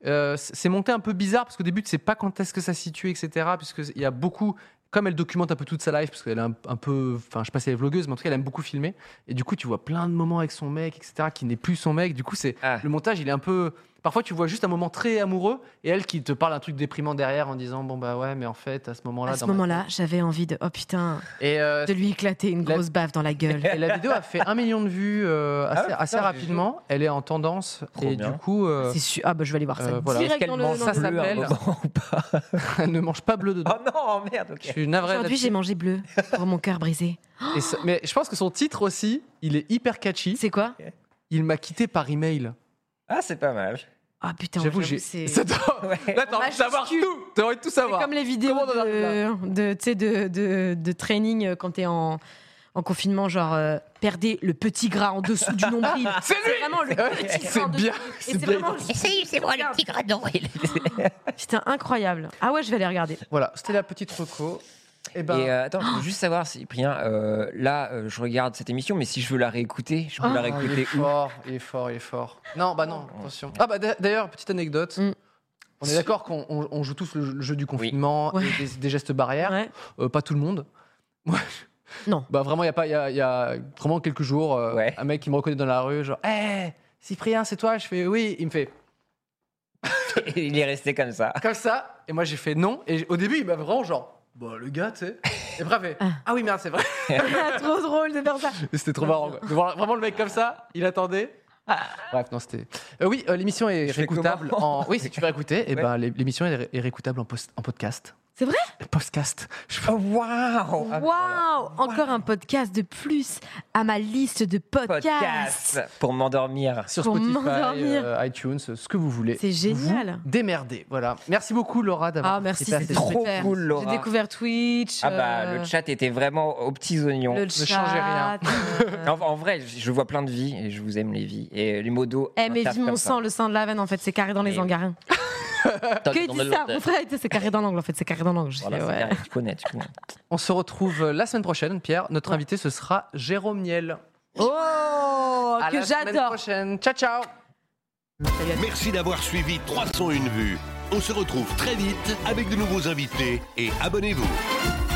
[SPEAKER 2] euh, c'est c'est monté un peu bizarre parce qu'au début, tu sais pas quand est-ce que ça se situe, etc. Puisqu'il y a beaucoup. Comme elle documente un peu toute sa life, parce qu'elle est un, un peu. Enfin, je sais pas si elle est vlogueuse, mais en tout cas, elle aime beaucoup filmer. Et du coup, tu vois plein de moments avec son mec, etc., qui n'est plus son mec. Du coup, c'est
[SPEAKER 3] Ah.
[SPEAKER 2] le montage, il est un peu. Parfois, tu vois juste un moment très amoureux et elle qui te parle un truc déprimant derrière en disant Bon, bah ouais, mais en fait, à ce moment-là.
[SPEAKER 6] À ce
[SPEAKER 2] dans ma-
[SPEAKER 6] moment-là, j'avais envie de. Oh putain,
[SPEAKER 2] Et, euh,
[SPEAKER 6] de lui éclater une
[SPEAKER 2] la-
[SPEAKER 6] grosse baffe dans la gueule.
[SPEAKER 2] et la vidéo a fait un million de vues euh, assez,
[SPEAKER 3] ouais,
[SPEAKER 2] assez
[SPEAKER 3] Ah, putain,
[SPEAKER 2] rapidement. Elle est en tendance.
[SPEAKER 3] Trop
[SPEAKER 2] et
[SPEAKER 3] bien.
[SPEAKER 2] du coup. euh,
[SPEAKER 6] C'est sûr. Ah bah je vais aller voir ça.
[SPEAKER 2] Euh, voilà.
[SPEAKER 6] Direct
[SPEAKER 3] Est-ce
[SPEAKER 6] dans
[SPEAKER 3] qu'elle
[SPEAKER 6] le-
[SPEAKER 3] mange
[SPEAKER 6] dans le-
[SPEAKER 2] Ça
[SPEAKER 3] bleu à un
[SPEAKER 2] s'appelle-
[SPEAKER 3] moment ou pas
[SPEAKER 2] elle ne mange pas bleu dedans.
[SPEAKER 3] Oh non, merde,
[SPEAKER 2] Je
[SPEAKER 3] ok.
[SPEAKER 2] suis navré.
[SPEAKER 6] Aujourd'hui,
[SPEAKER 2] là-dessus.
[SPEAKER 6] j'ai mangé bleu pour mon cœur brisé.
[SPEAKER 2] Et ce- mais je pense que son titre aussi, il est hyper catchy.
[SPEAKER 6] C'est quoi
[SPEAKER 2] Il m'a quitté par email.
[SPEAKER 3] Ah, c'est pas mal.
[SPEAKER 6] Ah putain,
[SPEAKER 2] J'avoue,
[SPEAKER 6] j'avoue,
[SPEAKER 2] j'ai.
[SPEAKER 6] c'est.
[SPEAKER 2] Ça doit-
[SPEAKER 3] Ouais.
[SPEAKER 2] Là, t'as envie de savoir
[SPEAKER 6] Majuscule.
[SPEAKER 2] tout. T'as envie de tout
[SPEAKER 6] C'est
[SPEAKER 2] savoir.
[SPEAKER 6] comme les vidéos
[SPEAKER 2] Comment on en arrive
[SPEAKER 6] de, de, tu sais, de, de, de training euh, quand t'es en, en confinement, genre euh, perdez le petit gras en dessous du nombril.
[SPEAKER 2] C'est lui
[SPEAKER 6] vraiment le petit gras.
[SPEAKER 2] C'est
[SPEAKER 6] en dessous.
[SPEAKER 2] bien.
[SPEAKER 6] Et c'est
[SPEAKER 2] C'est bien.
[SPEAKER 6] vraiment
[SPEAKER 3] Essayez, c'est moi le petit gradon.
[SPEAKER 6] putain, incroyable. Ah ouais, je vais aller regarder.
[SPEAKER 2] Voilà, c'était la petite reco. Et ben,
[SPEAKER 3] Et euh, attends, je veux juste savoir, Cyprien, euh, là, euh, je regarde cette émission, mais si je veux la réécouter, je peux la
[SPEAKER 6] Ah,
[SPEAKER 2] oh, il
[SPEAKER 3] réécouter
[SPEAKER 2] est
[SPEAKER 3] où
[SPEAKER 2] fort, il est fort, il est fort. Non, bah non, attention. Ah bah d'a- d'ailleurs, petite anecdote.
[SPEAKER 6] Mm.
[SPEAKER 2] On est d'accord qu'on on- on joue tous le jeu- le jeu du confinement
[SPEAKER 6] Ouais.
[SPEAKER 2] et des, des gestes barrières.
[SPEAKER 6] Ouais.
[SPEAKER 2] Euh, pas tout le monde. Moi, je-
[SPEAKER 6] Non.
[SPEAKER 2] Bah vraiment, il y a pas, il y, a- il y a vraiment quelques jours, euh,
[SPEAKER 3] Ouais.
[SPEAKER 2] un mec qui me reconnaît dans la rue, genre, hé, Cyprien, c'est toi Je fais oui. Il me fait
[SPEAKER 3] Il est resté comme ça.
[SPEAKER 2] comme ça, et moi j'ai fait non. Et au début, il m'a vraiment genre Bah, le gars, tu sais. Et bref, et- ah oui, merde, c'est vrai.
[SPEAKER 6] Ah, Trop drôle de faire ça.
[SPEAKER 2] Et C'était trop marrant. quoi. De voir vraiment le mec comme ça, il attendait.
[SPEAKER 6] Ah.
[SPEAKER 2] Bref, non, c'était. Euh, oui, euh, l'émission est
[SPEAKER 3] Je fais
[SPEAKER 2] réécoutable
[SPEAKER 3] comment
[SPEAKER 2] en. Oui, si tu veux écouter, et
[SPEAKER 3] Ouais.
[SPEAKER 2] ben, l'é- l'émission est, ré- est réécoutable en, post- en podcast.
[SPEAKER 6] C'est vrai
[SPEAKER 2] Podcast. Je
[SPEAKER 3] Oh, waouh
[SPEAKER 2] Ah,
[SPEAKER 6] Waouh Encore un podcast de plus à ma liste de podcasts.
[SPEAKER 3] Podcast pour m'endormir.
[SPEAKER 2] Sur
[SPEAKER 6] Pour
[SPEAKER 2] Spotify,
[SPEAKER 6] m'endormir.
[SPEAKER 2] euh, iTunes, ce que vous voulez.
[SPEAKER 6] C'est génial.
[SPEAKER 2] Vous démerdez, voilà. Merci beaucoup, Laura, d'avoir.
[SPEAKER 6] Ah, merci,
[SPEAKER 2] participé à
[SPEAKER 6] c'était
[SPEAKER 2] cette-
[SPEAKER 3] trop
[SPEAKER 6] super.
[SPEAKER 3] cool, Laura.
[SPEAKER 6] J'ai découvert Twitch.
[SPEAKER 3] Ah bah
[SPEAKER 6] euh,
[SPEAKER 3] le chat était vraiment aux petits oignons.
[SPEAKER 6] le
[SPEAKER 2] changez
[SPEAKER 6] chat.
[SPEAKER 2] rien.
[SPEAKER 6] euh,
[SPEAKER 3] En, en vrai, je je vois plein de vies et je vous aime les vies et les mots d'eau.
[SPEAKER 6] Eh, mais
[SPEAKER 3] m'intéressent
[SPEAKER 6] vis mon
[SPEAKER 3] comme ça.
[SPEAKER 6] sang, le sein de la veine, en fait, c'est carré dans les
[SPEAKER 3] Et-
[SPEAKER 6] angarins.
[SPEAKER 3] Attends,
[SPEAKER 6] Que
[SPEAKER 3] dans
[SPEAKER 6] dit
[SPEAKER 3] le-
[SPEAKER 6] ça Mon frère, il dit, c'est carré dans l'angle, en fait, c'est carré dans l'angle. Je
[SPEAKER 3] Voilà,
[SPEAKER 6] fais,
[SPEAKER 3] c'est
[SPEAKER 6] ouais.
[SPEAKER 3] bien, tu connais, tu connais.
[SPEAKER 2] On se retrouve euh, la semaine prochaine, Pierre. Notre invité, ce sera Jérôme Niel.
[SPEAKER 6] Oh,
[SPEAKER 2] À
[SPEAKER 6] que
[SPEAKER 2] la semaine
[SPEAKER 6] j'adore.
[SPEAKER 2] prochaine. Ciao, ciao.
[SPEAKER 5] Merci d'avoir suivi 301 vues. On se retrouve très vite avec de nouveaux invités et abonnez-vous.